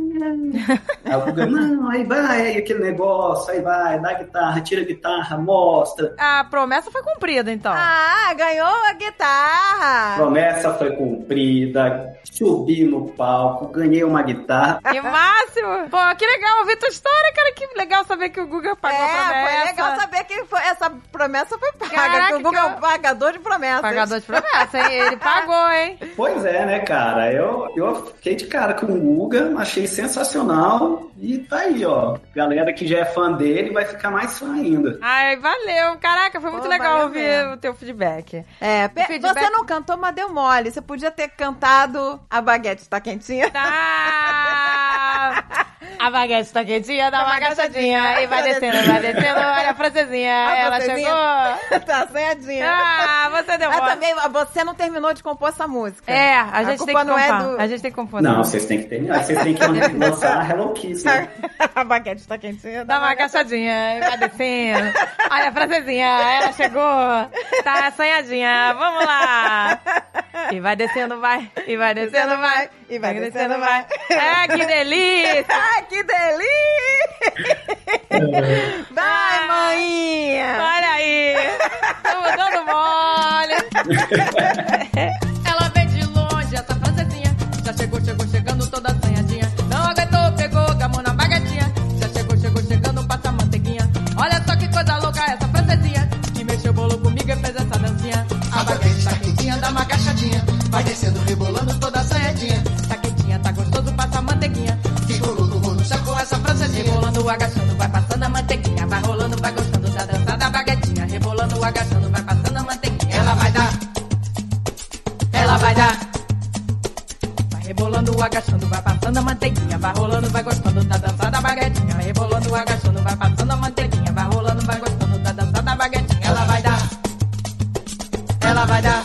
[SPEAKER 14] Aí o Guga, não, aí vai, aí aquele negócio, aí vai, dá a guitarra, tira a guitarra, mostra.
[SPEAKER 1] A promessa foi cumprida, então.
[SPEAKER 2] Ah, ganhou a guitarra!
[SPEAKER 14] Promessa foi cumprida, subi no palco, ganhei uma guitarra.
[SPEAKER 1] Que máximo! Pô, que legal ouvir tua história, cara, que legal saber que o Guga pagou é, a promessa.
[SPEAKER 2] foi legal saber que foi, essa promessa foi paga, Caraca, que o Guga é um pagador de promessas.
[SPEAKER 1] Pagador de promessa, hein? Ele pagou, hein?
[SPEAKER 14] Pois é, né, cara? Eu, eu fiquei de cara com o Guga, achei sensacional sensacional e tá aí, ó. Galera que já é fã dele vai ficar mais fã ainda.
[SPEAKER 1] Ai, valeu. Caraca, foi muito Pô, legal ouvir mesmo. o teu feedback.
[SPEAKER 2] É, feedback... você não cantou, mas deu mole. Você podia ter cantado A Baguete Tá Quentinha.
[SPEAKER 1] Tá. A baguete tá quentinha, dá uma agachadinha e vai descendo, vai descendo. Olha a francesinha, a ela chegou.
[SPEAKER 2] tá assanhadinha.
[SPEAKER 1] Ah, você deu mole.
[SPEAKER 2] também, você não terminou de compor essa música.
[SPEAKER 1] É, a gente a tem que não compor. É do... A gente tem que compor.
[SPEAKER 14] Não, não. vocês têm que terminar. Vocês têm que lançar Hello Kiss. Né?
[SPEAKER 2] a baguete tá quentinha,
[SPEAKER 1] dá, dá uma agachadinha e vai descendo. Olha a francesinha, ela chegou. Tá assanhadinha, vamos lá. E vai descendo, vai. E vai descendo, vai.
[SPEAKER 2] E vai descendo, vai.
[SPEAKER 1] É, que delícia
[SPEAKER 2] que delícia! Vai, ah, maninha!
[SPEAKER 1] Olha aí! Tamo dando mole! Ela vem de longe, essa francesinha. Já chegou, chegou, chegando toda assanhadinha. Não aguentou, pegou, gamou na baguetinha. Já chegou, chegou, chegando, passa a manteiguinha. Olha só que coisa louca essa francesinha. Que mexeu o bolo comigo e fez essa dancinha. A, a baguete tá quentinha, dá uma caixadinha. Vai descendo, rebolando toda assanhadinha. Tá quentinha, tá gostoso, passa a manteiguinha essa francesinha. Rebolando, agachando, vai passando a mantequinha. Vai rolando, vai gostando da dança da baguetinha. Rebolando, agachando, vai passando a mantequinha. Ela vai dar, ela vai dar. Vai rebolando, agachando, vai passando a mantequinha. Vai rolando, vai gostando da dança da baguetinha. Vai rebolando, agachando, vai passando a mantequinha. Vai rolando, vai gostando da dança da baguetinha. Ela vai dar, ela vai dar.